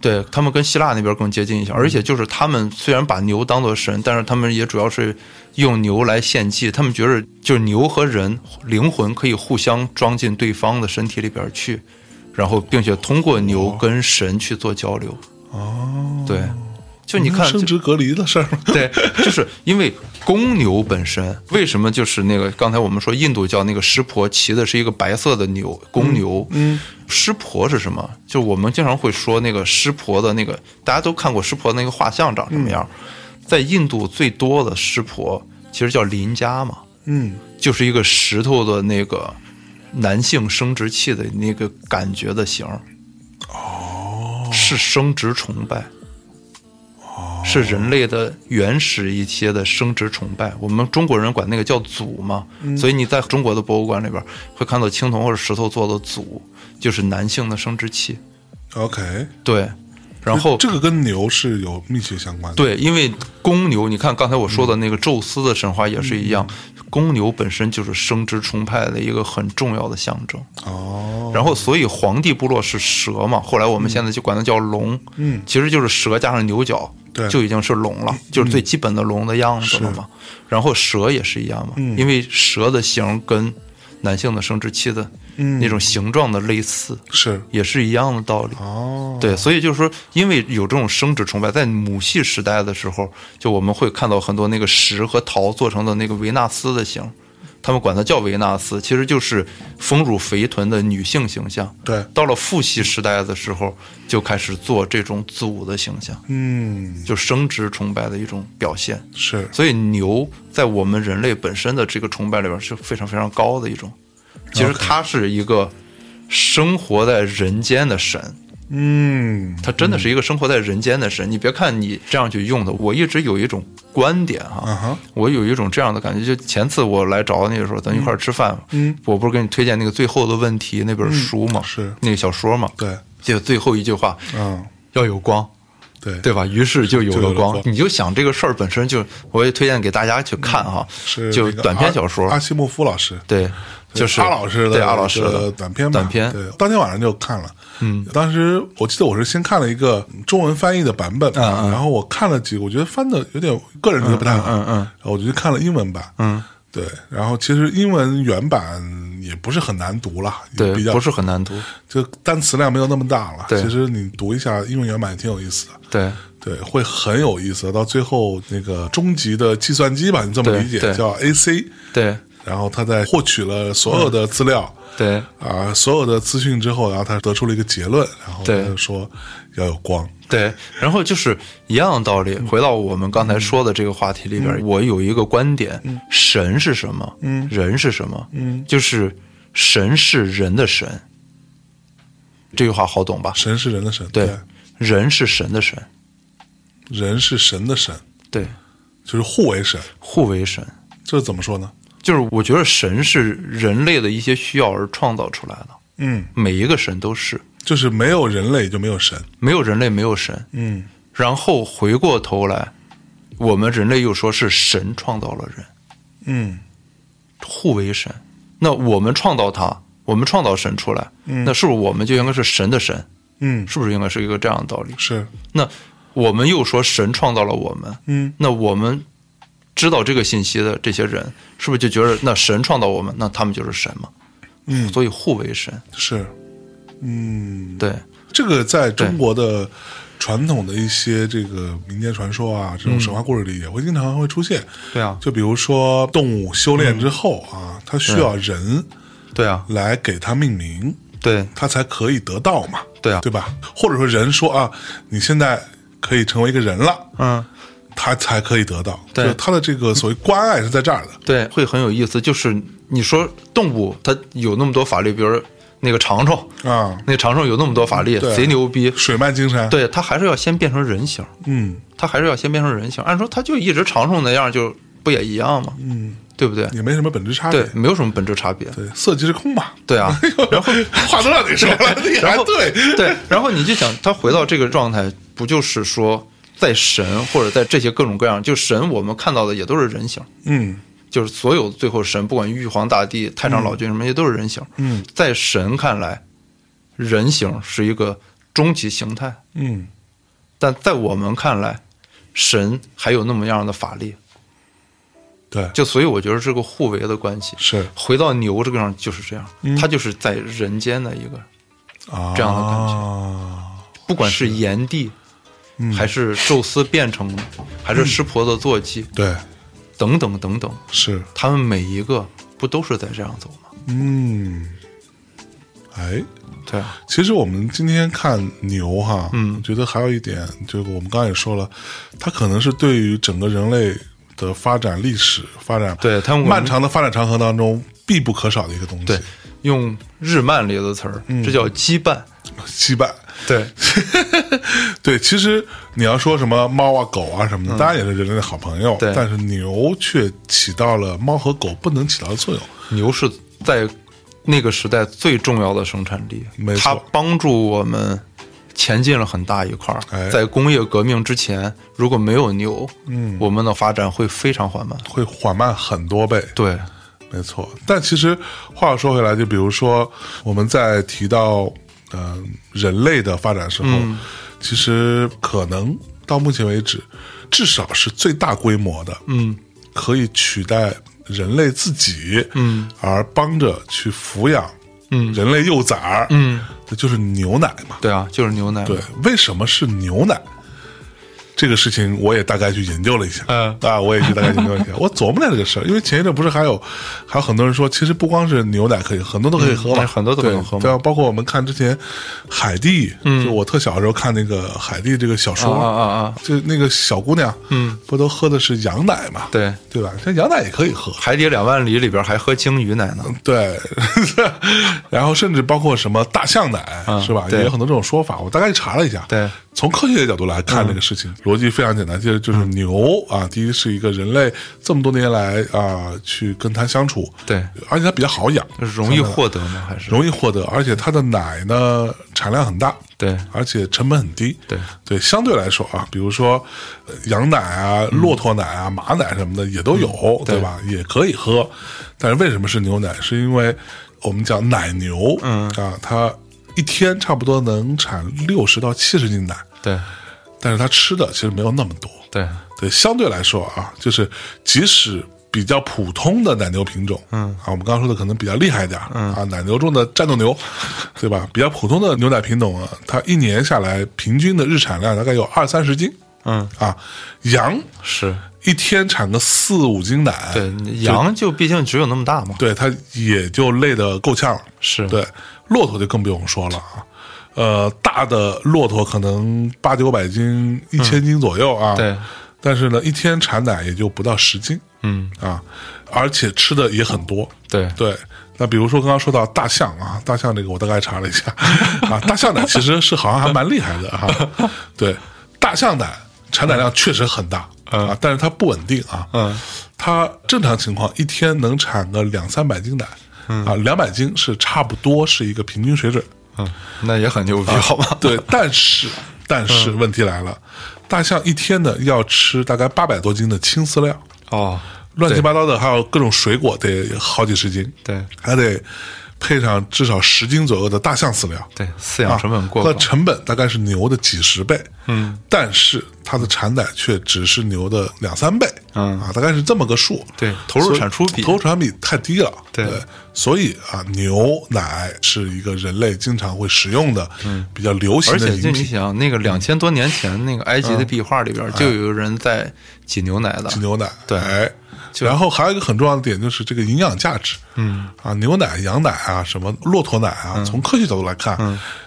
B: 对他们跟希腊那边更接近一些，嗯而且就是他们虽然把牛当做神，但是他们也主要是用牛来献祭，他们觉得就是牛和人灵魂可以互相装进对方的身体里边去，然后并且通过牛跟神去做交流。
A: 哦，
B: 对，就你看，
A: 生殖嗯隔离的事儿吗，
B: 对，就是因为公牛本身为什么就是那个刚才我们说印度教那个湿婆骑的是一个白色的牛公牛，嗯，湿婆是什么？就我们经常会说那个湿婆的那个，大家都看过湿婆那个画像长什么样，在印度最多的湿婆其实叫林家嘛，
A: 嗯，
B: 就是一个石头的那个男性生殖器的那个感觉的形儿。哦，是生殖崇拜。哦，是人类的原始一些的生殖崇拜。我们中国人管那个叫祖嘛，所以你在中国的博物馆里边会看到青铜或者石头做的祖，就是男性的生殖器。
A: OK，
B: 对，然后
A: 这个跟牛是有密切相关的。，
B: 对，因为公牛，你看刚才我说的那个宙斯的神话也是一样，
A: 嗯
B: 公牛本身就是生殖崇拜的一个很重要的象征。
A: 哦，
B: 然后，所以皇帝部落是蛇嘛，后来我们现在就管它叫龙，
A: 嗯
B: 其实就是蛇加上牛角，
A: 对嗯
B: 就已经是龙了，就是最基本的龙的样子了嘛。然后蛇也是一样嘛，
A: 嗯
B: 因为蛇的形跟男性的生殖器的
A: 嗯
B: 那种形状的类似，
A: 是
B: 也是一样的道理。
A: 哦，
B: 对，所以就是说，因为有这种生殖崇拜，在母系时代的时候，就我们会看到很多那个石和陶做成的那个维纳斯的形，他们管它叫维纳斯，其实就是丰乳肥臀的女性形象。
A: 对
B: 到了父系时代的时候，就开始做这种祖的形象，
A: 嗯，
B: 就生殖崇拜的一种表现。
A: 是
B: 所以牛在我们人类本身的这个崇拜里边是非常非常高的一种，其实它是一个生活在人间的神。
A: 嗯
B: 它真的是一个生活在人间的神。你别看你这样去用的，我一直有一种观点哈、
A: 嗯哼
B: 我有一种这样的感觉。就前次我来找你的时候，咱一块儿吃饭，嗯，我不是给你推荐那个《最后的问题》那本书嘛，
A: 嗯是
B: 那个小说嘛，
A: 对，
B: 就最后一句话，
A: 嗯
B: 要有光。
A: 对
B: 对吧？于是就有
A: 就有
B: 了
A: 了
B: 光
A: 光。
B: 你就想这个事儿本身就，我也推荐给大家去看哈、
A: 嗯是
B: 就
A: 那个
B: 短篇小说
A: 阿阿西莫夫老师，
B: 对，
A: 对
B: 就是
A: 阿老师的
B: 对阿老师
A: 那
B: 的
A: 个短篇吧
B: 短篇，
A: 对，当天晚上就看了。嗯，当时我记得我是先看了一个中文翻译的版本，
B: 嗯
A: 然后我看了几个，我觉得翻的有点个人觉得不太好，
B: 嗯嗯嗯
A: 然后我就去看了英文版，嗯，对，然后其实英文原版也不是很难读了，也
B: 对
A: 比，较
B: 不是很难读，
A: 就单词量没有那么大了，
B: 对
A: 其实你读一下英文原版也挺有意思的，
B: 对。
A: 对，会很有意思。到最后那个终极的计算机吧，你这么
B: 对
A: 理解
B: 对
A: 叫 AC，
B: 对
A: 然后他在获取了所有的资料。
B: 对
A: 啊，所有的资讯之后，然后他得出了一个结论，然后他
B: 对
A: 就说要有光，
B: 对，然后就是一样的道理，回到我们刚才说的这个话题里边，我有一个观点：神是什么？嗯，人是什么？嗯，就是神是人的神。这句话好懂吧？
A: 神是人的神，
B: 对，人是神的神，
A: 人是神的神，
B: 对，
A: 就是互为神，
B: 互为神。
A: 这怎么说呢？
B: 就是我觉得神是人类的一些需要而创造出来的，
A: 嗯，
B: 每一个神都是，
A: 就是没有人类就没有神，
B: 没有人类没有神。
A: 嗯，
B: 然后回过头来，我们人类又说是神创造了人。
A: 嗯，
B: 互为神。那我们创造它，我们创造神出来，那是不是我们就应该是神的神？
A: 嗯，
B: 是不是应该是一个这样的道理？
A: 是，
B: 那我们又说神创造了我们，
A: 嗯，
B: 那我们知道这个信息的这些人，是不是就觉得那神创造我们，那他们就是神嘛？
A: 嗯
B: 所以互为神。
A: 是，嗯，
B: 对，
A: 这个在中国的传统的一些这个民间传说啊，这
B: 嗯
A: 种神话故事里也会经常会出现。
B: 对啊
A: 就比如说动物修
B: 嗯
A: 炼之后啊，它需要人
B: 对啊，
A: 来给它命名，
B: 对
A: 它才可以得到嘛，
B: 对啊
A: 对吧？或者说人说啊，你现在可以成为一个人了，
B: 嗯，
A: 它才可以得到。
B: 对
A: 就它的这个所谓关爱是在这儿的。
B: 对，会很有意思。就是你说动物它有那么多法律，比如说那个长虫，
A: 啊，
B: 那个长虫有那么多法律，
A: 对
B: 贼牛逼。
A: 水漫金山，，
B: 对，它还是要先变成人形。
A: 嗯，
B: 他还是要先变成人形。按说他就一直长虫那样，就不也一样吗？嗯，对不对？
A: 也没什么本质差别
B: 对，，没有什么本质差别。
A: 对，色即是空嘛， 哎
B: 对啊，然后
A: 话都让你说 了，你
B: 然
A: 还
B: 后
A: 对，
B: 对，然后你就想，他回到这个状态，不就是说，在神或者在这些各种各样，就神我们看到的也都是人形，
A: 嗯。
B: 就是所有最后神，不管玉皇大帝、太上老君什么，也都是人形。
A: 嗯，
B: 在神看来，人形是一个终极形态，
A: 嗯
B: 但在我们看来，神还有那么样的法力。，
A: 对，
B: 就所以我觉得是个互为的关系。
A: 是
B: 回到牛这个上就是这样，它就是在人间的一个，
A: 啊
B: 这样的感觉
A: 觉。
B: 不管是嗯炎帝，还是宙斯变成的，还是湿婆的坐骑，
A: 对，
B: 等等等等，
A: 是，
B: 他们每一个不都是在这样走吗？
A: 嗯，哎，
B: 对啊，
A: 其实我们今天看牛哈，嗯，我觉得还有一点，就是我们刚才也说了，它可能是对于整个人类的发展历史、发展
B: 对它我们
A: 漫长的发展长河当中必不可少的一个东西，
B: 对，用日漫里的词儿，这叫羁绊。
A: 羁绊。
B: 对，
A: 对，其实你要说什么猫啊、狗啊什么的，当然也是人类的好朋友，
B: 嗯对
A: 但是牛却起到了猫和狗不能起到的作用。
B: 牛是在那个时代最重要的生产力
A: 没，错
B: 它帮助我们前进了很大一块儿。
A: 哎
B: 在工业革命之前，如果没有牛，嗯，我们的发展会非常缓慢。
A: 会缓慢很多倍，
B: 对，
A: 没错。但其实话说回来，就比如说我们在提到呃人类的发展的时候，其实可能到目前为止，至少是最大规模的，嗯，可以取代人类自己，嗯，而帮着去抚养，嗯，人类幼崽儿，嗯，这就是牛奶嘛。
B: 对啊，就是牛奶。
A: 对，为什么是牛奶？这个事情我也大概去研究了一下，
C: 嗯
A: 啊，我也去大概研究了一 下，我琢磨了这个事儿，因为前一阵不是还有还有很多人说，其实不光是牛奶可以，很多都可以喝嘛，
B: 嗯很多都可以喝嘛嗯
A: 对，对啊包括我们看之前海蒂，就我特小的时候看那个海蒂这个小说，
B: 啊啊啊，
A: 就那个小姑娘，嗯，不都喝的是羊奶嘛，
B: 对，
A: 对吧？像羊奶也可以喝，
B: 《海底两万里》里边还喝鲸鱼奶呢，
A: 对， 然后甚至包括什么大象奶、是吧？
B: 嗯对
A: 也有很多这种说法。我大概查了一下，
B: 对，嗯
A: 从科学的角度来看这个事情，逻辑非常简单，就是就是牛啊，第一是一个人类这么多年来啊去跟它相处，
B: 对，
A: 而且它比较好养，
B: 容
A: 相对
B: 易
A: 来
B: 获得吗？还是
A: 容易获得，而且它的奶呢产量很大，
B: 对
A: 而且成本很低，
B: 对
A: 对，相对来说啊，比如说呃羊奶啊、骆驼奶啊、马奶什么的也都有，对
B: 对
A: 吧？也可以喝，但是为什么是牛奶？是因为我们讲奶牛，嗯啊，它一天差不多能产六十到七十斤奶，
B: 对
A: 但是它吃的其实没有那么多，
B: 对
A: 对，相对来说啊，就是即使比较普通的奶牛品种，嗯啊，我们刚刚说的可能比较厉害一点，嗯啊，奶牛中的战斗牛，对吧？比较普通的牛奶品种啊，它一年下来平均的日产量大概有二三十斤，
B: 嗯
A: 啊，羊
B: 是，
A: 一天产个四五斤奶，
B: 哎对羊就毕竟只有那么大嘛，
A: 对，它也就累得够呛了，
B: 是
A: 对，骆驼就更不用说了啊。呃，大的骆驼可能八九百斤、一千斤左右啊。
B: 嗯对。
A: 但是呢，一天产奶也就不到十斤。
B: 嗯，
A: 啊，而且吃的也很多。
B: 对
A: 对，那比如说刚刚说到大象啊，大象这个我大概查了一下啊，大象奶其实是好像还蛮厉害的哈、对，大象奶产奶量确实很大、啊，但是它不稳定啊。
B: 嗯，
A: 它正常情况一天能产个两三百斤奶。啊，两百斤是差不多是一个平均水准，
B: 嗯，那也很牛逼， 好吧？嗯
A: 对，但 是但是问题来了，大象一天呢要吃大概八百多斤的青饲料，
B: 哦，
A: 乱七八糟的，还有各种水果得好几十斤，
B: 对
A: 还得配上至少十斤左右的大象饲料，
B: 对，饲养成本过
A: 啊
B: 高
A: 那，成本大概是牛的几十倍，嗯，但是它的产奶却只是牛的两三倍，
B: 嗯
A: 啊，大概是这么个数，
B: 对投入
A: 所以
B: 产出比
A: 投入产比太低了，
B: 对
A: 所以啊，牛奶是一个人类经常会使用的，嗯，比较流行
B: 而
A: 的嗯
B: 且就
A: 饮
B: 你
A: 品，
B: 想，那个两千多年前那个埃及的壁画里边，就有人在挤牛奶的，
A: 牛奶，
B: 对
A: 哎然后还有一个很重要的点就是这个营养价值，嗯啊，牛奶、羊奶啊，什么骆驼奶
B: 嗯
A: 啊，从科学角度来看，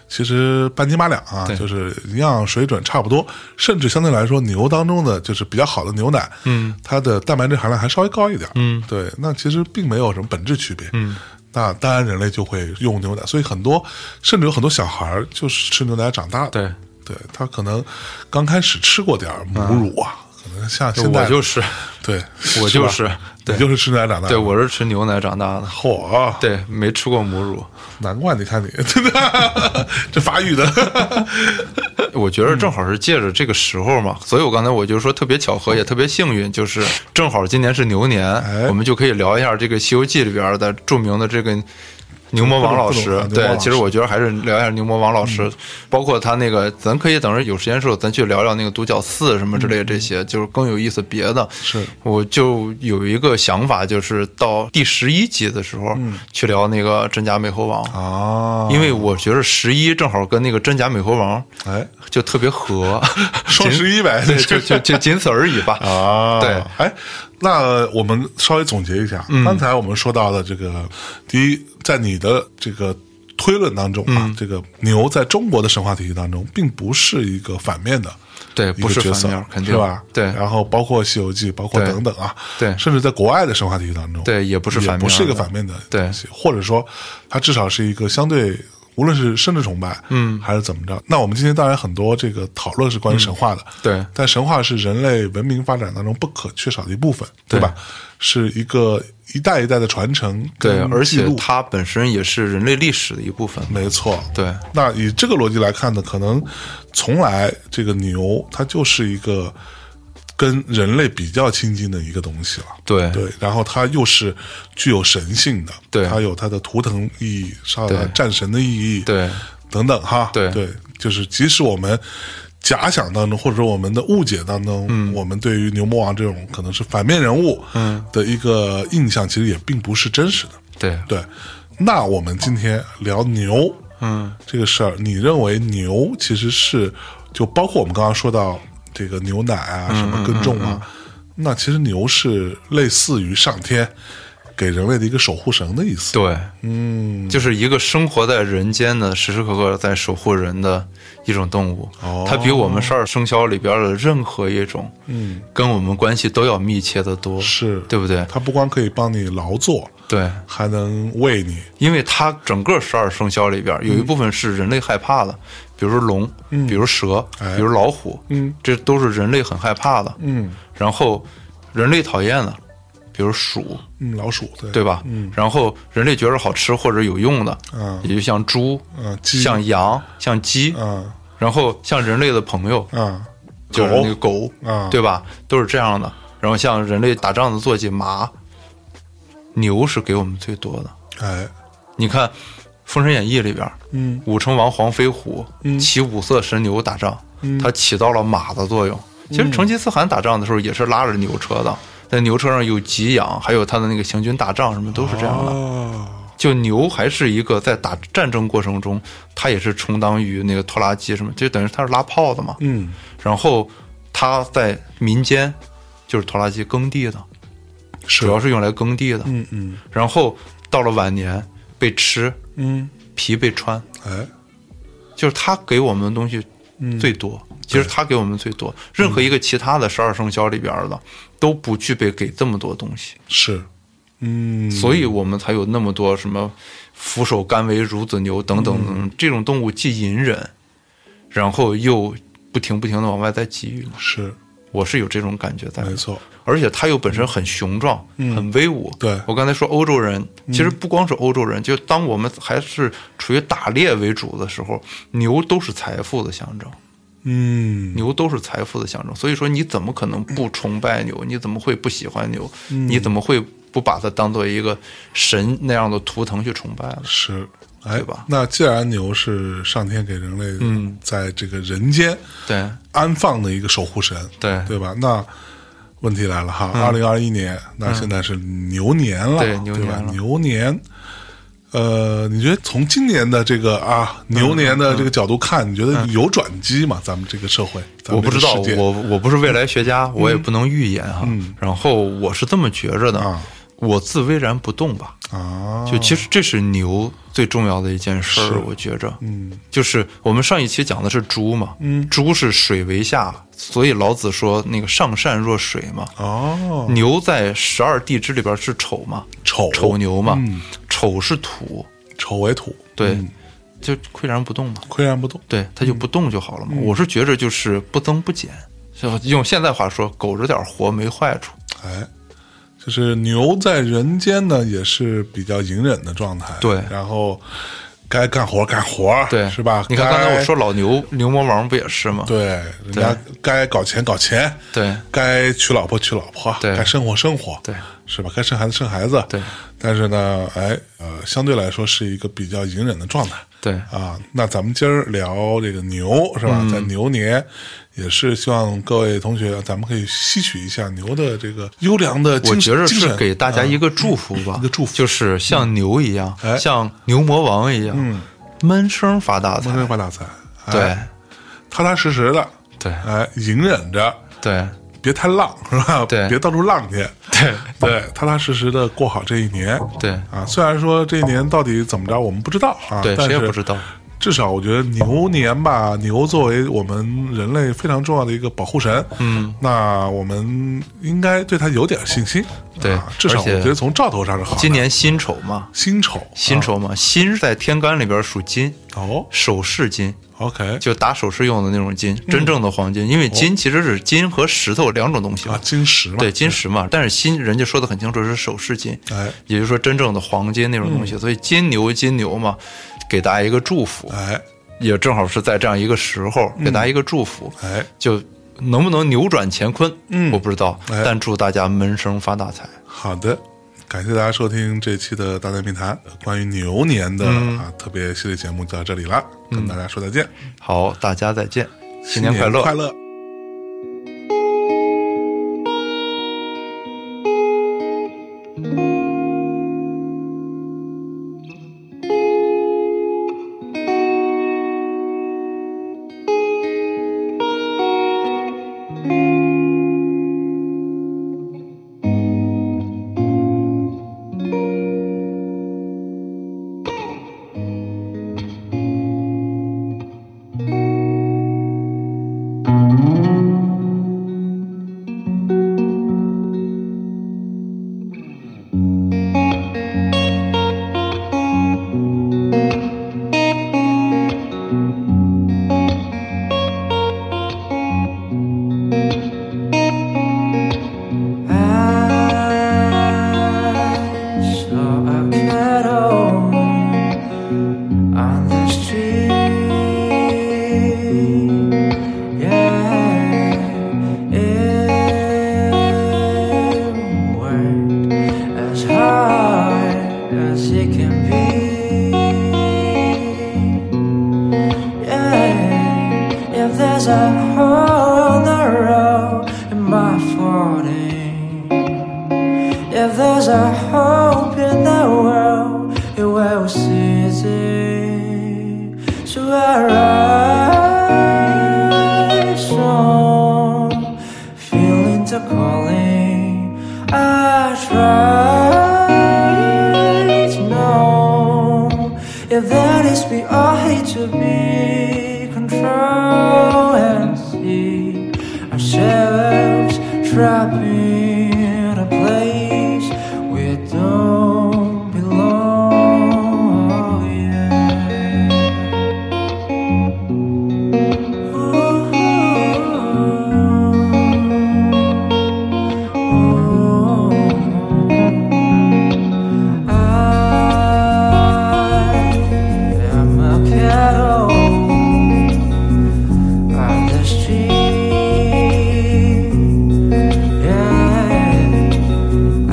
A: 其实半斤八两啊，就是营养水准差不多，甚至相对来说，牛当中的就是比较好的牛奶，嗯，它的蛋白质含量还稍微高一点，嗯，对，那其实并没有什么本质区别，嗯。那当然，人类就会用牛奶，所以很多，甚至有很多小孩儿就是吃牛奶长大的。
B: 对，
A: 对他可能刚开始吃过点儿母乳啊，可能像现在啊
B: 我嗯就是，
A: 对，是
B: 我就
A: 吧
B: 是对
A: 你就是吃奶长大的，
B: 对我是吃牛奶长大的，
A: 嚯，
B: 对，没吃过母乳。
A: 难怪你 看你真的 这发育的，
B: 我觉得正好是借着这个时候
A: 嗯
B: 嘛，所以我刚才我就说特别巧合，也特别幸运， 就是正好今年是牛年，
A: 哎
B: 我们就可以聊一下这个《西游记》里边的著名的这个牛魔王老
A: 各
B: 师
A: 种。各种牛魔
B: 对
A: 王，嗯
B: 其实我觉得还是聊一下牛魔王老师，包括他那个，咱可以等着有时间的时候，咱去聊聊那个独角寺什么之类的这些，就是更有意思别的。
A: 嗯是
B: 我就有一个想法，就是到第十一集的时候、
A: 嗯
B: 去聊那个真假美猴王。
A: 啊
B: 因为我觉得十一正好跟那个真假美猴王
A: 哎，
B: 就特别合，
A: 双十一呗，
B: 对，就 就就仅此而已吧。
A: 啊，
B: 对，嗯
A: 哎，那我们稍微总结一下，刚才我们说到的这个，第一，在你的这个。推论当中
B: 嗯
A: 啊，这个牛在中国的神话体系当中，并不是一个反面的
B: 对，
A: 一
B: 呃不
A: 个
B: 是
A: 角
B: 反
A: 色，
B: 面，肯定
A: 是吧？啊
B: 对，
A: 然后包括《西游记》，包括
B: 对
A: 等等啊，
B: 对
A: 甚至在国外的神话体系当中，
B: 对也不是反面
A: 不是一个
B: 的
A: 反面的
B: 对
A: 东西，或者说它至少是一个相对。无论是生殖崇拜，嗯，还是怎么着，那我们今天当然很多这个讨论是关于神话的，
B: 嗯对
A: 但神话是人类文明发展当中不可缺少的一部分，对吧？是一个一代一代的传承
B: 对，
A: 跟嗯
B: 而
A: 记
B: 且
A: 录
B: 它本身也是人类历史的一部分。
A: 没错，
B: 对，
A: 那以这个逻辑来看呢，可能从来这个牛它就是一个跟人类比较亲近的一个东西了。
B: 对
A: 对，然后它又是具有神性的，
B: 对
A: 它有它的图腾意义，它有它
B: 对
A: 战神的意义，
B: 对，
A: 等等哈，
B: 对
A: 对，就是即使我们假想当中，或者说我们的误解当中，
B: 嗯
A: 我们对于牛魔王这种可能是反面人物，嗯，的一个印象，其实也并不是真实的，
B: 对，
A: 对，那我们今天聊牛，嗯，这个事儿，你认为牛其实是就包括我们刚刚说到这个牛奶啊，
B: 嗯
A: 什么耕种啊，那其实牛是类似于上天给人类的一个守护神的意思。
B: 对，嗯，就是一个生活在人间的、时时刻刻在守护人的一种动物。
A: 哦
B: 它比我们十二生肖里边的任何一种，
A: 嗯，
B: 跟我们关系都要密切的多，
A: 是
B: 对不对？
A: 它不光可以帮你劳作，
B: 对，
A: 还能喂你。
B: 因为它整个十二生肖里边有一部分是人类害怕的，比如说龙，比如蛇，
A: 哎
B: 比如老虎，
A: 嗯，
B: 这都是人类很害怕的。
A: 嗯
B: 然后人类讨厌的，比如鼠，
A: 嗯，老鼠对
B: 对吧？嗯。然后人类觉得好吃或者有用的，
A: 嗯
B: 也就像猪，
A: 嗯鸡
B: 像羊，像鸡，
A: 啊
B: 然后像人类的朋友，
A: 啊，
B: 就是那个狗，
A: 啊
B: 对吧？都是这样的。然后像人类打仗的坐骑马，牛是给我们最多的。
A: 哎，
B: 你看《封神演义》里边，
A: 嗯
B: 武成王黄飞虎、
A: 嗯
B: 骑五色神牛打仗，
A: 嗯
B: 它起到了马的作用。其实成吉思汗打仗的时候也是拉着牛车的，在牛车上有给养，还有他的那个行军打仗什么都是这样的。
A: 哦，
B: 就牛还是一个在打战争过程中，它也是充当于那个拖拉机什么，就等于它是拉炮的嘛。
A: 嗯，
B: 然后它在民间就是拖拉机耕地的，
A: 是
B: 主要是用来耕地的。
A: 嗯嗯
B: 然后到了晚年被吃
A: 嗯，
B: 皮被穿，
A: 哎，
B: 就是他给我们的东西
A: 嗯
B: 最多。其实他给我们最多，任何一个其他的十二生肖里边的、都不具备给这么多东西，
A: 是，嗯，
B: 所以我们才有那么多什么俯首甘为孺子牛等等、
A: 嗯
B: 这种动物，既隐忍，然后又不停不停的往外在给予嘛。
A: 是
B: 我是有这种感觉在的，
A: 没错，
B: 而且它又本身很雄壮、很威武。
A: 嗯对嗯
B: 我刚才说欧洲人，其实不光是欧洲人，就当我们还是处于打猎为主的时候，牛都是财富的象征，
A: 嗯，
B: 牛都是财富的象征。所以说，你怎么可能不崇拜牛？你怎么会不喜欢牛？你
A: 嗯
B: 怎么会不把它当做一个神那样的图腾去崇拜呢？
A: 是。哎
B: 对吧嗯
A: 那既然牛是上天给人类在这个人间
B: 对
A: 安放的一个守护神，
B: 对嗯
A: 对吧？那问题来了哈，二零二一年，那现在是牛年了，
B: 对牛
A: 对
B: 年
A: 吧？
B: 了
A: 牛年，呃，你觉得从今年的这个啊牛年的这个角度看，你觉得有转机吗？咱们这个社会，咱
B: 嗯我
A: 们
B: 不
A: 这
B: 知
A: 个
B: 道，
A: 世界嗯
B: 我我不是未来学家，我也不能预言哈。然后我是这么觉着的，
A: 啊
B: 我自巍然不动吧。
A: 啊，
B: 就其实这是牛最重要的一件事儿，我觉着，嗯，就是我们上一期讲的是猪嘛，嗯，猪是水为下，所以老子说那个上善若水嘛，
A: 哦，
B: 牛在十二地支里边是丑嘛，
A: 丑
B: 丑嗯牛嘛，丑是土，
A: 丑为土，嗯
B: 对，就岿然不动嘛，
A: 岿然不动，
B: 对，它就不动就好了嘛。我是觉着就是不增不减，就用现在话说，苟着点活没坏处，
A: 哎。就是牛在人间呢，也是比较隐忍的状态。
B: 对
A: 然后该干活干活，
B: 对，
A: 是吧？
B: 你看刚才
A: 该
B: 我说老牛牛魔王不也是吗？
A: 对，人家该搞钱搞钱，
B: 对
A: 该娶老婆娶老婆，
B: 对
A: 该生活生活，
B: 对，
A: 是吧？该生孩子生孩子，
B: 对。
A: 但是呢，哎，呃，相对来说是一个比较隐忍的状态，
B: 对
A: 啊。那咱们今儿聊这个牛，是吧？
B: 嗯
A: 在牛年，也是希望各位同学，咱们可以吸取一下牛的这个优良的精
B: 我觉着
A: 精
B: 是
A: 神嗯
B: 给大家一个祝福吧，
A: 一个祝福
B: 就是像牛一样，
A: 哎
B: 像牛魔王一样，闷声发大财
A: 蒙。面发大财，哎
B: 对，
A: 踏踏实实的，
B: 对，
A: 哎，隐忍着。
B: 对，
A: 别太浪，是吧？
B: 对
A: 别到处浪去。
B: 对，
A: 对，踏踏实实的过好这一年。
B: 对，
A: 啊，虽然说这一年到底怎么着，我们不知道啊，
B: 对，
A: 但
B: 谁
A: 是
B: 也不知道。
A: 至少我觉得牛年吧，牛作为我们人类非常重要的一个保护神，嗯，那我们应该对它有点信心，
B: 对
A: 啊至少我
B: 而且
A: 觉得从兆头上是好的。
B: 今年辛丑嘛，
A: 辛丑，
B: 辛丑嘛，辛在天干里边属金，
A: 哦
B: 首饰金，
A: ，OK，
B: 就打首饰用的那种金，真正的黄金。因为金其实是金和石头两种东西
A: 啊
B: 嘛，，
A: 金石嘛，
B: 对，金石嘛。嗯啊但是金人家说的很清楚是首饰金，
A: 哎
B: 也就是说真正的黄金那种东西。所以金牛金牛嘛，给大家一个祝福。
A: 哎
B: 也正好是在这样一个时候，给大家一个祝福，
A: 哎，
B: 就能不能扭转乾坤，
A: 嗯
B: 我不知道，
A: 哎
B: 但祝大家闷声发大财。
A: 好的，感谢大家收听这期的大内密谈，关于牛年的、
B: 嗯
A: 啊特别系列节目就到这里了，跟大家说再见，
B: 好，大家再见，嗯新
A: 年
B: 年快乐！
A: 快乐。
C: they can be. Yeah, if there's a hole in the road, am I falling? If there's a hope in the world, it will seize it. So I write song, feeling the calling. I try to know if that is we all hate to be. Control and see ourselves trapped in a place we don't belong. Oh, oh, I am a cattle on the street. Yeah, I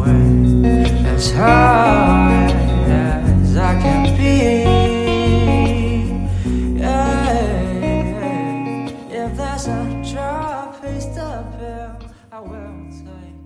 C: went as high as I can be. Yeah, if there's a job, face the bill, I will take.